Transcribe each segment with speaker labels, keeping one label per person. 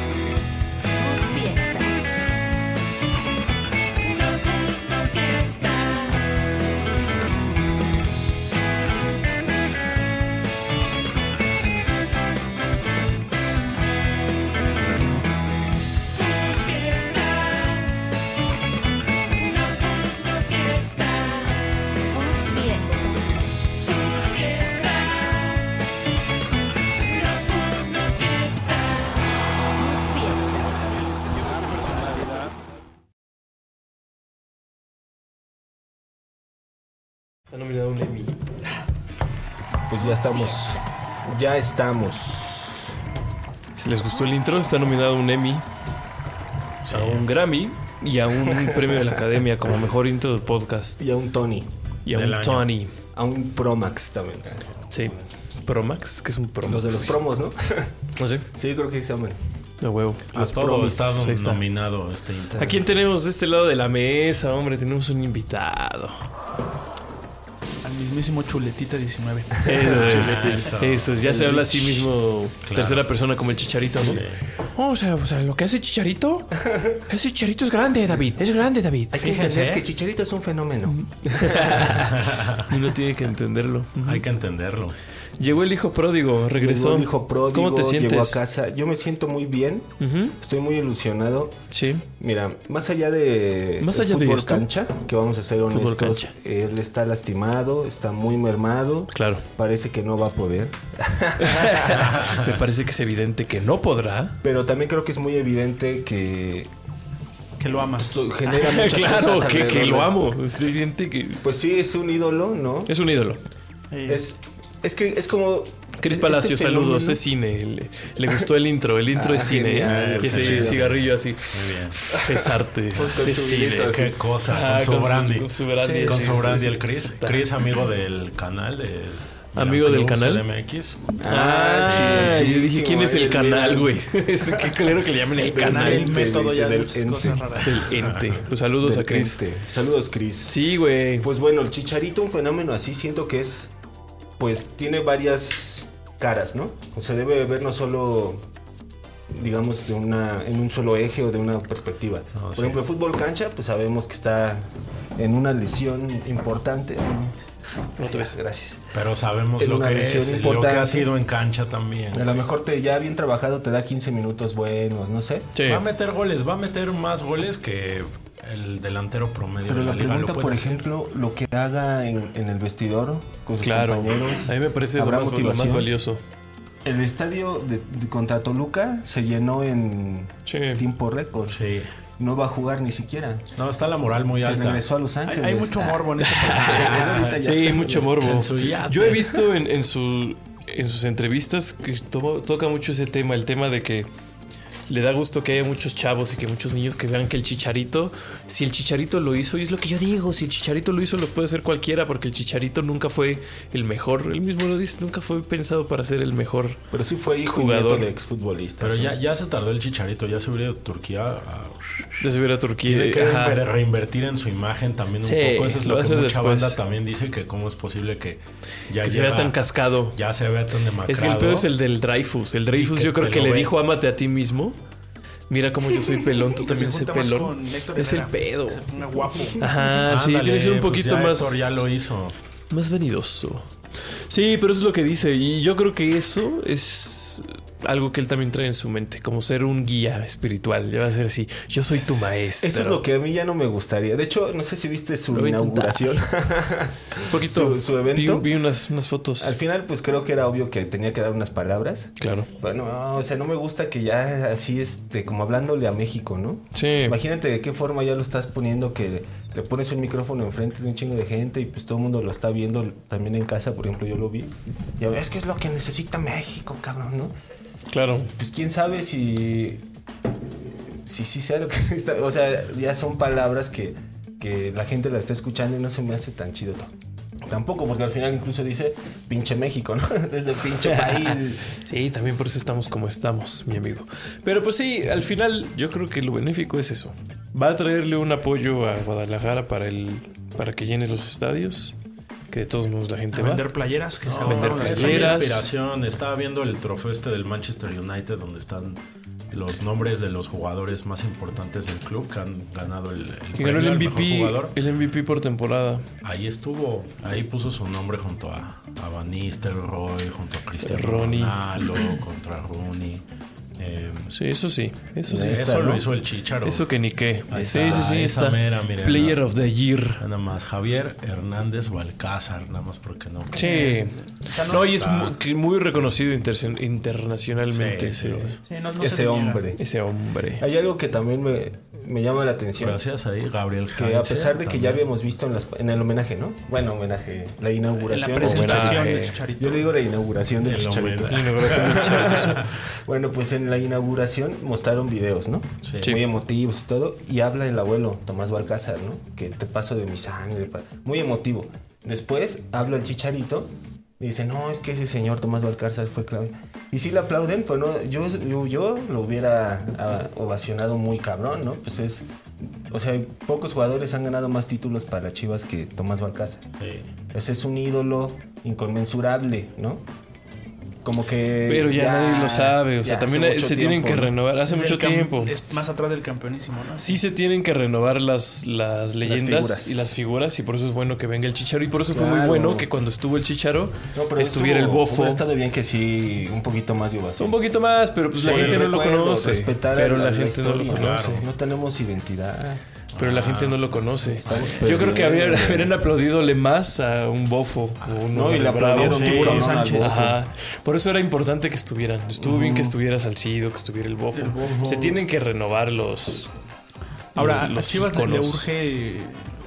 Speaker 1: Food Fiesta. Food Fiesta. Food Fiesta.
Speaker 2: Está nominado a un Emmy.
Speaker 3: Pues ya estamos. Ya estamos.
Speaker 2: Si les gustó el intro, está nominado a un Emmy, a un Grammy y a un premio de la Academia como mejor intro de podcast
Speaker 3: Y a un Tony.
Speaker 2: y a
Speaker 4: Del
Speaker 2: un
Speaker 4: año.
Speaker 2: Tony.
Speaker 3: A un Promax también.
Speaker 2: Sí. Promax, que es un Promax.
Speaker 3: Los de los
Speaker 2: güey.
Speaker 3: promos, ¿no?
Speaker 2: No sé,
Speaker 3: Sí, creo que sí se llaman.
Speaker 2: de huevo.
Speaker 4: A
Speaker 3: Los
Speaker 4: todo
Speaker 3: promis.
Speaker 4: está
Speaker 2: Ahí está.
Speaker 4: nominado este intro.
Speaker 2: ¿A quién tenemos de este lado de la mesa, hombre? Tenemos un invitado.
Speaker 5: Al mismísimo Chuletita 19.
Speaker 2: Eso es.
Speaker 4: Eso.
Speaker 2: Eso es, ya se habla a sí mismo tercera persona como el chicharito, ¿no?
Speaker 5: Oh, o, sea, o sea, lo que hace Chicharito. Ese Chicharito es grande, David. Es grande, David.
Speaker 3: Hay que entender
Speaker 2: ¿eh?
Speaker 3: que Chicharito es un fenómeno.
Speaker 2: Uno tiene que entenderlo.
Speaker 4: Hay que entenderlo.
Speaker 2: Llegó el hijo pródigo, regresó.
Speaker 3: Llegó el hijo pródigo,
Speaker 2: ¿Cómo te sientes?
Speaker 3: llegó a casa. Yo me siento muy bien.
Speaker 2: Ujú,
Speaker 3: Estoy muy ilusionado.
Speaker 2: Sí.
Speaker 3: Mira, más allá de
Speaker 2: Más
Speaker 3: el
Speaker 2: allá de
Speaker 3: fútbol
Speaker 2: esto.
Speaker 3: cancha, que vamos a ser honestos,
Speaker 2: cancha.
Speaker 3: él está lastimado, está muy mermado.
Speaker 2: Claro.
Speaker 3: Parece que no va a poder.
Speaker 2: Me parece que es evidente que no podrá.
Speaker 3: Pero también creo que es muy evidente que
Speaker 5: Que lo amas.
Speaker 3: esto genera muchas
Speaker 2: claro,
Speaker 3: cosas
Speaker 2: que, que
Speaker 3: alrededor
Speaker 2: lo
Speaker 3: de-
Speaker 2: amo. Es evidente que
Speaker 3: Pues sí, es un ídolo, ¿no?
Speaker 2: es un ídolo.
Speaker 6: Eh,
Speaker 3: Es, es que es como...
Speaker 2: Cris
Speaker 3: este
Speaker 2: Palacio,
Speaker 3: fenómeno-
Speaker 2: saludos, es cine. Le, le gustó el intro, el intro
Speaker 3: Ah,
Speaker 2: es cine.
Speaker 3: genial,
Speaker 2: ¿eh? Y ese
Speaker 4: chido.
Speaker 2: cigarrillo así,
Speaker 4: Muy bien.
Speaker 2: es arte.
Speaker 3: con
Speaker 2: Es
Speaker 3: su
Speaker 2: cine.
Speaker 3: vinito así.
Speaker 4: Qué cosa,
Speaker 2: Ah,
Speaker 4: con su
Speaker 2: con su-
Speaker 4: brandy.
Speaker 2: con su brandy,
Speaker 4: Sí, con
Speaker 2: sí.
Speaker 4: su brandy el Chris. Chris, amigo del canal de...
Speaker 2: Amigo del canal.
Speaker 4: MX.
Speaker 2: Ah,
Speaker 3: chido,
Speaker 2: yo dije, ¿quién es el
Speaker 3: chidísimo,
Speaker 2: canal,
Speaker 3: mira.
Speaker 2: güey? Es- Qué colero que le llamen el
Speaker 3: Del
Speaker 2: canal.
Speaker 5: El
Speaker 3: ente,
Speaker 5: método
Speaker 3: dice,
Speaker 5: ya de
Speaker 3: del
Speaker 5: muchas
Speaker 3: ente.
Speaker 5: cosas raras.
Speaker 2: Del ente. Pues saludos
Speaker 3: Del
Speaker 2: a Chris.
Speaker 3: ente. Saludos, Cris.
Speaker 2: Sí, güey.
Speaker 3: Pues bueno, el chicharito, un fenómeno así, siento que es, pues tiene varias caras, ¿no? O sea, debe ver no solo, digamos, de una, en un solo eje o de una perspectiva.
Speaker 4: Ah,
Speaker 3: Por
Speaker 4: sí.
Speaker 3: ejemplo, el fútbol cancha, pues sabemos que está en una lesión importante.
Speaker 2: Otra vez.
Speaker 3: Gracias.
Speaker 4: Pero sabemos
Speaker 3: En
Speaker 4: lo
Speaker 3: una
Speaker 4: que
Speaker 3: versión
Speaker 4: es, y lo que
Speaker 3: importante.
Speaker 4: ha sido en cancha también.
Speaker 3: A lo mejor te, ya bien trabajado te da 15 minutos buenos, no sé.
Speaker 2: Sí.
Speaker 4: Va a meter goles, va a meter más goles que el delantero promedio
Speaker 3: Pero
Speaker 4: de
Speaker 3: la
Speaker 4: la, liga, lo
Speaker 3: pregunta,
Speaker 4: puede
Speaker 3: por
Speaker 4: hacer.
Speaker 3: ejemplo, lo que haga en, en el vestidor con sus
Speaker 2: Claro.
Speaker 3: compañeros.
Speaker 2: A mí me parece eso
Speaker 3: ¿Habrá
Speaker 2: más, lo más
Speaker 3: motivación?
Speaker 2: valioso.
Speaker 3: El estadio de, de- contra Toluca se llenó en
Speaker 2: Sí.
Speaker 3: tiempo récord.
Speaker 4: Sí.
Speaker 3: No va a jugar ni siquiera.
Speaker 4: No, está la moral muy
Speaker 3: se
Speaker 4: alta.
Speaker 3: regresó a Los
Speaker 5: Hay,
Speaker 3: Ángeles. Ah,
Speaker 5: hay mucho morbo en ese
Speaker 3: Ahorita ya
Speaker 2: Sí,
Speaker 3: está-
Speaker 2: mucho
Speaker 3: ya
Speaker 2: morbo.
Speaker 4: en su yate.
Speaker 2: Yo he visto en, en su- en sus entrevistas que to- toca mucho ese tema, el tema de que le da gusto que haya muchos chavos y que muchos niños que vean que el chicharito, si el chicharito lo hizo, y es lo que yo digo, si el chicharito lo hizo, lo puede hacer cualquiera, porque el chicharito nunca fue el mejor, él mismo lo dice, nunca fue pensado para ser el mejor.
Speaker 3: Pero sí fue hijo y
Speaker 2: Jugador.
Speaker 3: nieto de exfutbolistas.
Speaker 4: Pero
Speaker 3: ¿no?
Speaker 4: ya, ya se tardó el chicharito, ya se hubiera ido a Turquía. a-
Speaker 2: De subir a Turquía.
Speaker 4: Tiene que
Speaker 2: Eh, ajá.
Speaker 4: reinver- reinvertir en su imagen también un
Speaker 2: Sí,
Speaker 4: poco. Eso es
Speaker 2: lo
Speaker 4: lo
Speaker 2: va
Speaker 4: que
Speaker 2: a hacer
Speaker 4: mucha
Speaker 2: después.
Speaker 4: banda también dice que cómo es posible que ya
Speaker 2: que se
Speaker 4: lleva-
Speaker 2: vea tan cascado.
Speaker 4: Ya se vea tan demacrado.
Speaker 2: Es que el pedo es el del Dreyfus. El Dreyfus
Speaker 4: que
Speaker 2: yo creo
Speaker 4: te
Speaker 2: que
Speaker 4: lo
Speaker 2: le
Speaker 4: ve.
Speaker 2: dijo ámate a ti mismo. Mira cómo yo soy pelón, tú también
Speaker 5: se
Speaker 2: sé
Speaker 5: junta más
Speaker 2: pelón.
Speaker 5: con Héctor
Speaker 2: Es el
Speaker 5: Herrera.
Speaker 2: pedo.
Speaker 5: Que se ponga guapo.
Speaker 2: Ajá, sí,
Speaker 4: Ándale,
Speaker 2: tiene que ser un
Speaker 4: pues
Speaker 2: poquito
Speaker 4: ya
Speaker 2: más,
Speaker 4: Héctor ya lo hizo.
Speaker 2: más vanidoso. Sí, pero eso es lo que dice. Y yo creo que eso es algo que él también trae en su mente, como ser un guía espiritual. Ya va a ser así. Yo soy tu maestro.
Speaker 3: Eso es lo que a mí ya no me gustaría. De hecho, no sé si viste su
Speaker 2: Lo voy a intentar.
Speaker 3: inauguración.
Speaker 2: Un poquito.
Speaker 3: su- su evento.
Speaker 2: Vi, vi unas, unas fotos.
Speaker 3: Al final, pues creo que era obvio que tenía que dar unas palabras.
Speaker 2: Claro.
Speaker 3: Bueno, no, o sea, no me gusta que ya así, este, como hablándole a México, ¿no?
Speaker 2: Sí.
Speaker 3: Imagínate de qué forma ya lo estás poniendo, que le pones un micrófono enfrente de un chingo de gente y pues todo el mundo lo está viendo también en casa, por ejemplo, yo lo vi. Y ahora, es que es lo que necesita México, cabrón, ¿no?
Speaker 2: Claro.
Speaker 3: Pues quién sabe si. Si sí sea lo que está. O sea, ya son palabras que, que la gente la está escuchando y no se me hace tan chido. Tampoco, porque al final incluso dice pinche México, ¿no? Desde pinche país.
Speaker 2: Sí, también por eso estamos como estamos, mi amigo. Pero pues sí, al final yo creo que lo benéfico es eso. Va a traerle un apoyo a Guadalajara para el para que llene los estadios, que de todos modos la gente
Speaker 6: A
Speaker 2: va.
Speaker 6: vender playeras que se
Speaker 2: No,
Speaker 6: vender
Speaker 2: no,
Speaker 4: es
Speaker 6: playeras.
Speaker 4: una
Speaker 2: playeras.
Speaker 4: inspiración. Estaba viendo el trofeo este del Manchester United donde están los nombres de los jugadores más importantes del club que han ganado el, el
Speaker 2: Que
Speaker 4: premio
Speaker 2: ganó el
Speaker 4: al mejor
Speaker 2: MVP,
Speaker 4: jugador.
Speaker 2: el MVP por temporada.
Speaker 4: Ahí estuvo, ahí puso su nombre junto a, a Van Nistelrooy, junto a Cristiano
Speaker 2: Ronnie.
Speaker 4: Ronaldo, contra Rooney. Eh,
Speaker 2: Sí, eso sí, eso sí.
Speaker 4: eso
Speaker 3: está,
Speaker 4: lo
Speaker 3: ¿no?
Speaker 4: hizo el Chicharo.
Speaker 2: Eso que ni qué.
Speaker 4: Ahí
Speaker 2: Sí,
Speaker 4: está,
Speaker 2: sí, sí,
Speaker 4: esa
Speaker 2: está.
Speaker 4: mera, miren,
Speaker 2: Player
Speaker 4: ¿no?
Speaker 2: of the Year.
Speaker 4: Nada más, Javier Hernández Balcázar, nada más porque no.
Speaker 2: Sí.
Speaker 6: no
Speaker 2: No, y es
Speaker 4: está.
Speaker 2: mu- que muy, reconocido interse- internacionalmente
Speaker 4: Sí,
Speaker 2: ese,
Speaker 6: Sí, no- no se
Speaker 3: Ese
Speaker 6: niega.
Speaker 3: hombre.
Speaker 2: ese hombre.
Speaker 3: Hay algo que también me, me llama la atención.
Speaker 4: Gracias ahí, Gabriel
Speaker 3: Que a
Speaker 4: Heinze,
Speaker 3: pesar de que ya
Speaker 4: también.
Speaker 3: habíamos visto en, las- en el homenaje, ¿no? Bueno, homenaje, la
Speaker 6: La
Speaker 3: inauguración.
Speaker 6: presentación de
Speaker 2: Homenaje.
Speaker 6: Chicharito.
Speaker 3: Yo le digo la inauguración del
Speaker 4: El
Speaker 3: Chicharito.
Speaker 4: homenaje.
Speaker 3: Bueno, pues en la inauguración mostraron videos, ¿no?
Speaker 4: Sí.
Speaker 2: Sí.
Speaker 3: Muy emotivos y todo. Y habla el abuelo, Tomás Balcázar, ¿no? Que te paso de mi sangre. pa- Muy emotivo. Después habla el chicharito. Y dice, no, es que ese señor Tomás Balcázar fue clave. Y sí le aplauden, pero no, yo, yo, yo lo hubiera ah, ovacionado muy cabrón, ¿no? Pues es... O sea, pocos jugadores han ganado más títulos para Chivas que Tomás Balcázar.
Speaker 4: Sí.
Speaker 3: Ese es un ídolo inconmensurable, ¿no? Como que.
Speaker 2: Pero ya, nadie lo sabe, o sea,
Speaker 3: ya
Speaker 2: también
Speaker 3: hace
Speaker 2: eh,
Speaker 3: mucho
Speaker 2: se tienen
Speaker 3: tiempo,
Speaker 2: que
Speaker 3: ¿no?
Speaker 2: renovar, hace
Speaker 6: Es
Speaker 2: mucho
Speaker 6: el cam-
Speaker 2: tiempo.
Speaker 6: Es más atrás del campeonísimo, ¿no?
Speaker 2: Sí se tienen que renovar las, las leyendas
Speaker 3: figuras.
Speaker 2: y las figuras y por eso es bueno que venga el Chicharo y por eso fue muy
Speaker 3: Claro.
Speaker 2: bueno que cuando estuvo el Chicharo
Speaker 3: No, pero
Speaker 2: estuviera
Speaker 3: estuvo-
Speaker 2: el bofo.
Speaker 3: Hubiera estado bien que sí, un poquito más de ovación.
Speaker 2: Un poquito más, pero pues la
Speaker 3: Por el
Speaker 2: gente no lo
Speaker 3: recuerdo,
Speaker 2: conoce.
Speaker 3: respetar
Speaker 2: Pero
Speaker 3: a
Speaker 2: la gente no lo
Speaker 3: historia,
Speaker 2: conoce.
Speaker 3: claro. No tenemos identidad.
Speaker 2: Pero la gente no lo conoce.
Speaker 3: Estamos
Speaker 2: Yo creo que habrían,
Speaker 3: perdiendo.
Speaker 2: habrían aplaudidole más a un bofo o un
Speaker 3: No, y
Speaker 2: hombre
Speaker 3: le
Speaker 2: bravo.
Speaker 3: aplaudieron
Speaker 4: sí,
Speaker 3: tiburón
Speaker 6: Sánchez.
Speaker 3: al bofo.
Speaker 2: Ajá. Por eso era importante que estuvieran. Estuvo bien que estuviera Salcido, que estuviera el bofo. Se tienen que renovar los.
Speaker 6: Ahora,
Speaker 2: los
Speaker 6: los Chivas le
Speaker 2: iconos.
Speaker 6: urge.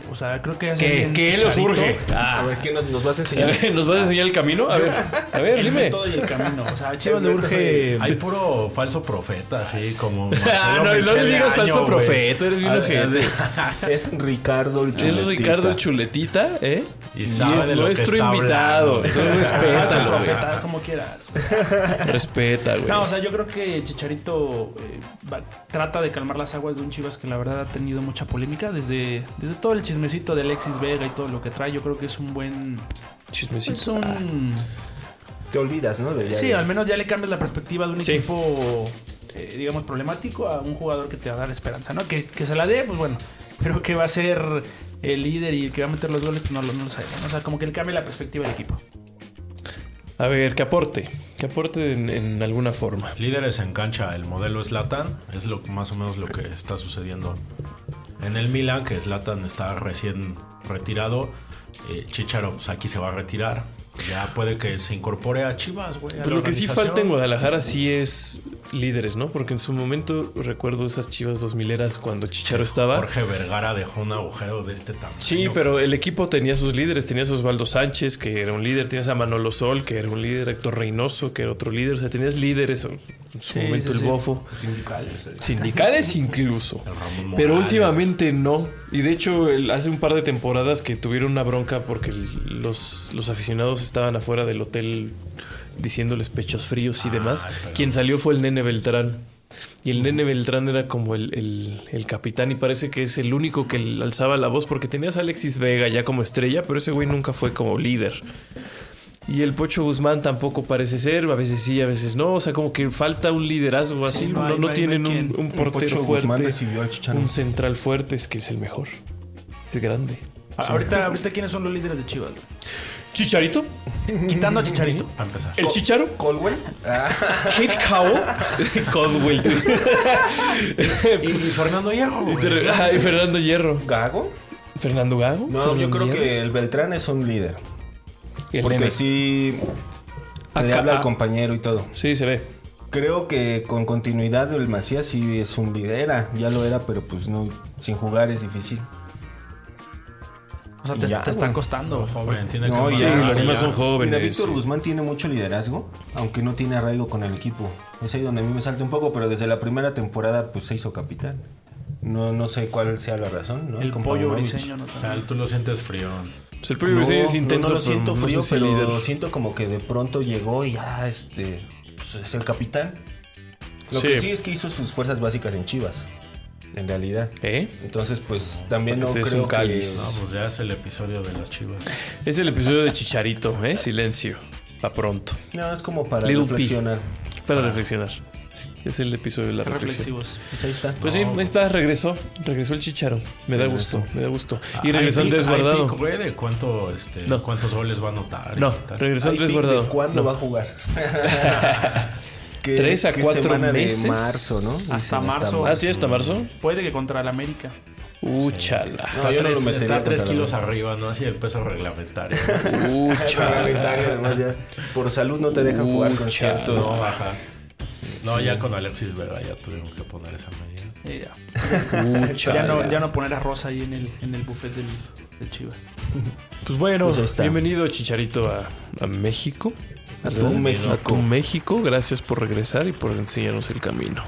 Speaker 6: O sea, creo que. hace
Speaker 2: Que,
Speaker 6: bien
Speaker 2: que los
Speaker 6: Chicharito.
Speaker 2: urge.
Speaker 3: A ver, ¿qué nos, nos vas a
Speaker 2: A
Speaker 3: enseñar?
Speaker 2: ver, ¿Nos vas a enseñar el camino? A ver, a ver, dime.
Speaker 6: Todo y el camino. O sea, a Chivas le urge.
Speaker 4: Hay puro falso profeta, así como.
Speaker 2: Ah, no, no le digas falso profeta, eres bien
Speaker 4: Ah,
Speaker 2: ojete.
Speaker 3: Ah, Es Ricardo el
Speaker 2: Es
Speaker 3: Chuletita.
Speaker 2: Ricardo Chuletita, ¿eh?
Speaker 4: Y sabe de lo que
Speaker 2: nuestro
Speaker 4: está
Speaker 2: invitado.
Speaker 4: hablando.
Speaker 2: Entonces
Speaker 6: Falso
Speaker 2: respétalo, güey.
Speaker 6: profeta, como quieras.
Speaker 2: Respeta, güey.
Speaker 6: No, o sea, yo creo que Chicharito eh, va- trata de calmar las aguas de un Chivas que la verdad ha tenido mucha polémica desde, desde todo el chismecito de Alexis Vega y todo lo que trae. Yo creo que es un buen.
Speaker 2: Chismecito.
Speaker 6: Es un.
Speaker 4: Ah,
Speaker 3: Te olvidas, ¿no? De-
Speaker 6: Sí, al menos ya le cambias la perspectiva de un
Speaker 2: Sí.
Speaker 6: equipo, eh, digamos, problemático a un jugador que te va a dar esperanza, ¿no? Que, que se la dé, pues bueno, pero que va a ser el líder y el que va a meter los goles, pues no, lo- no lo sabemos. O sea, como que le cambia la perspectiva del equipo.
Speaker 2: A ver, que aporte. Que aporte en, en alguna forma.
Speaker 4: Líderes en cancha, el modelo es Latan, es lo más o menos lo que está sucediendo en el Milan, que Latan está recién retirado. Eh, Chicharo, pues aquí se va a retirar. Ya puede que se incorpore a Chivas, güey. a
Speaker 2: Pero
Speaker 4: la
Speaker 2: lo que sí
Speaker 4: organización.
Speaker 2: falta en Guadalajara sí es líderes, ¿no? Porque en su momento recuerdo esas chivas dos mileras cuando Chicharo estaba.
Speaker 4: Jorge Vergara dejó un agujero de este tamaño.
Speaker 2: Sí, pero el equipo tenía sus líderes, tenías a Osvaldo Sánchez, que era un líder, tenías a Manolo Sol, que era un líder, Héctor Reynoso, que era otro líder, o sea, tenías líderes, en su momento el bofo. Sindicales. Sindicales incluso.
Speaker 4: eh. Ramón
Speaker 2: Pero
Speaker 4: Morales.
Speaker 2: últimamente no. Y de hecho, el- hace un par de temporadas que tuvieron una bronca porque el- los, los aficionados estaban afuera del hotel diciéndoles pechos fríos y
Speaker 4: Ah,
Speaker 2: demás.
Speaker 4: es verdad.
Speaker 2: Quien salió fue el nene Beltrán. Y el nene Beltrán era como el, el- el capitán y parece que es el único que le alzaba la voz porque tenías a Alexis Vega ya como estrella, pero ese güey nunca fue como líder. Y el Pocho Guzmán tampoco parece ser, a veces sí, a veces no. O sea, como que falta un liderazgo así.
Speaker 6: no
Speaker 2: no, no
Speaker 6: hay- no hay- no hay
Speaker 2: tienen
Speaker 6: quien.
Speaker 2: un, un
Speaker 3: El Pocho
Speaker 2: portero
Speaker 3: Guzmán
Speaker 2: fuerte.
Speaker 3: recibió al Chicharo.
Speaker 2: Un central fuerte es que es el mejor. Es grande.
Speaker 6: A- Ahorita, ahorita, ¿quiénes son los líderes de Chivas? güey?
Speaker 2: ¿Chicharito?
Speaker 6: Quitando a Chicharito.
Speaker 4: Para empezar.
Speaker 2: ¿El Chicharo?
Speaker 3: Colwell. Ah,
Speaker 2: ¿Kid Cabo? Codwell.
Speaker 4: Y, y Fernando Hierro.
Speaker 2: Y
Speaker 4: güey.
Speaker 2: te re- Ay, Fernando Hierro.
Speaker 3: Gago.
Speaker 2: ¿Fernando Gago?
Speaker 3: No, yo creo que el Beltrán es un líder.
Speaker 2: que.
Speaker 3: porque sí le
Speaker 2: Acá- ah.
Speaker 3: habla al compañero y todo.
Speaker 2: Sí, se ve.
Speaker 3: Creo que con continuidad el Macías sí es un lidera, ya lo era, pero pues no, sin jugar es difícil.
Speaker 6: O sea, te,
Speaker 3: Ya,
Speaker 6: te están
Speaker 3: güey.
Speaker 6: costando.
Speaker 4: Joven, tiene
Speaker 3: No,
Speaker 4: que
Speaker 3: y-
Speaker 2: Sí,
Speaker 3: Ah,
Speaker 2: los
Speaker 3: ya.
Speaker 2: demás son
Speaker 3: Mira,
Speaker 2: jóvenes.
Speaker 3: Víctor Guzmán tiene mucho liderazgo, aunque no tiene arraigo con el equipo. Es ahí donde a mí me salta un poco, pero desde la primera temporada pues se hizo capitán. No, no sé cuál sea la razón, ¿no?
Speaker 6: El
Speaker 3: Con
Speaker 6: pollo
Speaker 3: Paunovic.
Speaker 6: briseño, ¿no?
Speaker 4: O sea, tú lo sientes frío.
Speaker 2: Pues el preview sí es intenso.
Speaker 3: No, lo siento
Speaker 2: pero no
Speaker 3: frío,
Speaker 2: sé si
Speaker 3: pero
Speaker 2: líder.
Speaker 3: siento como que de pronto llegó y ah, este pues, es el capitán. Lo
Speaker 2: Sí.
Speaker 3: que sí es que hizo sus fuerzas básicas en Chivas, en realidad.
Speaker 2: ¿Eh?
Speaker 3: Entonces, pues también no
Speaker 2: Este es
Speaker 3: creo
Speaker 2: un
Speaker 3: que
Speaker 2: cáliz.
Speaker 4: No, pues ya es el episodio de las chivas.
Speaker 2: Es el episodio de Chicharito, ¿eh? Silencio. Pa' pronto.
Speaker 3: no, es como para
Speaker 2: Little P.
Speaker 3: reflexionar.
Speaker 2: Para reflexionar. Sí, es el episodio de la reflexión.
Speaker 6: Reflexivos.
Speaker 3: Pues ahí está.
Speaker 2: Pues sí, ahí está, regresó. Regresó el Chicharo. Me da gusto, me da gusto. Y regresó
Speaker 4: Hay pic-
Speaker 2: Andrés
Speaker 4: hay
Speaker 2: Guardado.
Speaker 4: pic, güey, de cuánto, este,
Speaker 2: No.
Speaker 4: cuántos goles va a anotar. y
Speaker 2: No,
Speaker 4: tal.
Speaker 2: regresó
Speaker 3: Hay
Speaker 2: Andrés
Speaker 3: pick de
Speaker 2: Guardado.
Speaker 3: ¿Cuándo
Speaker 2: No.
Speaker 3: va a jugar? ¿Qué-
Speaker 2: Tres a
Speaker 3: qué
Speaker 2: cuatro
Speaker 3: semana
Speaker 2: meses.
Speaker 3: De marzo, ¿no? Dicen
Speaker 6: Hasta marzo.
Speaker 2: Ah, sí, hasta marzo.
Speaker 6: Puede que contra el América.
Speaker 2: Uchala.
Speaker 4: Está,
Speaker 3: No, yo no
Speaker 4: tres,
Speaker 3: lo metería
Speaker 4: está tres
Speaker 3: contra la
Speaker 4: kilos
Speaker 3: América.
Speaker 4: arriba, ¿no? Así el peso reglamentario.
Speaker 2: Uchala.
Speaker 3: Reglamentario, además ya. Por salud no te dejan jugar con
Speaker 2: Ucha,
Speaker 3: cierto.
Speaker 4: no, ajá. No, ya con Alexis Vega ya tuvimos que poner esa medida.
Speaker 6: Y eh, ya.
Speaker 2: Uchala.
Speaker 3: Ah,
Speaker 6: Ya no, ya no poner a Rosa ahí en el, en el buffet del, de Chivas.
Speaker 2: Pues bueno,
Speaker 3: Pues ahí está.
Speaker 2: bienvenido Chicharito a, a México.
Speaker 3: A tu México.
Speaker 2: A tu México. Gracias por regresar y por enseñarnos el camino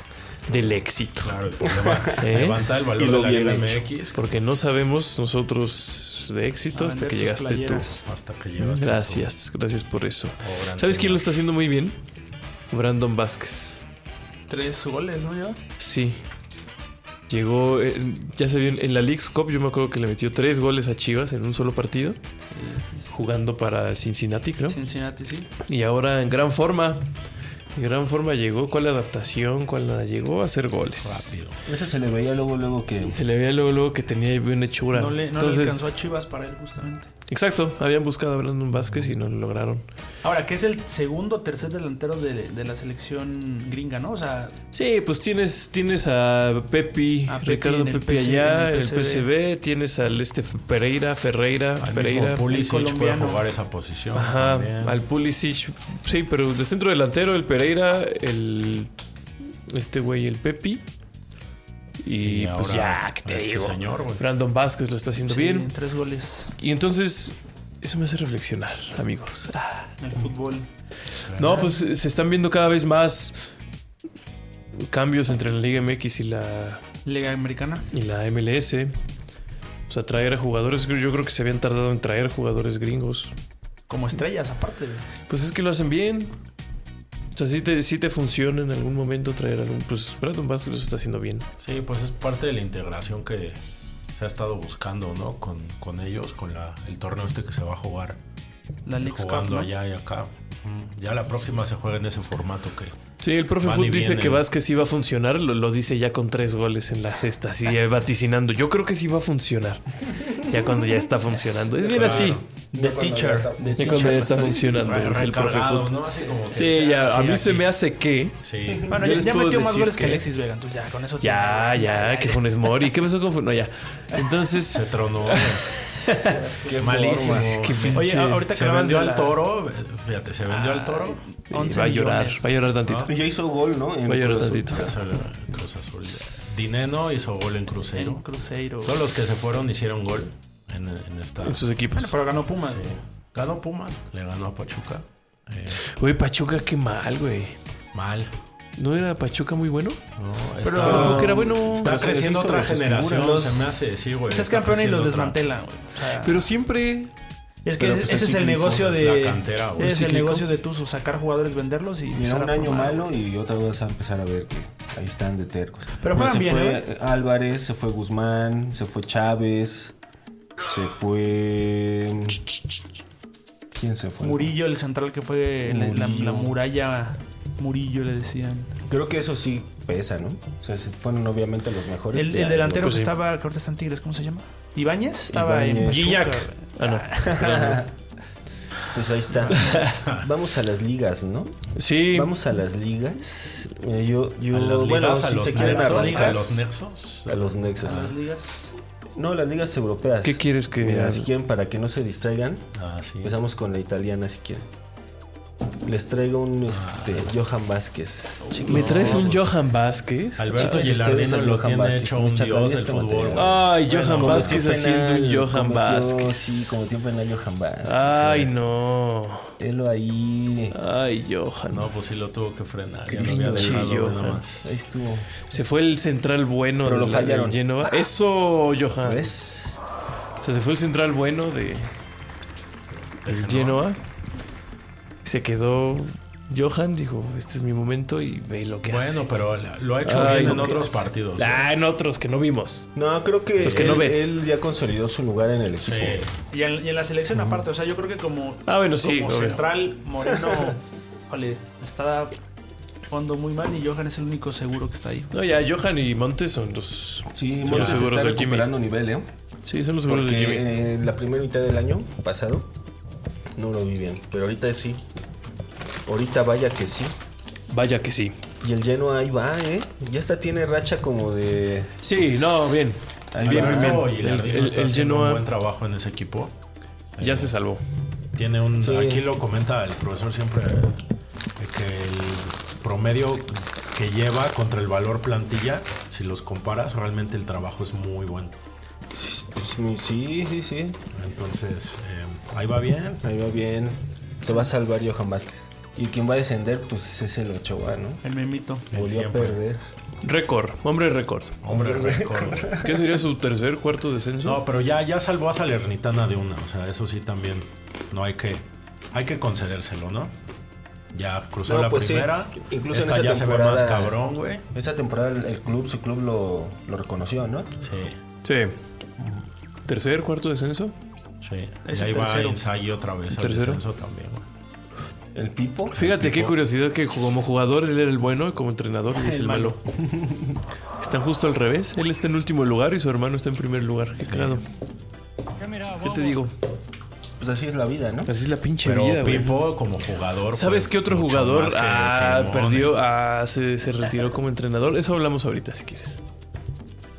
Speaker 2: del éxito.
Speaker 4: Claro, el problema.
Speaker 2: ¿Eh?
Speaker 4: Levantar el
Speaker 3: Y
Speaker 4: valor
Speaker 3: lo
Speaker 4: de la
Speaker 3: bien
Speaker 4: Liga
Speaker 3: hecho.
Speaker 4: MX
Speaker 2: Porque no sabemos nosotros de éxito
Speaker 6: A
Speaker 2: hasta
Speaker 6: vender
Speaker 2: que
Speaker 6: sus
Speaker 2: llegaste tú.
Speaker 6: playeras.
Speaker 4: hasta que llevas.
Speaker 2: Gracias, gracias por eso.
Speaker 4: Oh, gran
Speaker 2: ¿Sabes
Speaker 4: señor.
Speaker 2: quién lo está haciendo muy bien? Brandon Vázquez.
Speaker 6: Tres goles, ¿no? Lleva?
Speaker 2: Sí. Llegó, eh, ya se vio en la League's Cup, yo me acuerdo que le metió tres goles a Chivas en un solo partido, jugando para Cincinnati, creo.
Speaker 6: Eh, Cincinnati, sí.
Speaker 2: Y ahora en gran forma. En gran forma llegó. ¿Cuál adaptación? ¿Cuál nada? Llegó a hacer goles?
Speaker 4: Rápido.
Speaker 3: Eso se le veía luego, luego que.
Speaker 2: Se le veía luego, luego que tenía ahí buena hechura.
Speaker 6: No, le, no le
Speaker 2: Entonces,
Speaker 6: alcanzó a Chivas para él, justamente.
Speaker 2: exacto, habían buscado a Brandon Vázquez y no lo lograron.
Speaker 6: Ahora, que es el segundo o tercer delantero de, de la selección gringa, ¿no? O sea,
Speaker 2: Sí, pues tienes, tienes a Pepi,
Speaker 6: A Pepi
Speaker 2: Ricardo
Speaker 6: en el
Speaker 2: Pepi
Speaker 6: PSV,
Speaker 2: allá,
Speaker 6: en
Speaker 2: en el
Speaker 6: el
Speaker 2: PCB, tienes al este Pereira, Ferreira,
Speaker 4: Al
Speaker 2: Pereira.
Speaker 4: mismo Pulisic
Speaker 6: colombiano.
Speaker 4: puede jugar esa posición.
Speaker 2: Ajá,
Speaker 4: también.
Speaker 2: al Pulisic. Sí, pero de centro delantero, el Pereira, el. Este güey, el Pepi. Y, pues
Speaker 4: ahora
Speaker 2: ya, ¿qué te
Speaker 4: este
Speaker 2: digo?
Speaker 4: señor, güey.
Speaker 2: Brandon Vázquez lo está haciendo
Speaker 6: sí,
Speaker 2: bien.
Speaker 6: tres goles
Speaker 2: Y entonces, eso me hace reflexionar, amigos. Ah,
Speaker 6: en el fútbol.
Speaker 2: No, pues se están viendo cada vez más cambios entre la Liga MX y la,
Speaker 6: Liga Americana.
Speaker 2: y la MLS. O sea, traer a jugadores, yo creo que se habían tardado en traer jugadores gringos.
Speaker 6: Como estrellas, aparte.
Speaker 2: Pues es que lo hacen bien. O sea, sí te, sí te funciona en algún momento traer algún. Pues Brandon Vázquez lo está haciendo bien.
Speaker 4: Sí, pues es parte de la integración que se ha estado buscando, ¿no? Con, con ellos, con la, el torneo este que se va a jugar.
Speaker 6: La League Cup,
Speaker 4: jugando
Speaker 6: ¿no?
Speaker 4: allá y acá. Mm, Ya la próxima se juega en ese formato que
Speaker 2: Sí, el profe
Speaker 4: Van y
Speaker 2: Foot dice
Speaker 4: vienen.
Speaker 2: que Vázquez iba a funcionar. Lo, lo dice ya con tres goles en la cesta, así ya vaticinando. Yo creo que sí va a funcionar. Ya cuando ya está funcionando. Es bien
Speaker 4: Claro.
Speaker 2: así.
Speaker 6: The Teacher. The
Speaker 2: Ya cuando ya
Speaker 6: Teacher.
Speaker 2: está funcionando. Es el profe
Speaker 4: recargado,
Speaker 2: Foot.
Speaker 4: ¿no? Así como que
Speaker 2: Sí,
Speaker 4: dice,
Speaker 2: ya.
Speaker 4: ah,
Speaker 2: A
Speaker 4: sí,
Speaker 2: mí se
Speaker 4: aquí.
Speaker 2: me hace que.
Speaker 4: Sí.
Speaker 6: Bueno,
Speaker 2: Yo
Speaker 6: ya,
Speaker 2: les
Speaker 6: ya
Speaker 2: puedo
Speaker 6: metió más
Speaker 2: decir
Speaker 6: goles que...
Speaker 2: que-
Speaker 6: Alexis Vega, entonces ya, con eso...
Speaker 2: Ya, ya, que Funes Mori. ¿Qué pasó con Funes? No, ya. Entonces. eh,
Speaker 4: Se tronó. güey. malísimo.
Speaker 2: Es que
Speaker 4: Se
Speaker 6: Oye,
Speaker 2: pinche-
Speaker 6: ahorita que hablabas
Speaker 4: vendió
Speaker 6: de
Speaker 4: al
Speaker 6: la-
Speaker 4: toro. Ah, Fíjate, se vendió al toro.
Speaker 2: Y
Speaker 6: 11
Speaker 2: Va a llorar,
Speaker 6: millones.
Speaker 2: va a llorar tantito.
Speaker 3: Ya hizo gol, ¿no? En
Speaker 2: Va a llorar
Speaker 3: Cruz Azul.
Speaker 2: tantito.
Speaker 4: Ya sale Cruz Azul. Dineno hizo gol en
Speaker 6: En
Speaker 4: Cruzeiro.
Speaker 6: Cruzeiro.
Speaker 4: Todos los que se fueron hicieron gol en, en esta.
Speaker 2: En sus
Speaker 6: Bueno,
Speaker 2: equipos.
Speaker 6: pero ganó Pumas.
Speaker 4: Sí. Ganó Pumas, le ganó a Pachuca. Eh,
Speaker 2: Güey, Pachuca, qué mal, güey.
Speaker 4: mal.
Speaker 2: ¿No era Pachuca muy bueno?
Speaker 4: No,
Speaker 2: Yo
Speaker 4: está-
Speaker 2: creo que era bueno.
Speaker 4: Está
Speaker 3: Pero se
Speaker 4: creciendo
Speaker 3: deshizo
Speaker 4: otra
Speaker 3: de sus
Speaker 4: generación,
Speaker 3: figuras.
Speaker 4: se me hace, sí,
Speaker 2: Pues
Speaker 4: güey.
Speaker 6: Se es
Speaker 4: está
Speaker 6: campeón y
Speaker 4: creciendo
Speaker 6: los
Speaker 4: otra.
Speaker 6: desmantela, güey. O
Speaker 4: Ah.
Speaker 6: sea,
Speaker 2: Pero siempre.
Speaker 6: es que
Speaker 3: pero pues
Speaker 6: ese,
Speaker 3: el
Speaker 6: ese es el
Speaker 3: cíclico,
Speaker 6: negocio
Speaker 4: pues,
Speaker 6: de...
Speaker 4: la cantera, güey.
Speaker 6: ese es el
Speaker 2: Cíclico.
Speaker 6: negocio de Tuzo, sacar jugadores, venderlos y...
Speaker 3: Mira,
Speaker 6: empezar
Speaker 3: un
Speaker 6: a
Speaker 3: año
Speaker 6: formar.
Speaker 3: malo y otra vez vas a empezar a ver que ahí están de tercos.
Speaker 6: Pero
Speaker 3: Pues
Speaker 6: juegan
Speaker 3: se
Speaker 6: bien,
Speaker 3: fue Álvarez, se fue Guzmán, se fue Chávez, se fue. mm, ¿Quién se fue?
Speaker 6: Murillo, el central que fue la, la-
Speaker 3: Murillo.
Speaker 6: la muralla Murillo, le decían.
Speaker 3: Creo que eso sí pesa, ¿no? O sea, se fueron obviamente los mejores.
Speaker 6: El,
Speaker 3: Ya,
Speaker 6: el delantero
Speaker 2: pues
Speaker 6: que
Speaker 2: sí.
Speaker 6: estaba, que ahorita está en Tigres, ¿cómo se llama? Ibáñez estaba en
Speaker 3: Ibáñez.
Speaker 2: Guiñac. Ah,
Speaker 3: Pues ahí está. Vamos a las ligas, ¿no?
Speaker 2: no. Sí.
Speaker 3: Vamos a las ligas. Mira, yo, yo,
Speaker 4: A los
Speaker 3: bueno,
Speaker 4: ligas, a
Speaker 3: si
Speaker 4: los
Speaker 3: se quieren a
Speaker 4: nexos,
Speaker 3: las
Speaker 4: a
Speaker 3: ligas,
Speaker 4: los nexos. Ah.
Speaker 3: a los nexos.
Speaker 6: Las ligas.
Speaker 3: No, las ligas europeas.
Speaker 2: ¿Qué quieres que.?
Speaker 3: Mira, si quieren, para que no se distraigan,
Speaker 4: Ah, sí.
Speaker 2: Pues,
Speaker 3: empezamos con la italiana si quieren. Les traigo un este, Johan Vázquez.
Speaker 2: ¿Me traes un
Speaker 3: Johan?
Speaker 2: Johan Vázquez?
Speaker 4: Alberto
Speaker 3: Ustedes
Speaker 4: Gilardino
Speaker 3: al
Speaker 4: lo
Speaker 3: Johan
Speaker 4: tiene
Speaker 3: Vázquez,
Speaker 4: hecho
Speaker 3: me
Speaker 4: un
Speaker 3: chacareé
Speaker 4: dios del
Speaker 3: este
Speaker 4: fútbol.
Speaker 3: material.
Speaker 4: güey.
Speaker 2: Ay,
Speaker 4: Bueno,
Speaker 2: Johan
Speaker 4: como
Speaker 2: Vázquez
Speaker 4: que-
Speaker 2: haciendo un Johan Vázquez.
Speaker 3: Sí, cometió un penal Johan Vázquez.
Speaker 2: Ay,
Speaker 3: Eh,
Speaker 2: no.
Speaker 3: Velo ahí.
Speaker 2: Ay, Johan.
Speaker 4: No, pues sí lo tuvo que frenar. Ya lo
Speaker 3: Cristo.
Speaker 4: había dejado
Speaker 2: Sí,
Speaker 4: nada
Speaker 2: Johan.
Speaker 4: más.
Speaker 3: Ahí estuvo.
Speaker 2: Se fue el central bueno
Speaker 3: Pero
Speaker 2: de
Speaker 3: lo
Speaker 2: la- del
Speaker 3: fallaron. ¡Ah!
Speaker 2: Ah. Génova. Eso, Johan.
Speaker 3: ¿Ves?
Speaker 2: O sea, se fue el central bueno de, el Genoa. Se quedó Johan, dijo, este es mi momento y ve lo que hace.
Speaker 4: Bueno, pero la- lo ha hecho
Speaker 2: Ay,
Speaker 4: bien en
Speaker 2: no,
Speaker 4: otros
Speaker 2: ¿qué?
Speaker 3: pues,
Speaker 4: partidos.
Speaker 2: Ah, en otros que no vimos.
Speaker 3: No, creo que,
Speaker 2: Los que no
Speaker 3: él,
Speaker 2: ves.
Speaker 3: él ya consolidó su lugar en el equipo.
Speaker 4: Sí.
Speaker 6: Y en, y en la selección aparte, o sea, yo creo que como,
Speaker 2: Ah, bueno, sí,
Speaker 6: como
Speaker 2: obvio.
Speaker 6: central, Moreno, híjole, está jugando muy mal y Johan es el único seguro que está ahí.
Speaker 2: No, ya Johan y Montes son los.
Speaker 3: Sí,
Speaker 2: Son
Speaker 3: Montes
Speaker 2: los seguros
Speaker 3: está
Speaker 2: de Jimmy.
Speaker 3: recuperando nivel, ¿eh?
Speaker 2: Sí, son los seguros de
Speaker 3: Porque
Speaker 2: Jimmy.
Speaker 3: en la primera mitad del año pasado no lo vi bien, pero ahorita sí. Ahorita vaya que sí.
Speaker 2: Vaya que sí.
Speaker 3: Y el Genoa ahí va, ¿eh? Ya hasta tiene racha como de...
Speaker 2: Sí, no, bien.
Speaker 3: Ahí
Speaker 2: Bien,
Speaker 3: va.
Speaker 2: bien, bien.
Speaker 4: Araujo y
Speaker 2: El-
Speaker 4: Lardino
Speaker 2: el-
Speaker 4: está
Speaker 2: el
Speaker 4: haciendo un
Speaker 2: Genoa-
Speaker 4: buen trabajo en ese equipo.
Speaker 2: Ya se salvó.
Speaker 4: Tiene un.
Speaker 3: Sí.
Speaker 4: Aquí lo comenta el profesor siempre eh, que el promedio que lleva contra el valor plantilla, si los comparas, realmente el trabajo es muy bueno.
Speaker 3: Pues, sí, sí, sí.
Speaker 4: Entonces, eh, ahí va bien.
Speaker 3: Ahí va bien. Se va a salvar Johan Vázquez. Y quien va a descender, pues es el Ochoa, ¿no?
Speaker 6: El memito.
Speaker 4: El
Speaker 3: Volvió a
Speaker 4: siempre.
Speaker 3: perder.
Speaker 2: Récord, hombre récord.
Speaker 4: Hombre, récord.
Speaker 2: ¿Qué sería su tercer, cuarto descenso?
Speaker 4: No, pero ya, ya salvó a Salernitana de una. O sea, eso sí también. No hay que. Hay que concedérselo, ¿no? Ya cruzó
Speaker 3: No,
Speaker 4: la
Speaker 3: pues sí.
Speaker 4: primera.
Speaker 3: Incluso en
Speaker 4: Esta
Speaker 3: esa
Speaker 4: ya
Speaker 3: temporada-
Speaker 4: se ve más cabrón, güey.
Speaker 3: Esa temporada el, el club, su club lo, lo reconoció, ¿no?
Speaker 4: Sí,
Speaker 2: Sí. ¿Tercer, cuarto descenso?
Speaker 4: sí.
Speaker 6: Es
Speaker 4: y ahí
Speaker 6: el
Speaker 4: va
Speaker 6: tercero.
Speaker 4: ensayo otra vez. al
Speaker 2: ¿Tercero?
Speaker 4: descenso también, güey.
Speaker 3: El Pipo.
Speaker 2: Fíjate qué curiosidad que como jugador él era el bueno y como entrenador él es el, malo. Están justo al revés. Él está en último lugar y su hermano está en primer lugar. Qué cagado. ¿Qué te digo?
Speaker 3: Pues así es la vida, ¿no?
Speaker 2: Así es la pinche
Speaker 4: Pero
Speaker 2: vida, güey.
Speaker 4: Pipo, como jugador.
Speaker 2: ¿Sabes
Speaker 4: fue
Speaker 2: qué otro
Speaker 4: mucho
Speaker 2: jugador
Speaker 4: más que ¿eh?
Speaker 2: ah,
Speaker 4: Simone.
Speaker 2: perdió? Ah, se, se retiró como entrenador. Eso hablamos ahorita, si quieres.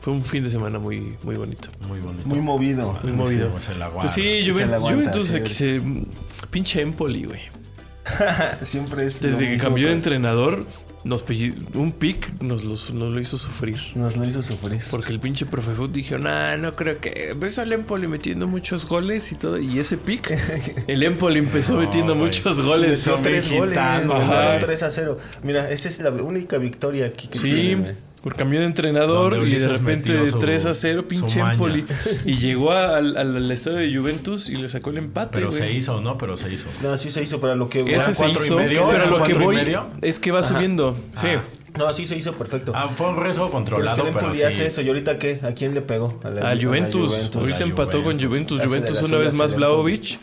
Speaker 2: Fue un fin de semana muy, muy bonito.
Speaker 4: Muy bonito.
Speaker 3: Muy movido.
Speaker 2: Muy movido.
Speaker 4: Se la
Speaker 2: Pues sí,
Speaker 3: se la
Speaker 2: Juven-
Speaker 3: aguanta,
Speaker 2: Juventus
Speaker 3: sí.
Speaker 2: aquí se... Pinche Empoli, güey.
Speaker 3: Siempre es. lo
Speaker 2: Desde que
Speaker 3: mismo,
Speaker 2: cambió de
Speaker 3: pero
Speaker 2: entrenador, nos pelli- un pick nos, los- nos lo hizo sufrir.
Speaker 3: Nos lo hizo sufrir.
Speaker 2: Porque el pinche profe Foot dijo, nah, no creo que... Ves al Empoli metiendo muchos goles y todo. Y ese pick, el Empoli empezó metiendo
Speaker 4: güey.
Speaker 2: muchos goles.
Speaker 3: Metió tres goles.
Speaker 6: Quintana,
Speaker 2: ajá.
Speaker 3: Ganaron 3 a 0. Mira, esa es la única victoria aquí que
Speaker 2: Sí,
Speaker 3: tienen, ¿eh?
Speaker 2: por cambio de entrenador
Speaker 4: Donde
Speaker 2: y de
Speaker 4: Ulises
Speaker 2: repente
Speaker 4: metió su-
Speaker 2: 3 a 0,
Speaker 4: su
Speaker 2: pinche
Speaker 4: maña.
Speaker 2: Empoli. Y llegó al, al- al estadio de Juventus y le sacó el empate.
Speaker 4: Pero
Speaker 2: güey.
Speaker 4: se hizo, ¿no? Pero se hizo.
Speaker 3: No, sí se hizo, pero lo que.
Speaker 2: Ese se
Speaker 4: cuatro y
Speaker 2: hizo,
Speaker 4: medio,
Speaker 2: pero
Speaker 4: eran
Speaker 2: lo que
Speaker 4: cuatro y
Speaker 2: voy
Speaker 4: medio.
Speaker 2: es que va subiendo. Sí.
Speaker 3: No, sí se hizo perfecto.
Speaker 4: Ah, fue un riesgo
Speaker 3: pero es
Speaker 4: controlado,
Speaker 3: que el
Speaker 4: pero,
Speaker 3: Empoli
Speaker 4: sí.
Speaker 3: hace eso. ¿Y ahorita qué? ¿A quién le pegó? A la- a
Speaker 2: Al
Speaker 3: la
Speaker 2: Juventus. Ahorita
Speaker 4: la
Speaker 2: empató con Juventus.
Speaker 4: Juventus.
Speaker 3: Hace de
Speaker 2: Juventus
Speaker 3: las
Speaker 2: una vez
Speaker 3: suyas
Speaker 2: más
Speaker 3: el Empoli.
Speaker 2: Vlaovic,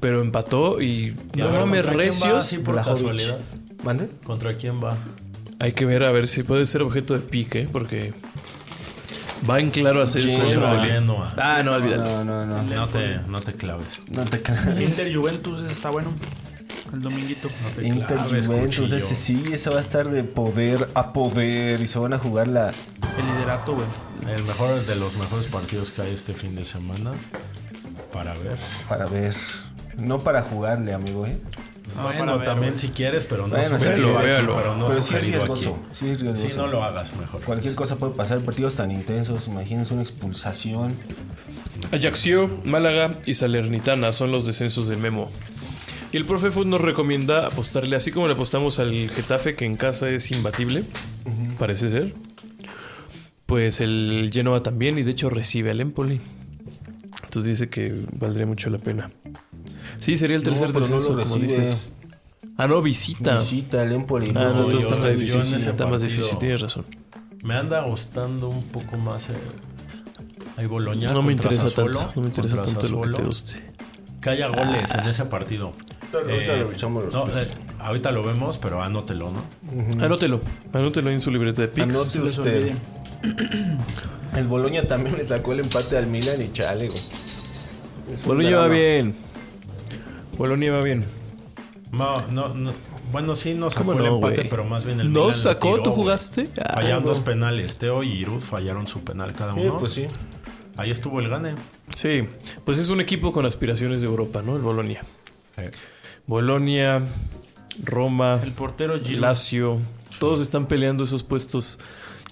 Speaker 2: pero empató y
Speaker 4: Y a
Speaker 2: no mames
Speaker 4: ver, ¿contra quién va?
Speaker 2: recios.
Speaker 4: Sí, por
Speaker 3: Blajovic.
Speaker 4: casualidad.
Speaker 3: ¿Mande?
Speaker 4: ¿Contra quién va?
Speaker 2: Hay que ver a ver si puede ser objeto de pique, porque va en claro a hacer eso.
Speaker 3: Genoa.
Speaker 2: Empoli.
Speaker 4: Genoa.
Speaker 2: Ah, no, olvídalo.
Speaker 3: No, no, no.
Speaker 4: No te, no te claves.
Speaker 3: No te creas.
Speaker 6: Inter Juventus está bueno. El dominguito.
Speaker 4: Te
Speaker 3: Inter
Speaker 4: claves,
Speaker 3: Juventus,
Speaker 4: cuchillo.
Speaker 3: ese sí, esa va a estar de poder a poder y se van a jugar la.
Speaker 6: El liderato, güey.
Speaker 4: El mejor de los mejores partidos que hay este fin de semana. Para ver.
Speaker 3: para ver. No para jugarle, amigo, ¿eh?
Speaker 6: Ah,
Speaker 2: Ah,
Speaker 4: bueno, también si quieres, pero no
Speaker 3: Bueno,
Speaker 4: sugerido
Speaker 2: sí,
Speaker 4: aquí,
Speaker 2: véalo.
Speaker 4: pero no
Speaker 3: Pero sí es
Speaker 4: sugerido
Speaker 3: riesgoso.
Speaker 4: aquí.
Speaker 3: Sí es riesgoso.
Speaker 4: Sí, no lo hagas mejor.
Speaker 3: Cualquier cosa puede pasar, partidos tan intensos, imagínense una expulsación.
Speaker 2: Ajaccio, Málaga y Salernitana son los descensos de Memo. Y el profe Food nos recomienda apostarle, así como le apostamos al Getafe, que en casa es imbatible, parece ser. Pues el Genoa también, y de hecho recibe al Empoli. Entonces dice que valdría mucho la pena. Sí, sería el
Speaker 3: No,
Speaker 2: tercer
Speaker 3: pero no lo
Speaker 2: descenso, como
Speaker 3: recibe.
Speaker 2: dices. Ah, no, visita.
Speaker 3: Visita el Empoli.
Speaker 2: Ah, no,
Speaker 3: no,
Speaker 2: entonces
Speaker 4: yo-
Speaker 2: está más
Speaker 4: yo en
Speaker 2: difícil.
Speaker 4: ese
Speaker 2: Está más
Speaker 4: partido-
Speaker 2: difícil, tienes razón.
Speaker 4: Me anda gustando un poco más el. Hay Boloña.
Speaker 2: No me
Speaker 4: contra
Speaker 2: interesa
Speaker 4: Sassuolo,
Speaker 2: tanto. No me interesa
Speaker 4: contra
Speaker 2: tanto lo que te
Speaker 4: Sassuolo.
Speaker 2: guste. Ah.
Speaker 4: Que haya goles en ese partido.
Speaker 3: ahorita lo echamos los
Speaker 4: no, eh, ahorita lo vemos, pero anótelo, ¿no?
Speaker 2: Anótelo. Anótelo en su libreta de picks.
Speaker 3: Anote usted. El Boloña también le sacó el empate al Milan y chale, güey. Es un
Speaker 2: Bolonia va
Speaker 3: drama.
Speaker 2: bien. Bolonia va bien.
Speaker 4: No, no, no. Bueno, sí nos sacó
Speaker 2: ¿Cómo
Speaker 4: el
Speaker 2: no,
Speaker 4: empate,
Speaker 2: güey?
Speaker 4: pero más bien el
Speaker 2: ¿No
Speaker 4: Milan lo
Speaker 2: sacó?
Speaker 4: tiró,
Speaker 2: ¿Tú
Speaker 4: güey.
Speaker 2: jugaste? Ah,
Speaker 4: Fallaron
Speaker 2: no.
Speaker 4: dos penales. Teo y Irud fallaron su penal cada
Speaker 3: Sí,
Speaker 4: uno.
Speaker 3: pues sí.
Speaker 4: Ahí estuvo el gane.
Speaker 2: Sí, pues es un equipo con aspiraciones de Europa, ¿no? El Bolonia. Bolonia, Roma,
Speaker 6: El portero Gil.
Speaker 2: Lazio, todos están peleando esos puestos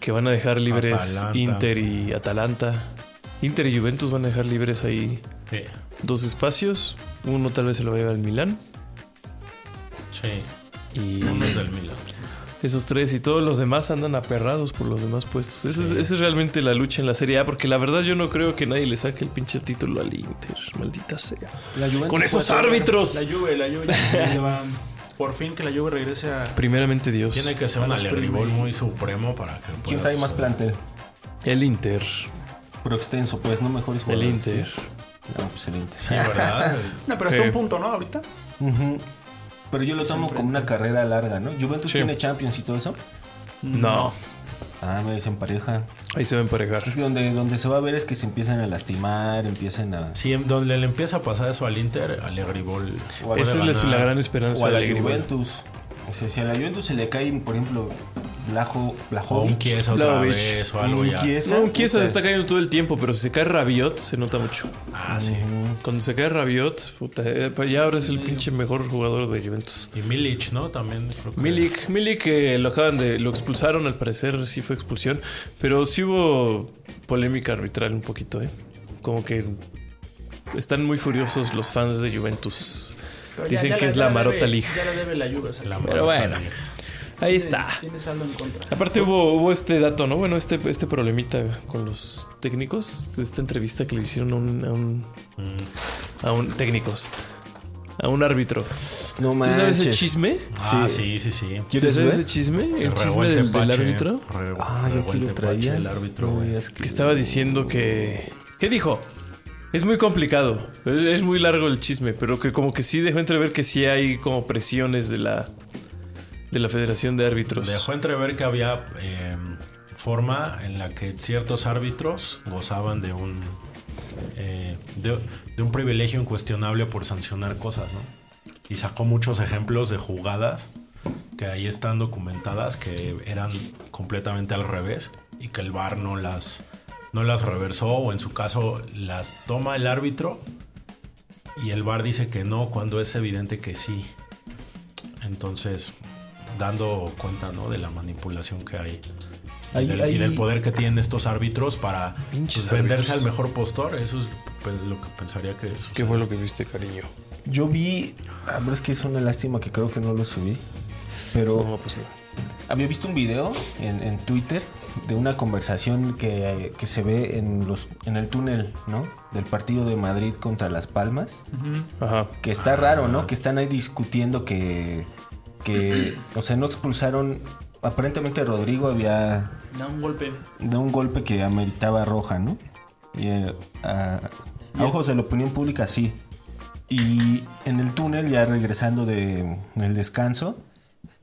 Speaker 2: que van a dejar libres
Speaker 4: Atalanta.
Speaker 2: Inter y Atalanta. Inter y Juventus van a dejar libres ahí
Speaker 4: Sí.
Speaker 2: dos espacios. Uno tal vez se lo va a llevar el Milán.
Speaker 4: Sí.
Speaker 2: Y
Speaker 4: Uno es del Milan.
Speaker 2: Esos tres y todos los demás andan aperrados por los demás puestos. Esa es, esa es realmente la lucha en la Serie A, porque la verdad yo no creo que nadie le saque el pinche título al Inter. Maldita sea. Con esos
Speaker 6: La
Speaker 2: árbitros.
Speaker 6: Juve, la Juve. ya le va- Por fin que la Juve regrese a...
Speaker 2: Primeramente Dios.
Speaker 3: Pues,
Speaker 4: Tiene que ser
Speaker 6: A
Speaker 4: un
Speaker 6: los
Speaker 4: alerribol
Speaker 6: primeros.
Speaker 4: muy supremo para que pueda
Speaker 3: ¿Quién trae más
Speaker 4: suceder.
Speaker 3: plantel?
Speaker 2: El Inter.
Speaker 3: Pero extenso, pues, no mejores
Speaker 2: El
Speaker 3: jugadores.
Speaker 2: Inter.
Speaker 3: No, pues el Inter.
Speaker 4: Sí, ¿verdad?
Speaker 6: No, pero está
Speaker 2: Sí.
Speaker 6: un punto, ¿no? Ahorita.
Speaker 3: Ujú. Pero yo lo tomo como una carrera larga, ¿no? Juventus
Speaker 2: Sí.
Speaker 3: tiene Champions y todo eso.
Speaker 2: No.
Speaker 3: Ah, me dicen pareja.
Speaker 2: Ahí se va a emparejar.
Speaker 3: Es que donde, donde se va a ver es que se empiezan a lastimar, empiezan a...
Speaker 4: Sí, en donde le empieza a pasar eso al Inter, Alerribol.
Speaker 3: o a-
Speaker 4: puede
Speaker 2: Esa es la,
Speaker 4: ganar.
Speaker 2: la gran
Speaker 3: o
Speaker 2: esperanza
Speaker 3: a la
Speaker 2: de Grigol.
Speaker 3: Juventus. O sea, si a la Juventus se le cae, por ejemplo, Blajo,
Speaker 4: O un
Speaker 3: Blajovic.
Speaker 4: Chiesa otra
Speaker 2: Vlahovic.
Speaker 4: vez o algo ya.
Speaker 3: Chiesa,
Speaker 2: No, un Chiesa
Speaker 3: puta,
Speaker 2: se está cayendo todo el tiempo, pero si se cae Rabiot, se nota mucho.
Speaker 4: Ah, sí.
Speaker 2: Cuando se cae Rabiot, puta, eh, pa- ya ahora es el pinche mejor jugador de Juventus.
Speaker 4: Y Milic, ¿no? También creo que-
Speaker 2: Milik, Milik eh, lo acaban de, lo expulsaron al parecer, sí fue expulsión, pero sí hubo polémica arbitral un poquito, ¿eh? Como que están muy furiosos los fans de Juventus.
Speaker 6: Pero ya-
Speaker 2: Dicen
Speaker 6: ya
Speaker 2: que es
Speaker 6: ya
Speaker 2: la Marota
Speaker 6: debe-
Speaker 2: League.
Speaker 6: Ya la debe la Juve. o sea,
Speaker 4: La
Speaker 2: Pero bueno,
Speaker 4: Marta.
Speaker 2: ahí
Speaker 6: tiene-
Speaker 2: está.
Speaker 6: Tienes algo en contra.
Speaker 2: Aparte hubo, hubo este dato, ¿no? Bueno, este, este problemita con los técnicos, esta entrevista que le hicieron a un, a un, a un- técnicos, a un árbitro. ¿Tú
Speaker 3: No
Speaker 2: sabes el
Speaker 3: manches.
Speaker 2: chisme?
Speaker 4: Ah, sí, sí, sí.
Speaker 2: ¿Tú
Speaker 3: ¿Quieres
Speaker 2: sabes
Speaker 3: ver?
Speaker 2: el chisme? El
Speaker 4: Revuelte
Speaker 2: chisme del, del
Speaker 4: Pache,
Speaker 2: árbitro.
Speaker 4: re-
Speaker 3: Ah, yo aquí
Speaker 4: revuelte
Speaker 3: lo traía.
Speaker 4: Pache, El árbitro,
Speaker 3: No
Speaker 4: güey.
Speaker 3: digas que-
Speaker 2: Que estaba diciendo que... ¿Qué dijo? Es muy complicado, es muy largo el chisme, pero que como que sí dejó entrever que sí hay como presiones de la, de la Federación de Árbitros.
Speaker 4: Dejó entrever que había eh, forma en la que ciertos árbitros gozaban de un eh, de, de un privilegio incuestionable por sancionar cosas, ¿no? Y sacó muchos ejemplos de jugadas que ahí están documentadas que eran completamente al revés y que el VAR no las no las reversó o en su caso las toma el árbitro y el VAR dice que no cuando es evidente que sí. Entonces, dando cuenta ¿no? de la manipulación que hay
Speaker 3: Ahí-
Speaker 4: y, del,
Speaker 3: ahí-
Speaker 4: y del poder que tienen estos árbitros para
Speaker 2: Pinches
Speaker 4: pues, venderse
Speaker 2: árbitros.
Speaker 4: al mejor postor. Eso es pues, lo que pensaría que es.
Speaker 2: ¿Qué fue lo que viste, cariño?
Speaker 3: Yo vi... Ah, pero es que es una lástima que creo que no lo subí. Pero...
Speaker 2: No, pues no.
Speaker 3: Había visto un video en, en Twitter de una conversación que, que se ve en los en el túnel, ¿no? Del partido de Madrid contra Las Palmas.
Speaker 2: Ajá.
Speaker 3: Que está raro, ¿no? Que están ahí discutiendo que. que. O sea, no expulsaron. Aparentemente Rodrigo había
Speaker 6: Da un golpe.
Speaker 3: dado un golpe que ameritaba roja, ¿no? Y, eh, a, a ojos de la opinión pública, sí. Y en el túnel, ya regresando de- del descanso,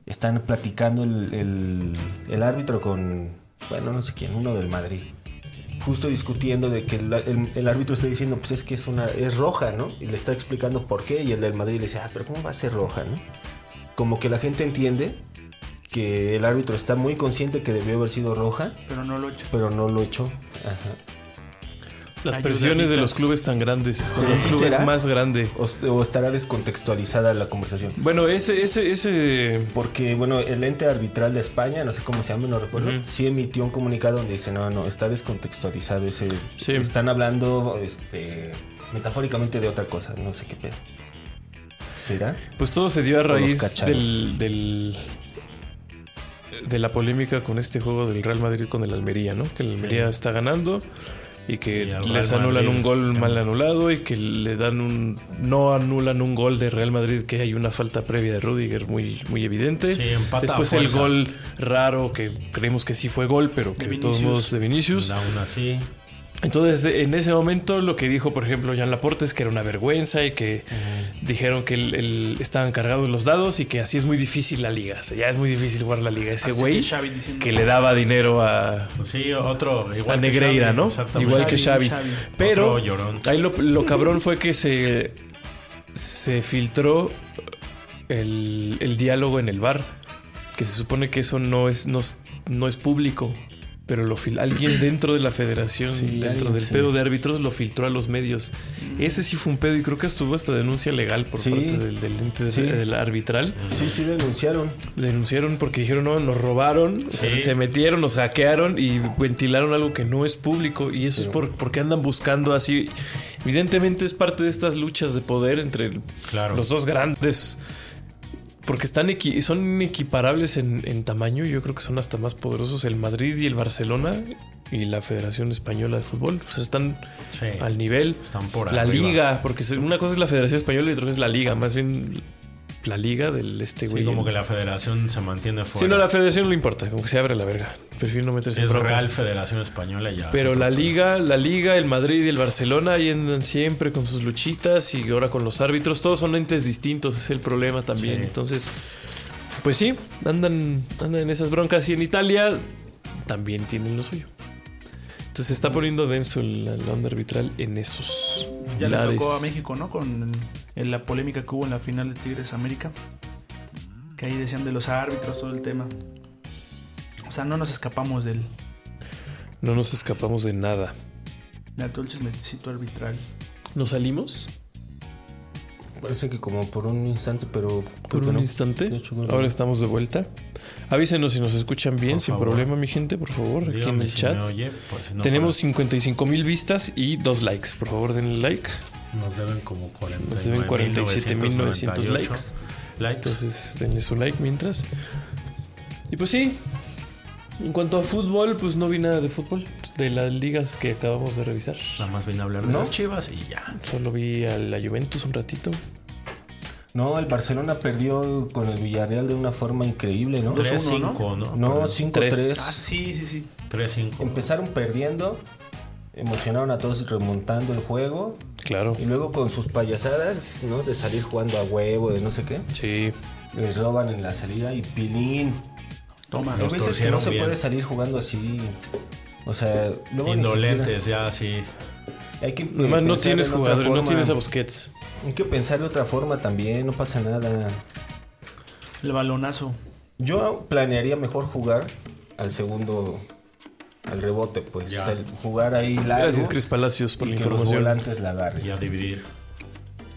Speaker 3: están platicando el, el- el árbitro con, bueno, no sé quién, uno del Madrid. Justo discutiendo de que el, el- el árbitro está diciendo, pues es que es una es roja, ¿no? Y le está explicando por qué. Y el del Madrid le dice, ah, pero ¿cómo va a ser roja, no? Como que la gente entiende que el árbitro está muy consciente que debió haber sido roja,
Speaker 6: Pero no lo echa.
Speaker 3: pero no lo echó. Ajá.
Speaker 2: Las
Speaker 6: Ayudaditas.
Speaker 2: presiones de los clubes tan grandes, con
Speaker 3: Pero
Speaker 2: los
Speaker 3: sí
Speaker 2: clubes
Speaker 3: será.
Speaker 2: más grandes.
Speaker 3: O, est- o estará descontextualizada la conversación.
Speaker 2: Bueno, ese, ese, ese.
Speaker 3: Porque, bueno, el ente arbitral de España, no sé cómo se llama, no recuerdo, sí emitió un comunicado donde dice, no, no, está descontextualizado ese...
Speaker 2: Sí.
Speaker 3: Están hablando, este, metafóricamente de otra cosa, no sé qué pedo. ¿Será?
Speaker 2: Pues todo se dio a raíz
Speaker 3: cacharon.
Speaker 2: del, del. de la polémica con este juego del Real Madrid con el Almería, ¿no? Que el Almería está ganando y que
Speaker 4: Y al Real
Speaker 2: les anulan
Speaker 4: Madrid.
Speaker 2: un gol mal anulado y que le dan un. no anulan un gol de Real Madrid que hay una falta previa de Rudiger muy, muy evidente.
Speaker 4: Sí, empata
Speaker 2: Después
Speaker 4: a
Speaker 2: el
Speaker 4: fuerza.
Speaker 2: gol raro que creemos que sí fue gol, pero que
Speaker 6: De
Speaker 2: de todos
Speaker 6: Vinicius.
Speaker 2: modos de Vinicius.
Speaker 4: Aún así,
Speaker 2: Entonces, de- en ese momento, lo que dijo, por ejemplo, Jean Laporte es que era una vergüenza y que dijeron que el- el- estaban cargados los dados y que así es muy difícil la liga. O sea, ya es muy difícil jugar la liga. Ese
Speaker 6: Así
Speaker 2: güey
Speaker 6: que Xavi diciendo-
Speaker 2: que le daba dinero a,
Speaker 4: pues sí, otro.
Speaker 2: a
Speaker 4: Igual que
Speaker 2: Negreira,
Speaker 4: Xavi,
Speaker 2: ¿no?
Speaker 4: Exactamente.
Speaker 2: Igual que Xavi.
Speaker 6: Xavi, Xavi.
Speaker 2: Pero
Speaker 4: Otro llorón.
Speaker 2: ahí lo, lo cabrón fue que se, se filtró el, el diálogo en el bar, que se supone que eso no es, no, es- no es público. Pero lo fil- alguien dentro de la federación, dentro
Speaker 3: alguien,
Speaker 2: del
Speaker 3: sí. Mm.
Speaker 2: pedo de árbitros, lo filtró a los medios. Ese sí fue un pedo y creo que estuvo hasta denuncia legal por
Speaker 3: Sí.
Speaker 2: parte del, del ente de-
Speaker 3: Sí.
Speaker 2: del arbitral.
Speaker 3: Sí, sí, denunciaron.
Speaker 2: Denunciaron porque dijeron, no, nos robaron, o sea,
Speaker 4: Sí.
Speaker 2: se metieron, nos hackearon y ventilaron algo que no es público. Y eso es por, porque andan buscando así. Evidentemente es parte de estas luchas de poder entre el-
Speaker 4: Claro.
Speaker 2: los dos grandes Porque están equi- son equiparables en, en tamaño. Yo creo que son hasta más poderosos el Madrid y el Barcelona y la Federación Española de Fútbol. O sea, están
Speaker 4: Sí.
Speaker 2: al nivel.
Speaker 4: Están por
Speaker 2: la
Speaker 4: arriba.
Speaker 2: liga, porque se- una cosa es la Federación Española y otra es la liga. Más bien la liga del este
Speaker 4: Sí,
Speaker 2: güey.
Speaker 4: como que la federación se mantiene fuera.
Speaker 2: Sí, no, la federación no le importa, como que se abre la verga. Prefiero no meterse en
Speaker 4: es
Speaker 2: broncas.
Speaker 4: Real Federación Española y ya.
Speaker 2: Pero
Speaker 4: se
Speaker 2: la
Speaker 4: trata.
Speaker 2: liga, la liga, el Madrid y el Barcelona ahí andan siempre con sus luchitas y ahora con los árbitros. Todos son entes distintos, es el problema también.
Speaker 4: Sí.
Speaker 2: Entonces, pues sí, andan, andan en esas broncas y en Italia también tienen lo suyo. Entonces se
Speaker 4: Mm.
Speaker 2: está poniendo denso la, la onda arbitral en esos.
Speaker 6: Ya le
Speaker 2: lares.
Speaker 6: tocó a México, ¿no? Con en la polémica que hubo en la final de Tigres América. Que ahí decían de los árbitros, todo el tema. O sea, no nos escapamos del,
Speaker 2: No nos escapamos de nada.
Speaker 6: del todo el chismecito arbitral.
Speaker 2: ¿Nos salimos?
Speaker 3: Parece que como por un instante, pero... creo
Speaker 2: Por
Speaker 3: que
Speaker 2: un
Speaker 3: no.
Speaker 2: instante.
Speaker 3: De hecho, no.
Speaker 2: Ahora estamos de vuelta. Avísenos si nos escuchan bien,
Speaker 4: Por
Speaker 2: sin
Speaker 4: favor.
Speaker 2: problema, mi gente, por favor, aquí en
Speaker 4: Dígame
Speaker 2: el
Speaker 4: si
Speaker 2: chat.
Speaker 4: me oye, por si no,
Speaker 2: Tenemos 55 mil vistas y dos likes. Por favor, denle like.
Speaker 4: pues, Nos deben como 49,
Speaker 2: Nos deben 47.900 likes.
Speaker 4: Likes.
Speaker 2: Entonces, denle su like mientras. Y pues sí. En cuanto a fútbol, pues no vi nada de fútbol. De las ligas que acabamos de revisar.
Speaker 4: Nada más vine a hablar de
Speaker 3: ¿No?
Speaker 4: las chivas y ya.
Speaker 2: Solo vi a la Juventus un ratito.
Speaker 3: No, el Barcelona perdió con el Villarreal de una forma increíble, ¿no?
Speaker 4: 3-5, ¿no?
Speaker 3: No,
Speaker 4: Perdón.
Speaker 2: Tres.
Speaker 3: 5-3.
Speaker 6: sí, sí, sí.
Speaker 4: 3-5.
Speaker 3: Empezaron perdiendo, emocionaron a todos remontando el juego
Speaker 2: Claro.
Speaker 3: y luego con sus payasadas, ¿no? De salir jugando a huevo, de no sé qué.
Speaker 2: Sí.
Speaker 3: Les roban en la salida y pilín.
Speaker 6: Toma.
Speaker 4: Los
Speaker 3: Hay veces que
Speaker 4: torcieron
Speaker 3: no se
Speaker 4: bien.
Speaker 3: puede salir jugando así. O sea, luego ni
Speaker 4: Indolentes, ya así.
Speaker 3: siquiera- hay que
Speaker 2: Además, no
Speaker 3: pensar
Speaker 2: tienes
Speaker 3: en otra
Speaker 2: jugadores, no
Speaker 3: forma.
Speaker 2: tienes a Busquets.
Speaker 3: Hay que pensar de otra forma también, no pasa nada.
Speaker 6: El balonazo.
Speaker 3: Yo planearía mejor jugar al segundo, al rebote, pues.
Speaker 4: Ya.
Speaker 3: O sea, jugar ahí largo.
Speaker 2: Gracias, Cris Palacios, por
Speaker 3: y
Speaker 2: la
Speaker 3: que los
Speaker 2: información.
Speaker 3: volantes la agarren.
Speaker 4: Ya dividir.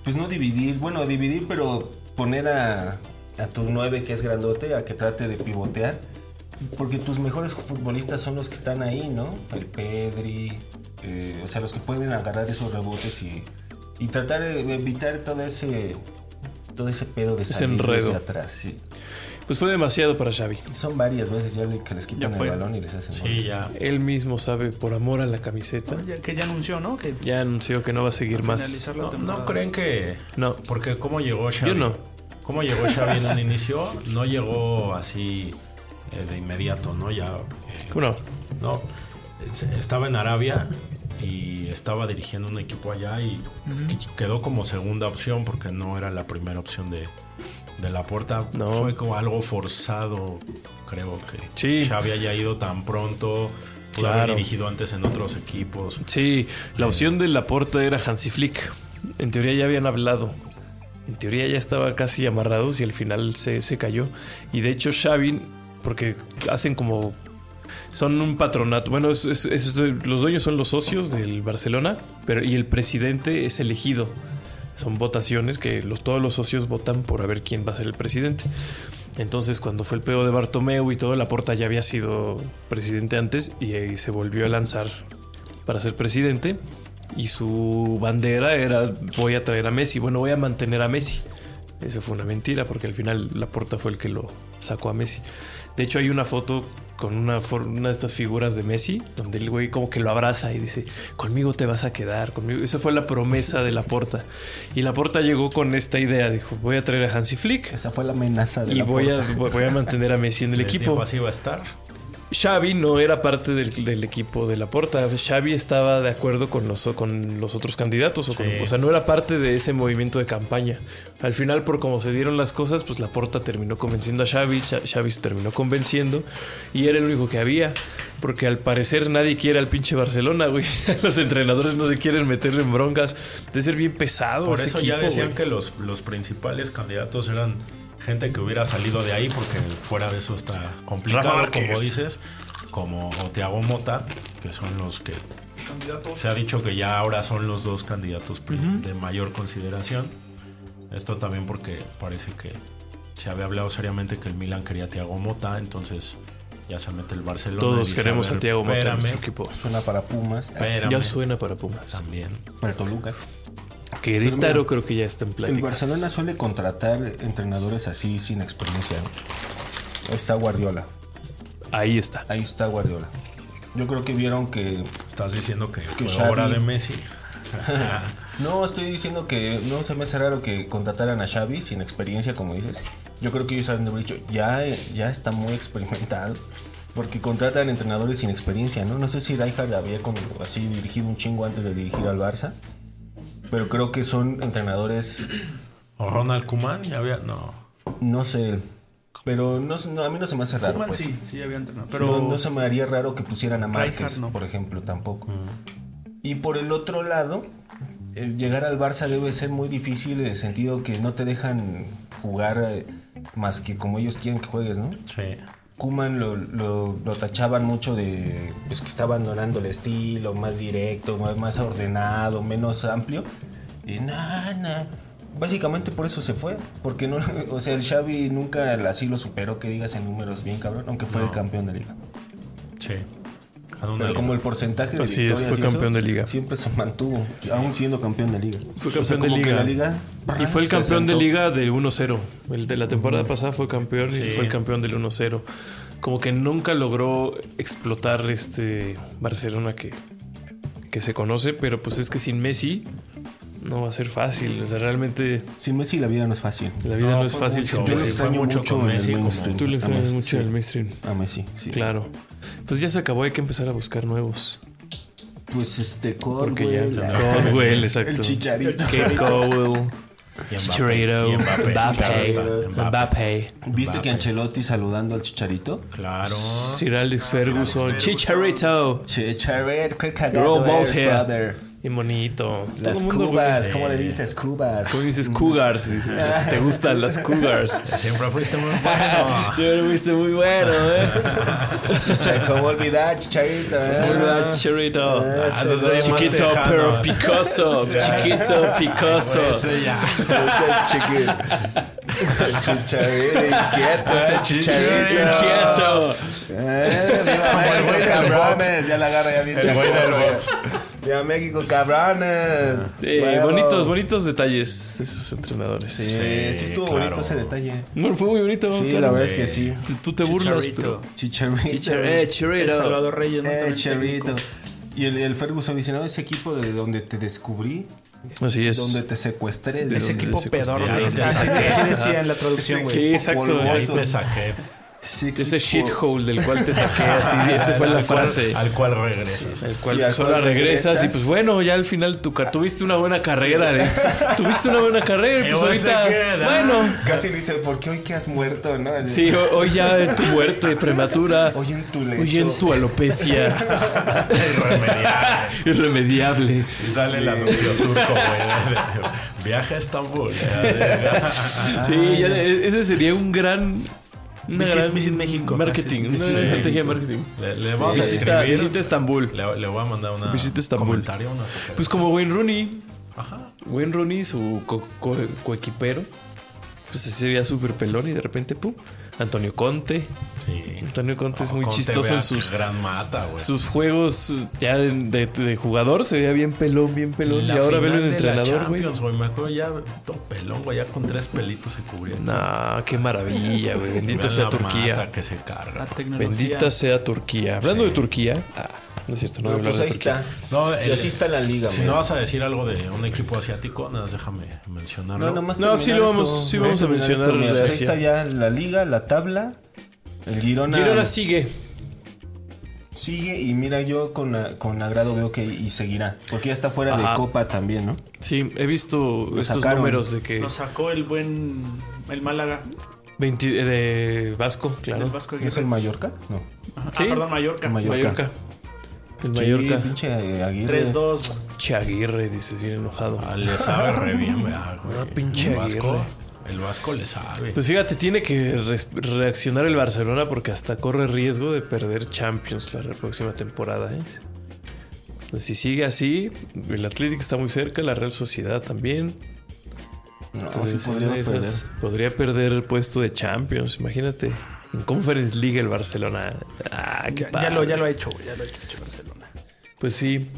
Speaker 3: Pues no dividir, bueno, dividir, pero poner a, a tu 9 que es grandote a que trate de pivotear. Porque tus mejores futbolistas son los que están ahí, ¿no? El Pedri, eh, o sea, los que pueden agarrar esos rebotes y, y tratar de evitar todo ese, todo ese pedo de
Speaker 2: Ese
Speaker 3: salir
Speaker 2: enredo.
Speaker 3: desde atrás. Sí.
Speaker 2: Pues fue demasiado para Xavi.
Speaker 3: Son varias veces ya que les quitan
Speaker 6: Ya
Speaker 3: el
Speaker 6: fue.
Speaker 3: balón y les hacen
Speaker 4: Sí,
Speaker 3: goles.
Speaker 4: ya.
Speaker 2: Él mismo sabe, por amor a la camiseta,
Speaker 6: Ya- que ya anunció, ¿no? Que
Speaker 2: ya anunció que no va a seguir más.
Speaker 6: finalizar la
Speaker 4: No,
Speaker 6: temporada.
Speaker 4: no creen que.
Speaker 2: No.
Speaker 4: Porque cómo llegó Xavi.
Speaker 2: Yo no.
Speaker 4: ¿Cómo llegó Xavi en un inicio? No llegó así eh, de inmediato, ¿no? Ya. eh,
Speaker 2: ¿Cómo no?
Speaker 4: No, es- estaba en Arabia y estaba dirigiendo un equipo allá y quedó como segunda opción porque no era la primera opción de, de la puerta.
Speaker 2: No.
Speaker 4: Fue como algo forzado, creo que
Speaker 2: Sí.
Speaker 4: Xavi haya ido tan pronto. Pudo
Speaker 2: Claro.
Speaker 4: haber dirigido antes en otros equipos.
Speaker 2: Sí, la opción de Laporta era Hansi Flick. En teoría ya habían hablado. En teoría ya estaba casi amarrados y al final se, se cayó. Y de hecho Xavi, porque hacen como... Son un patronato. Bueno, es- es- es- los dueños son los socios del Barcelona pero, y el presidente es elegido. Son votaciones que los, todos los socios votan por a ver quién va a ser el presidente. Entonces, cuando fue el peo de Bartomeu y todo, Laporta ya había sido presidente antes y, eh, se volvió a lanzar para ser presidente. Y su bandera era: voy a traer a Messi, bueno, voy a mantener a Messi. Eso fue una mentira, porque al final Laporta fue el que lo sacó a Messi. De hecho, hay una foto con una, for- una de estas figuras de Messi, donde el güey como que lo abraza y dice, conmigo te vas a quedar, conmigo. Esa fue la promesa de Laporta. Y Laporta llegó con esta idea, dijo, voy a traer a Hansi Flick
Speaker 3: Esa fue la amenaza de
Speaker 2: y
Speaker 3: la
Speaker 2: voy a,
Speaker 3: puerta.
Speaker 2: voy a mantener a Messi en el
Speaker 4: Les dijo,
Speaker 2: equipo.
Speaker 4: así va a estar.
Speaker 2: Xavi no era parte del, del equipo de Laporta. Xavi estaba de acuerdo con los, con los otros candidatos. O, con-
Speaker 4: Sí.
Speaker 2: o sea, no era parte de ese movimiento de campaña. Al final, por cómo se dieron las cosas, pues Laporta terminó convenciendo a Xavi. Xa- Xavi se terminó convenciendo. Y era el único que había. Porque al parecer nadie quiere al pinche Barcelona, güey. los entrenadores no se quieren meter en broncas. Debe ser bien pesado
Speaker 4: Por
Speaker 2: ese
Speaker 4: eso
Speaker 2: equipo,
Speaker 4: ya decían
Speaker 2: güey.
Speaker 4: que los, los principales candidatos eran gente que hubiera salido de ahí, porque fuera de eso está
Speaker 2: Rafa
Speaker 4: complicado,
Speaker 2: Márquez.
Speaker 4: como dices, como Oteago Mota, que son los que se ha dicho que ya ahora son los dos candidatos pri- de mayor consideración. Esto también porque parece que se había hablado seriamente que el Milan quería a Thiago Mota, entonces ya se mete el Barcelona. y
Speaker 2: Todos
Speaker 4: dice,
Speaker 2: queremos a
Speaker 4: ver,
Speaker 2: Thiago Mota en
Speaker 4: espérame,
Speaker 2: nuestro equipo.
Speaker 3: Suena para Pumas,
Speaker 4: espérame.
Speaker 2: Ya suena para Pumas.
Speaker 4: También.
Speaker 3: para Toluca.
Speaker 2: Querétaro creo que ya está en
Speaker 3: El
Speaker 2: pláticas.
Speaker 3: Barcelona suele contratar entrenadores así sin experiencia. Ahí está Guardiola.
Speaker 2: Ahí está.
Speaker 3: Ahí está Guardiola. Yo creo que vieron que.
Speaker 4: Estás diciendo que
Speaker 3: Que
Speaker 4: fue obra
Speaker 3: Xavi-
Speaker 4: de Messi.
Speaker 3: No, estoy diciendo que no se me hace raro que contrataran a Xavi sin experiencia, como dices. Yo creo que ellos han de haber dicho, ya, eh, ya está muy experimentado. Porque contratan entrenadores sin experiencia, ¿no? No sé si Rijkaard había con- así dirigido un chingo antes de dirigir al Barça. Pero creo que son entrenadores
Speaker 4: O Ronald Kuman ya había. No.
Speaker 3: No sé. Pero no, se- no, a mí no se me hace raro.
Speaker 6: Koeman
Speaker 3: pues.
Speaker 6: sí, sí ya había entrenado.
Speaker 3: Pero
Speaker 6: Pero
Speaker 3: no, no se me haría raro que pusieran a Márquez,
Speaker 6: Rijkaard no.
Speaker 3: por ejemplo, tampoco. Y por el otro lado, el llegar al Barça debe ser muy difícil en el sentido que no te dejan jugar eh, más que como ellos quieren que juegues, ¿no?
Speaker 4: Sí.
Speaker 3: Kuman lo, lo- lo tachaban mucho de pues, que está abandonando el estilo más directo, más, más ordenado, menos amplio. Y nada, Básicamente por eso se fue. Porque no, o sea, el Xavi nunca así lo superó, que digas en números bien cabrón, aunque fue
Speaker 4: No.
Speaker 3: el campeón de liga.
Speaker 4: Sí. Ganó una
Speaker 3: Pero como el
Speaker 4: liga.
Speaker 3: porcentaje de
Speaker 2: Así es,
Speaker 3: victorias
Speaker 2: fue
Speaker 3: y eso,
Speaker 2: campeón de liga.
Speaker 3: Siempre se mantuvo, aún siendo campeón de liga.
Speaker 2: Fue
Speaker 3: O sea,
Speaker 2: campeón de
Speaker 3: como que
Speaker 2: liga.
Speaker 3: la liga,
Speaker 2: Y fue el
Speaker 3: se
Speaker 2: campeón de
Speaker 3: sentó.
Speaker 2: liga del 1-0. El de la temporada pasada fue campeón y
Speaker 4: Sí.
Speaker 2: fue el campeón del 1-0. Como que nunca logró explotar este Barcelona que, que se conoce, pero pues es que sin Messi no va a ser fácil. O sea, realmente
Speaker 3: Sin Messi la vida no es fácil.
Speaker 2: la vida no,
Speaker 4: No,
Speaker 2: es
Speaker 4: fue
Speaker 2: fácil
Speaker 4: mucho,
Speaker 2: sin
Speaker 3: Yo
Speaker 4: güey.
Speaker 3: lo
Speaker 4: Sí,
Speaker 2: Messi.
Speaker 4: fue
Speaker 3: extraño
Speaker 4: mucho
Speaker 3: mucho
Speaker 4: con
Speaker 3: en el
Speaker 4: Messi, como-
Speaker 3: mainstream.
Speaker 2: Tú le
Speaker 3: A
Speaker 2: extrañas
Speaker 3: Messi,
Speaker 2: mucho
Speaker 3: sí.
Speaker 2: al mainstream.
Speaker 3: A Messi, sí.
Speaker 2: Claro. Pues ya se acabó, hay que empezar a buscar nuevos.
Speaker 3: Pues este
Speaker 2: Porque
Speaker 3: Cordwell,
Speaker 2: ya.
Speaker 3: la-
Speaker 2: Codwell, exacto.
Speaker 3: el chicharito.
Speaker 2: Kate Cowell,
Speaker 4: Y Mbappé,
Speaker 2: Chicharito,
Speaker 4: y Mbappé, claro
Speaker 2: Mbappé,
Speaker 4: está, Mbappé.
Speaker 2: Mbappé,
Speaker 3: ¿Viste
Speaker 4: Mbappé.
Speaker 3: que Ancelotti saludando al chicharito?
Speaker 4: Claro.
Speaker 2: Sir Alex Ferguson, Chicharito.
Speaker 3: Chicharito, qué
Speaker 2: You're
Speaker 3: cagado
Speaker 2: almost
Speaker 3: eres,
Speaker 2: here.
Speaker 3: brother.
Speaker 2: Y bonito. Todo
Speaker 3: Las
Speaker 2: el mundo,
Speaker 3: cubas,
Speaker 2: güey,
Speaker 3: ¿cómo le dices? Cubas.
Speaker 2: ¿Cómo dices cougars? Dices, las que te gustan las cougars.
Speaker 4: Siempre fuiste muy bueno.
Speaker 2: Sí, lo viste muy bueno, ¿eh?
Speaker 3: Chicharito, ¿Cómo olvidar, chicharito? eh?
Speaker 2: Muy bueno, Chicharito.
Speaker 3: Ah,
Speaker 2: Ah,
Speaker 4: eso soy más
Speaker 2: Chiquito,
Speaker 4: tejano.
Speaker 2: pero Picasso. Chiquito, Picasso.
Speaker 4: Ese ya.
Speaker 3: Chiquito. Chicharito, inquieto, ese chicharito.
Speaker 2: Inquieto.
Speaker 3: Eh, viva
Speaker 4: güey
Speaker 3: México,
Speaker 4: del
Speaker 3: cabrones. Ya la agarra ya bien. de
Speaker 4: güey del
Speaker 3: acuerdo,
Speaker 4: box.
Speaker 3: güey. Viva México, cabrones.
Speaker 2: Sí,
Speaker 3: Huevo.
Speaker 2: bonitos, bonitos detalles de sus entrenadores.
Speaker 3: Sí, sí estuvo
Speaker 4: claro.
Speaker 3: bonito ese detalle.
Speaker 2: No, fue muy bonito.
Speaker 3: Sí,
Speaker 2: claro.
Speaker 3: la verdad es que sí.
Speaker 2: Tú- Tú te burlas, pero...
Speaker 6: Chicharito.
Speaker 3: Chicharito.
Speaker 2: Eh,
Speaker 6: el
Speaker 2: Chicharito.
Speaker 6: Salvador Reyes, ¿no?
Speaker 3: Eh,
Speaker 6: También
Speaker 3: Chicharito.
Speaker 6: técnico.
Speaker 3: Y el, el Ferguson dice, no, ese equipo de donde te descubrí,
Speaker 2: Así es.
Speaker 3: donde te secuestré. de
Speaker 6: Ese
Speaker 3: donde-
Speaker 6: equipo
Speaker 2: se
Speaker 6: pedorro.
Speaker 4: cuestiona,
Speaker 6: Así
Speaker 4: ¿no?
Speaker 6: así decía en la traducción, güey.
Speaker 2: Sí,
Speaker 3: equipo
Speaker 2: exacto.
Speaker 3: polvoso.
Speaker 4: Ahí
Speaker 2: exacto.
Speaker 4: te saqué.
Speaker 3: Sí,
Speaker 2: Ese
Speaker 3: equipo-
Speaker 2: shithole del cual te saqué así, esa fue la
Speaker 4: Al cual-
Speaker 2: frase.
Speaker 4: Al cual regresas.
Speaker 2: El cual
Speaker 3: Y al
Speaker 2: pues, ahora
Speaker 3: cual
Speaker 2: regresas, y
Speaker 3: regresas.
Speaker 2: pues bueno, ya al final tu ca- tuviste una buena carrera. ¿eh? Tuviste una buena carrera y pues
Speaker 4: Yo sé
Speaker 2: ahorita.
Speaker 4: que era.
Speaker 2: Bueno,
Speaker 3: Casi le dice, ¿por qué hoy que has muerto? ¿no? El-
Speaker 2: sí, ho- hoy ya en tu muerte prematura.
Speaker 3: Hoy en tu lecho.
Speaker 2: Hoy en tu alopecia
Speaker 4: Irremediable.
Speaker 2: irremediable.
Speaker 4: Y Sale el anuncio turco, güey. Viaja a Estambul.
Speaker 2: Sí, ya, e- ese sería un gran. Una
Speaker 6: Visit-
Speaker 2: gran
Speaker 6: Visit México.
Speaker 2: Marketing. Una
Speaker 4: Visit
Speaker 2: gran
Speaker 4: México.
Speaker 2: estrategia de marketing.
Speaker 4: Le, le vamos
Speaker 2: Visita,
Speaker 4: a escribir.
Speaker 2: visita Estambul.
Speaker 4: Le, le voy a mandar una
Speaker 2: Visita Estambul.
Speaker 4: comentario, una sugerencia.
Speaker 2: Pues como Wayne Rooney,
Speaker 4: Ajá.
Speaker 2: Wayne Rooney, su co- co- coequipero, pues se veía súper pelón y de repente, pum, Antonio Conte.
Speaker 4: Sí.
Speaker 2: Antonio Conte es
Speaker 4: No,
Speaker 2: muy
Speaker 4: Conte,
Speaker 2: chistoso
Speaker 4: vea,
Speaker 2: en sus,
Speaker 4: gran mata, güey.
Speaker 2: sus juegos ya de, de- de jugador, se veía bien pelón, bien pelón.
Speaker 4: La
Speaker 2: y ahora
Speaker 4: final
Speaker 2: velo
Speaker 4: de
Speaker 2: en
Speaker 4: la
Speaker 2: entrenador, güey.
Speaker 4: Champions, güey. Me acuerdo ya todo pelón, güey. Ya con tres pelitos se cubría.
Speaker 2: Nah, qué maravilla, güey. Bendita
Speaker 4: Vean
Speaker 2: sea
Speaker 4: la
Speaker 2: Turquía. Ah,
Speaker 4: mata que se carga.
Speaker 6: La tecnología.
Speaker 2: Bendita sea Turquía. Hablando de Turquía, ah, no es cierto, no voy a
Speaker 3: Bueno,
Speaker 2: hablar
Speaker 3: pues
Speaker 2: de
Speaker 3: ahí
Speaker 2: Turquía.
Speaker 3: está.
Speaker 4: No,
Speaker 3: Y
Speaker 4: el-
Speaker 3: así está la liga,
Speaker 4: si
Speaker 3: man.
Speaker 4: no vas a decir algo de un equipo asiático, nada más déjame mencionarlo.
Speaker 3: No, nomás
Speaker 2: No,
Speaker 3: terminar
Speaker 2: sí lo vamos-
Speaker 3: esto.
Speaker 2: sí vamos a
Speaker 3: Terminar
Speaker 2: mencionar
Speaker 3: esto, mira,
Speaker 2: de
Speaker 3: pues
Speaker 2: Asia.
Speaker 3: Ahí está ya la liga, la tabla. El Girona,
Speaker 2: Girona sigue.
Speaker 3: sigue y mira, yo con, a- con agrado veo que y seguirá. Porque ya está fuera
Speaker 2: Ajá.
Speaker 3: de Copa también, ¿no?
Speaker 2: Sí, he visto estos
Speaker 3: sacaron.
Speaker 2: números de que
Speaker 6: Lo sacó el buen. El Málaga.
Speaker 2: 20 de Vasco, claro.
Speaker 6: El Vasco
Speaker 3: ¿No es el
Speaker 6: Aguirre.
Speaker 3: Mallorca? No.
Speaker 6: Ajá.
Speaker 2: Sí.
Speaker 6: Ah, perdón, Mallorca.
Speaker 3: Mallorca.
Speaker 2: Mallorca. El
Speaker 3: Sí,
Speaker 2: Mallorca.
Speaker 3: pinche eh, Aguirre.
Speaker 6: 3-2. güey.
Speaker 2: Chaguirre, dices bien enojado.
Speaker 4: Ah, le sabe re bien, ¿verdad, güey?
Speaker 2: Ah, pinche
Speaker 4: el vasco,
Speaker 2: Aguirre.
Speaker 4: el vasco le sabe.
Speaker 2: Pues fíjate, tiene que res- reaccionar el Barcelona porque hasta corre riesgo de perder Champions la próxima temporada. ¿eh? Si sigue así, el Atlético está muy cerca, la Real Sociedad también.
Speaker 3: No,
Speaker 2: Entonces,
Speaker 3: Ah, sí podría
Speaker 2: en esas,
Speaker 3: perder.
Speaker 2: podría perder el puesto de Champions, imagínate. En Conference League el Barcelona. Ah, qué
Speaker 6: Ya, ya lo,
Speaker 2: padre.
Speaker 6: ya lo ha hecho, güey, ya lo ha hecho Barcelona.
Speaker 2: Pues sí.